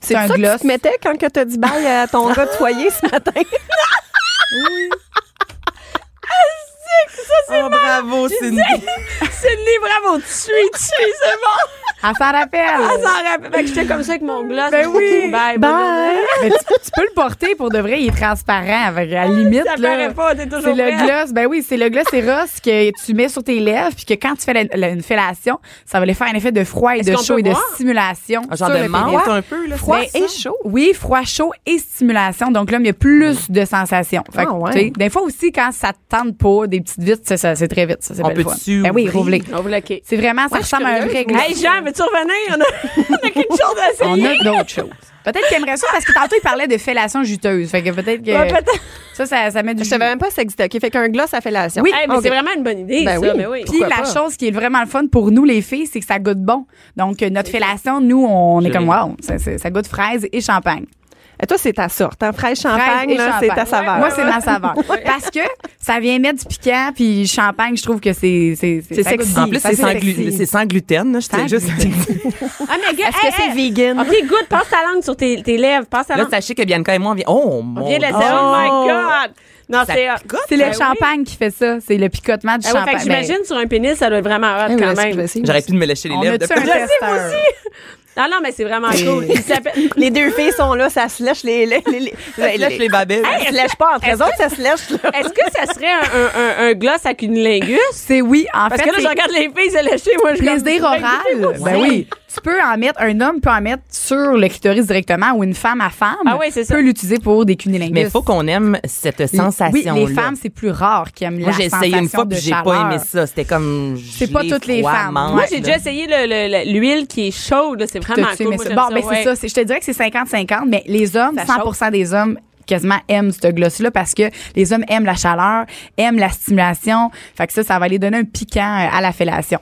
[SPEAKER 5] C'est ça que tu te mettais quand que t'as dit bye à ton gars de foyer ce matin.
[SPEAKER 4] Oh, bravo, Cindy.
[SPEAKER 3] Sydney, bravo, tu suis, tu suis, c'est bon.
[SPEAKER 6] Elle s'en rappelle.
[SPEAKER 3] Ah, ça en rappelle. Fait que j'étais comme ça avec mon gloss.
[SPEAKER 6] Ben oui.
[SPEAKER 3] Bye, bonne journée.
[SPEAKER 5] Bye!
[SPEAKER 6] Mais tu, tu peux le porter pour de vrai, il est transparent. Fait que À la limite,
[SPEAKER 3] Ça
[SPEAKER 6] là,
[SPEAKER 3] paraît pas, t'es
[SPEAKER 6] C'est
[SPEAKER 3] toujours prête.
[SPEAKER 6] le gloss, ben oui, c'est le gloss Eros que tu mets sur tes lèvres, puis que quand tu fais la- la- une fellation, ça va les faire un effet de froid et
[SPEAKER 3] Est-ce
[SPEAKER 6] de
[SPEAKER 3] qu'on
[SPEAKER 6] chaud
[SPEAKER 3] peut
[SPEAKER 6] et de
[SPEAKER 3] voir?
[SPEAKER 6] stimulation.
[SPEAKER 4] Un genre
[SPEAKER 6] sur
[SPEAKER 4] de
[SPEAKER 6] le
[SPEAKER 4] menthe
[SPEAKER 6] pénis.
[SPEAKER 4] un peu, là.
[SPEAKER 6] Froid
[SPEAKER 5] Mais
[SPEAKER 6] et
[SPEAKER 5] et
[SPEAKER 6] chaud.
[SPEAKER 5] chaud.
[SPEAKER 6] Oui, froid, chaud et stimulation. Donc là, il y a plus de sensations. Fait que,
[SPEAKER 5] Ah ouais.
[SPEAKER 6] tu sais, des fois aussi, quand ça te tente pas, des petites vites, ça, ça, c'est très vite. Ça, c'est
[SPEAKER 4] On
[SPEAKER 6] belle
[SPEAKER 4] peut-tu
[SPEAKER 6] fois. Ben oui,
[SPEAKER 4] ouvrir?
[SPEAKER 6] rouvre-les.
[SPEAKER 3] On va bloquer.
[SPEAKER 6] C'est vraiment, ça
[SPEAKER 5] Ouais, je suis
[SPEAKER 6] ressemble à un vrai
[SPEAKER 5] curieuse,
[SPEAKER 6] gloss.
[SPEAKER 3] Hey Jean, veux-tu revenir? On a, on a qu'une chose à essayer.
[SPEAKER 6] On a d'autres choses. Peut-être qu'il aimerait ça parce que tantôt, il parlait de fellation juteuse. Fait que peut-être que.
[SPEAKER 3] Ouais, peut-être.
[SPEAKER 6] ça, ça, ça met du
[SPEAKER 5] Je savais même pas si ça existait. OK, fait qu'un gloss à fellation.
[SPEAKER 6] Oui.
[SPEAKER 3] Hey, mais
[SPEAKER 6] Ok.
[SPEAKER 3] c'est vraiment une bonne idée,
[SPEAKER 5] Ben
[SPEAKER 3] ça.
[SPEAKER 5] oui.
[SPEAKER 3] Mais oui.
[SPEAKER 6] Puis la
[SPEAKER 5] pas?
[SPEAKER 6] chose qui est vraiment le fun pour nous, les filles, c'est que ça goûte bon. Donc, euh, notre fellation, nous, on est comme, wow, ça, ça- ça goûte fraise et champagne.
[SPEAKER 5] Et toi, c'est ta sorte. Hein? Fraise
[SPEAKER 6] Fraise
[SPEAKER 5] champagne,
[SPEAKER 6] et
[SPEAKER 5] là,
[SPEAKER 6] champagne.
[SPEAKER 5] c'est ta saveur.
[SPEAKER 6] Moi, c'est ma saveur. Parce que ça vient mettre du piquant, puis champagne, je trouve que c'est. C'est
[SPEAKER 5] C'est
[SPEAKER 6] ça goûte
[SPEAKER 5] sexy.
[SPEAKER 6] bon.
[SPEAKER 4] En plus,
[SPEAKER 6] Ça,
[SPEAKER 4] c'est sans, glu- c'est sans gluten. là, Je
[SPEAKER 6] Sans
[SPEAKER 4] sais juste.
[SPEAKER 3] Ah, mais gars,
[SPEAKER 5] Est-ce
[SPEAKER 6] Eh,
[SPEAKER 5] que c'est vegan?
[SPEAKER 3] OK, good. Passe ta langue sur tes, tes lèvres. Passe ta
[SPEAKER 4] Là,
[SPEAKER 3] langue.
[SPEAKER 4] sachez que Bianca et moi, on vient. Oh, mon
[SPEAKER 3] On vient de la
[SPEAKER 4] Dieu.
[SPEAKER 3] Oh my God! Non,
[SPEAKER 4] Ça
[SPEAKER 3] c'est.
[SPEAKER 4] picote.
[SPEAKER 6] C'est le
[SPEAKER 3] Ben oui.
[SPEAKER 6] champagne qui fait ça. C'est le picotement du
[SPEAKER 3] Ah oui, fait
[SPEAKER 6] champagne.
[SPEAKER 3] que j'imagine sur un pénis, ça doit être vraiment hot
[SPEAKER 5] Eh oui,
[SPEAKER 3] quand
[SPEAKER 5] est-ce que je vais
[SPEAKER 3] même.
[SPEAKER 5] essayer?
[SPEAKER 4] J'aurais pu me lécher les
[SPEAKER 6] Ben, on
[SPEAKER 4] lèvres.
[SPEAKER 6] a-tu
[SPEAKER 4] de-
[SPEAKER 6] un testeur?
[SPEAKER 3] Ah non, mais c'est vraiment
[SPEAKER 6] Eh
[SPEAKER 3] cool. Il s'appelle.
[SPEAKER 5] Les deux filles sont là, ça se lèche les. les, les, les-
[SPEAKER 4] Je lèche les babelles.
[SPEAKER 5] Elles se lèchent pas entre elles autres, ça se lèche, là.
[SPEAKER 3] Est-ce que ça serait un, un, un, un gloss à cunnilingus?
[SPEAKER 6] C'est oui, en
[SPEAKER 3] Parce
[SPEAKER 6] fait.
[SPEAKER 3] que là,
[SPEAKER 6] c'est-
[SPEAKER 3] je regarde les filles se lécher. Moi, je suis
[SPEAKER 6] plaisir
[SPEAKER 3] comme- Ouais.
[SPEAKER 6] oral. Ben oui. Tu peux en mettre, un homme peut en mettre sur le clitoris directement ou une femme à femme
[SPEAKER 3] Ah oui, c'est ça.
[SPEAKER 6] peut l'utiliser pour des cunilingus.
[SPEAKER 4] Mais il faut qu'on aime cette sensation-là.
[SPEAKER 6] Oui, les femmes, c'est plus rare qui aiment
[SPEAKER 4] Moi,
[SPEAKER 6] la
[SPEAKER 4] j'ai
[SPEAKER 6] sensation
[SPEAKER 4] essayé une fois,
[SPEAKER 6] de
[SPEAKER 4] puis j'ai
[SPEAKER 6] chaleur.
[SPEAKER 4] pas aimé ça. C'était comme.
[SPEAKER 6] C'est pas toutes les femmes.
[SPEAKER 4] Moi,
[SPEAKER 3] Moi, j'ai déjà essayé le- le- le- l'huile qui est chaude. là. C'est vraiment
[SPEAKER 6] T'as-tu
[SPEAKER 3] cool.
[SPEAKER 6] aimé
[SPEAKER 3] Moi,
[SPEAKER 6] ça?
[SPEAKER 3] j'aime
[SPEAKER 6] Bon, ben
[SPEAKER 3] ouais.
[SPEAKER 6] c'est ça. C'est- Je te dirais que c'est 50-50, mais les hommes,
[SPEAKER 3] Ça
[SPEAKER 6] 100 des hommes quasiment aiment ce gloss-là parce que les hommes aiment la chaleur, aiment la stimulation. Fait que ça, ça va les donner un piquant euh, à la fellation.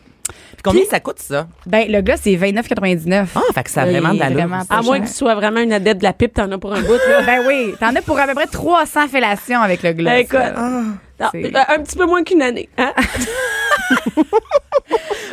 [SPEAKER 4] Combien
[SPEAKER 6] Puis-
[SPEAKER 4] ça coûte, ça?
[SPEAKER 6] Ben, le gloss, c'est 29,99.
[SPEAKER 4] Ah, fait que ça a
[SPEAKER 6] Il est
[SPEAKER 4] vraiment de la
[SPEAKER 6] vraiment pas
[SPEAKER 3] À moins
[SPEAKER 6] cher.
[SPEAKER 3] que tu sois vraiment une adepte de la pipe, t'en as pour un bout. Là.
[SPEAKER 6] Ben oui, t'en as pour à peu près 300 fellations avec le gloss.
[SPEAKER 3] Ben, Écoute,
[SPEAKER 6] Euh,
[SPEAKER 3] non,
[SPEAKER 6] c'est-
[SPEAKER 3] euh, un petit peu moins qu'une année.
[SPEAKER 4] Ah,
[SPEAKER 3] Hein?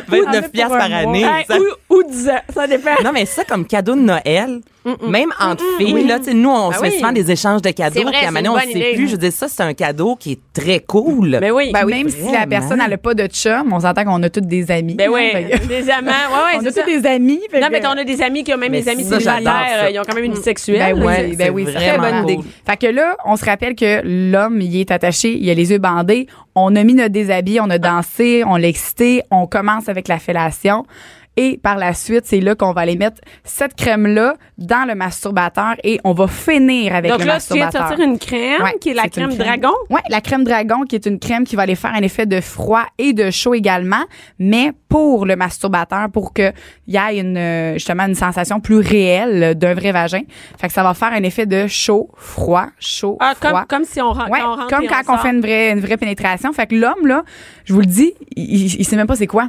[SPEAKER 4] 29 piastres par année.
[SPEAKER 3] Hey,
[SPEAKER 4] ça-
[SPEAKER 3] Ben, ou, ou 10 ans, ça dépend.
[SPEAKER 4] Non, mais ça, comme cadeau de Noël,
[SPEAKER 3] Mm,
[SPEAKER 4] même entre filles, là, tu sais, nous, on
[SPEAKER 3] Ah
[SPEAKER 4] se fait
[SPEAKER 3] oui.
[SPEAKER 4] souvent des échanges de cadeaux.
[SPEAKER 3] C'est vrai,
[SPEAKER 4] puis à un
[SPEAKER 3] c'est une
[SPEAKER 4] moment donné,
[SPEAKER 3] bonne
[SPEAKER 4] on sait
[SPEAKER 3] idée.
[SPEAKER 4] plus. Je veux dire, ça, c'est un cadeau qui est très cool.
[SPEAKER 3] Ben oui.
[SPEAKER 6] Ben oui, même si la
[SPEAKER 4] vraiment.
[SPEAKER 6] personne elle a pas de chum, on s'entend qu'on a toutes des amis.
[SPEAKER 3] Ben
[SPEAKER 6] hein,
[SPEAKER 3] oui,
[SPEAKER 6] fait que-
[SPEAKER 3] des amants. Ouais, ouais,
[SPEAKER 6] on a
[SPEAKER 3] c'est
[SPEAKER 6] tous
[SPEAKER 3] ça.
[SPEAKER 6] des amis. fait
[SPEAKER 3] Non,
[SPEAKER 6] que-
[SPEAKER 3] mais on a des amis qui ont même
[SPEAKER 4] Mais
[SPEAKER 3] des amis
[SPEAKER 4] ça, j'adore
[SPEAKER 3] célibataires.
[SPEAKER 4] ça.
[SPEAKER 3] euh, Ils ont quand même une vie sexuelle.
[SPEAKER 6] Ben oui,
[SPEAKER 4] c'est
[SPEAKER 6] ben oui, c'est très
[SPEAKER 4] vraiment
[SPEAKER 6] bonne idée.
[SPEAKER 4] cool.
[SPEAKER 6] Fait que là, on se rappelle que l'homme, il est attaché, il a les yeux bandés. On a mis notre déshabillé, on a dansé, on l'a excité, on commence avec la fellation. Et par la suite, c'est là qu'on va aller mettre cette crème-là dans le masturbateur et on va finir avec
[SPEAKER 3] Donc
[SPEAKER 6] le
[SPEAKER 3] là, tu viens de
[SPEAKER 6] masturbateur.
[SPEAKER 3] sortir une crème
[SPEAKER 6] Ouais,
[SPEAKER 3] qui est la
[SPEAKER 6] c'est une
[SPEAKER 3] crème dragon.
[SPEAKER 6] Oui, la crème dragon qui est une crème qui va aller faire un effet de froid et de chaud également, mais pour le masturbateur, pour qu'il y ait une, euh, justement une sensation plus réelle d'un vrai vagin. Fait que ça va faire un effet de chaud, froid, chaud,
[SPEAKER 3] Ah,
[SPEAKER 6] froid.
[SPEAKER 3] comme, comme si on rentre.
[SPEAKER 6] Ouais,
[SPEAKER 3] on rentre
[SPEAKER 6] comme
[SPEAKER 3] et
[SPEAKER 6] quand
[SPEAKER 3] on,
[SPEAKER 6] on,
[SPEAKER 3] sort.
[SPEAKER 6] fait une vraie, une vraie pénétration. Fait que l'homme, là, je vous le dis, il, il- il sait même pas c'est quoi.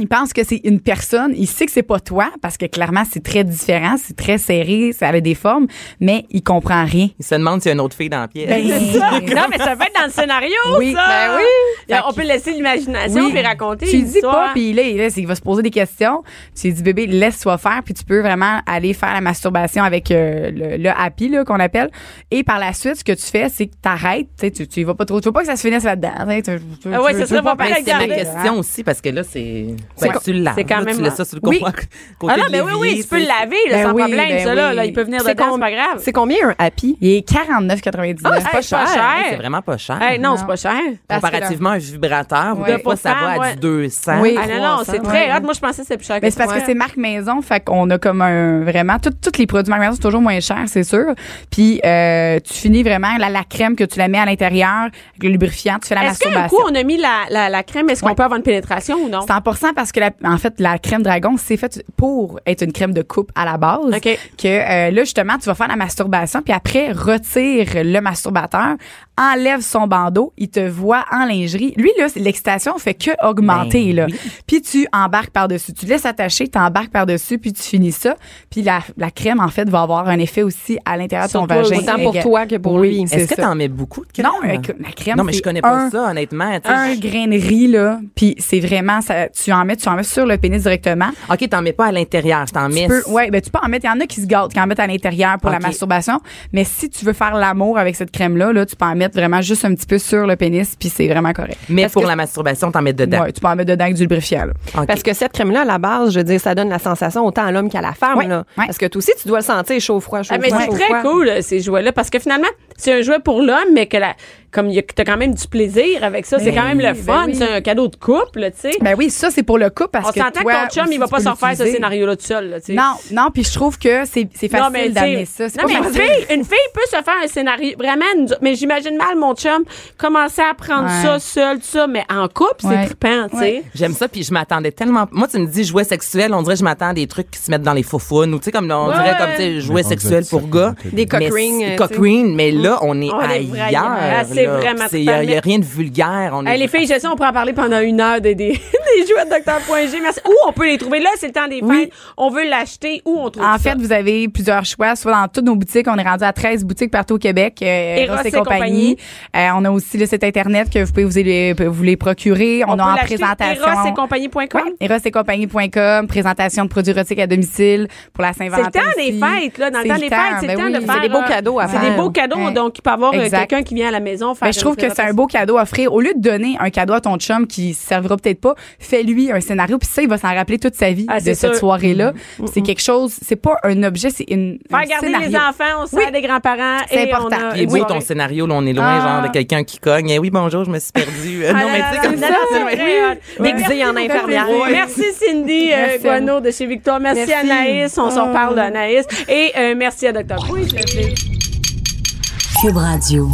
[SPEAKER 6] Il pense que c'est une personne, il sait que c'est pas toi parce que clairement c'est très différent, c'est très serré, ça a des formes, mais il comprend rien.
[SPEAKER 4] Il se demande s'il y a une autre fille dans la
[SPEAKER 3] Ben,
[SPEAKER 4] pièce.
[SPEAKER 3] Non, mais ça peut être dans le scénario,
[SPEAKER 6] Oui,
[SPEAKER 3] ça!
[SPEAKER 6] ben oui.
[SPEAKER 3] Là, on peut laisser l'imagination
[SPEAKER 6] Oui.
[SPEAKER 3] puis raconter
[SPEAKER 6] Tu lui
[SPEAKER 3] une
[SPEAKER 6] dis pas,
[SPEAKER 3] histoire.
[SPEAKER 6] puis là, il, laisse, il va se poser des questions. Tu lui dis, bébé, laisse-toi faire, puis tu peux vraiment aller faire la masturbation avec euh, le, le happy, là, qu'on appelle. Et par la suite, ce que tu fais, c'est que t'arrêtes, tu sais, tu, tu y vas pas trop. Tu veux pas que ça se finisse là-dedans. tu sais, tu- tu-
[SPEAKER 3] Ah ouais,
[SPEAKER 6] tu-
[SPEAKER 3] ça
[SPEAKER 6] tu
[SPEAKER 3] serait
[SPEAKER 6] veux
[SPEAKER 3] pas
[SPEAKER 6] passer
[SPEAKER 3] pareil,
[SPEAKER 4] C'est ma
[SPEAKER 3] regardez.
[SPEAKER 4] question aussi, parce que là, c'est.
[SPEAKER 6] C'est
[SPEAKER 4] Ben, tu l'as.
[SPEAKER 3] c'est quand
[SPEAKER 4] Là,
[SPEAKER 3] même-
[SPEAKER 4] Tu laisses ça sur le
[SPEAKER 6] Oui.
[SPEAKER 4] comptoir- côté
[SPEAKER 3] Ah non,
[SPEAKER 4] de
[SPEAKER 3] mais oui,
[SPEAKER 4] l'évier,
[SPEAKER 3] oui, tu peux le
[SPEAKER 4] c'est-
[SPEAKER 3] laver, là,
[SPEAKER 6] Ben
[SPEAKER 3] sans
[SPEAKER 6] oui,
[SPEAKER 3] problème,
[SPEAKER 6] ben
[SPEAKER 3] ça, là,
[SPEAKER 6] oui.
[SPEAKER 3] là, Il peut venir
[SPEAKER 5] C'est
[SPEAKER 3] dedans, c'est
[SPEAKER 5] com-
[SPEAKER 3] pas grave.
[SPEAKER 5] C'est combien un happy?
[SPEAKER 6] Il est 49,99.
[SPEAKER 3] Ah,
[SPEAKER 4] C'est pas cher. hein, C'est vraiment pas cher.
[SPEAKER 3] Hey, non, c'est pas cher.
[SPEAKER 6] parce que là-
[SPEAKER 4] Comparativement à un vibrateur, ou
[SPEAKER 6] Ouais.
[SPEAKER 4] des fois, ça va à
[SPEAKER 3] Ouais.
[SPEAKER 4] du 200.
[SPEAKER 6] Oui.
[SPEAKER 3] Ah non, non,
[SPEAKER 6] 300,
[SPEAKER 3] c'est très
[SPEAKER 6] ouais.
[SPEAKER 3] hot. Moi, je pensais que c'était plus cher
[SPEAKER 6] Mais c'est parce
[SPEAKER 3] ça.
[SPEAKER 6] que c'est marque maison, fait qu'on a comme un vraiment tout- tous les produits marque maison c'est toujours moins cher, c'est sûr. Puis euh, tu finis vraiment la, la crème que tu la mets à l'intérieur, avec le lubrifiant, tu fais la
[SPEAKER 3] Est-ce
[SPEAKER 6] masturbation.
[SPEAKER 3] qu'un coup, on a mis la, la, la crème, est-ce qu'on
[SPEAKER 6] Ouais.
[SPEAKER 3] peut avoir une pénétration ou non?
[SPEAKER 6] 100% parce que la- en fait la crème dragon c'est faite pour être une crème de coupe à la base
[SPEAKER 3] OK.
[SPEAKER 6] que euh, là justement tu vas faire la masturbation puis après retire le masturbateur enlève son bandeau il te voit en lingerie lui là c'est- l'excitation fait que augmenter
[SPEAKER 5] Ben
[SPEAKER 6] là puis tu embarques par dessus tu te laisses attacher tu embarques par dessus puis tu finis ça puis la, la crème en fait va avoir un effet aussi à l'intérieur de ton
[SPEAKER 3] Sur toi,
[SPEAKER 6] vagin
[SPEAKER 5] autant pour
[SPEAKER 6] Et-
[SPEAKER 5] toi que pour
[SPEAKER 6] Oui,
[SPEAKER 5] lui.
[SPEAKER 6] c'est
[SPEAKER 4] Est-ce que
[SPEAKER 6] ça.
[SPEAKER 4] t'en mets beaucoup de crème?
[SPEAKER 6] non écoute, la crème
[SPEAKER 4] Non, mais je
[SPEAKER 6] c'est
[SPEAKER 4] connais pas
[SPEAKER 6] un-
[SPEAKER 4] ça, honnêtement. tu sais,
[SPEAKER 6] un
[SPEAKER 4] je-
[SPEAKER 6] grain de riz là, puis c'est vraiment ça tu en mets tu en mets sur le pénis directement.
[SPEAKER 4] OK, t'en mets pas à l'intérieur, je t'en
[SPEAKER 6] Tu
[SPEAKER 4] mets.
[SPEAKER 6] peux ouais, ben tu peux en mettre, il y en a qui se gâtent, qui en mettent à l'intérieur pour
[SPEAKER 4] Ok.
[SPEAKER 6] la masturbation, mais si tu veux faire l'amour avec cette crème là, là tu peux en mettre vraiment juste un petit peu sur le pénis puis c'est vraiment correct.
[SPEAKER 4] Mais
[SPEAKER 6] Parce
[SPEAKER 4] pour
[SPEAKER 6] que-
[SPEAKER 4] la masturbation, t'en mets dedans.
[SPEAKER 6] Ouais, tu peux en mettre dedans avec du lubrifiant. là.
[SPEAKER 4] OK.
[SPEAKER 5] Parce que cette crème-là, à la base, je veux dire, ça donne la sensation autant à l'homme qu'à la femme.
[SPEAKER 6] Ouais,
[SPEAKER 5] là.
[SPEAKER 6] ouais.
[SPEAKER 5] Parce que toi aussi, tu dois le sentir chaud-froid,
[SPEAKER 3] Ah, mais
[SPEAKER 5] chaud-froid.
[SPEAKER 3] c'est
[SPEAKER 5] chaud-froid.
[SPEAKER 3] très cool, euh, ces jouets-là, parce que finalement, c'est un jouet pour l'homme, mais que la, comme il y a- t'as quand même du plaisir avec ça, c'est quand même le
[SPEAKER 6] oui,
[SPEAKER 3] fun,
[SPEAKER 6] ben oui.
[SPEAKER 3] c'est un cadeau de couple, tu sais.
[SPEAKER 6] Ben oui, ça c'est pour le couple parce
[SPEAKER 3] On
[SPEAKER 6] que
[SPEAKER 3] s'entend que
[SPEAKER 6] toi
[SPEAKER 3] ton chum,
[SPEAKER 6] aussi,
[SPEAKER 3] il va
[SPEAKER 6] tu
[SPEAKER 3] pas
[SPEAKER 6] peux
[SPEAKER 3] s'en faire ce
[SPEAKER 6] l'utiliser.
[SPEAKER 3] scénario-là tout seul, là, tu sais.
[SPEAKER 6] Non, non, puis je trouve que c'est c'est
[SPEAKER 3] Non, mais,
[SPEAKER 6] facile d'amener
[SPEAKER 3] tu sais,
[SPEAKER 6] ça, c'est
[SPEAKER 3] non,
[SPEAKER 6] pas
[SPEAKER 3] mais une,
[SPEAKER 6] facile.
[SPEAKER 3] fille, une fille peut se faire un scénario. Vraiment, nous- mais j'imagine mal mon chum commencer à prendre
[SPEAKER 6] Ouais.
[SPEAKER 3] ça seul, tout ça, mais en couple,
[SPEAKER 6] Ouais.
[SPEAKER 3] c'est trippant, tu sais.
[SPEAKER 6] Ouais.
[SPEAKER 4] J'aime ça, puis je m'attendais tellement. Moi, tu me dis jouet sexuel, on dirait que je m'attends à des trucs qui se mettent dans les faufounes, ou tu sais, comme on
[SPEAKER 3] Ouais,
[SPEAKER 4] dirait
[SPEAKER 3] ouais.
[SPEAKER 4] comme, tu sais, jouet
[SPEAKER 2] on
[SPEAKER 4] sexuel
[SPEAKER 2] dirait
[SPEAKER 4] pour
[SPEAKER 2] ça,
[SPEAKER 4] gars.
[SPEAKER 2] ok.
[SPEAKER 5] Des cock
[SPEAKER 4] Mais
[SPEAKER 5] rings,
[SPEAKER 4] c'est-
[SPEAKER 5] euh,
[SPEAKER 4] cock
[SPEAKER 5] tu sais.
[SPEAKER 4] ring, mais là, on est
[SPEAKER 3] On est vrai
[SPEAKER 4] ailleurs.
[SPEAKER 3] ailleurs. Ah, c'est
[SPEAKER 4] là.
[SPEAKER 3] vraiment
[SPEAKER 4] C'est- Il n'y a,
[SPEAKER 3] pas-
[SPEAKER 4] rien de vulgaire. On
[SPEAKER 3] Hey, les filles, je sais, on pourrait en parler pendant une heure des, des, des les jouets de Docteur.g. Merci. Où on peut les trouver? Là, c'est le temps des fêtes.
[SPEAKER 6] Oui.
[SPEAKER 3] On veut l'acheter. Où on trouve
[SPEAKER 6] En
[SPEAKER 3] ça?
[SPEAKER 6] fait, vous avez plusieurs choix, soit dans toutes nos boutiques. On est rendu à 13 boutiques partout au Québec. euh,
[SPEAKER 3] Eros et compagnie.
[SPEAKER 6] Euh, on a aussi le site Internet que vous pouvez vous les, vous les procurer. On,
[SPEAKER 3] on peut
[SPEAKER 6] a en
[SPEAKER 3] l'acheter
[SPEAKER 6] présentation.
[SPEAKER 3] Eros et compagnie.com.
[SPEAKER 6] Ouais, erosetcompagnie.com, présentation de produits érotiques à domicile pour la
[SPEAKER 3] C'est le
[SPEAKER 6] Saint-Valentin.
[SPEAKER 3] temps des
[SPEAKER 6] aussi.
[SPEAKER 3] fêtes, là. Dans le
[SPEAKER 6] C'est
[SPEAKER 3] temps des fêtes, c'est le
[SPEAKER 6] ben
[SPEAKER 3] temps
[SPEAKER 6] oui.
[SPEAKER 3] de faire.
[SPEAKER 5] des beaux
[SPEAKER 3] euh,
[SPEAKER 5] cadeaux à
[SPEAKER 3] C'est des
[SPEAKER 5] faire.
[SPEAKER 3] beau cadeaux.
[SPEAKER 6] Ouais.
[SPEAKER 3] Donc, il peut y avoir euh,
[SPEAKER 6] Exact.
[SPEAKER 3] quelqu'un qui vient à la maison faire.
[SPEAKER 6] Ben, je trouve
[SPEAKER 3] une
[SPEAKER 6] que c'est un beau cadeau à offrir. Au lieu de donner un cadeau à ton chum qui servira peut-être pas, fais-lui un scénario puis ça il va s'en rappeler toute sa vie
[SPEAKER 3] Ah,
[SPEAKER 6] de
[SPEAKER 3] c'est
[SPEAKER 6] cette
[SPEAKER 3] sûr. Mm,
[SPEAKER 6] soirée là. C'est quelque chose, c'est pas un objet, c'est une
[SPEAKER 3] Faire
[SPEAKER 6] un
[SPEAKER 3] garder
[SPEAKER 6] scénario.
[SPEAKER 3] les enfants, on sert
[SPEAKER 6] Oui.
[SPEAKER 3] des grands-parents.
[SPEAKER 6] C'est
[SPEAKER 3] et on
[SPEAKER 6] important.
[SPEAKER 3] a
[SPEAKER 6] Il
[SPEAKER 4] Il est
[SPEAKER 3] une
[SPEAKER 4] beau
[SPEAKER 3] soirée.
[SPEAKER 4] ton scénario, là, on est loin,
[SPEAKER 6] Ah.
[SPEAKER 4] genre, de quelqu'un qui cogne. Eh oui, bonjour, je me suis perdue. Euh,
[SPEAKER 3] Ah
[SPEAKER 4] non,
[SPEAKER 3] là
[SPEAKER 4] mais
[SPEAKER 3] là
[SPEAKER 4] tu sais,
[SPEAKER 3] là
[SPEAKER 4] comme
[SPEAKER 3] là
[SPEAKER 4] ça.
[SPEAKER 3] là, c'est
[SPEAKER 4] c'est-
[SPEAKER 3] vrai, hot.
[SPEAKER 5] Déguisé en infirmière.
[SPEAKER 3] Ouais. Merci Cindy euh,
[SPEAKER 6] Merci à
[SPEAKER 3] Guano de chez Victoire. Merci,
[SPEAKER 6] Merci. Oh.
[SPEAKER 3] Anaïs. On s'en reparle Anaïs. Et euh, merci à Docteur. Oui, je le fais.
[SPEAKER 1] Cube Radio.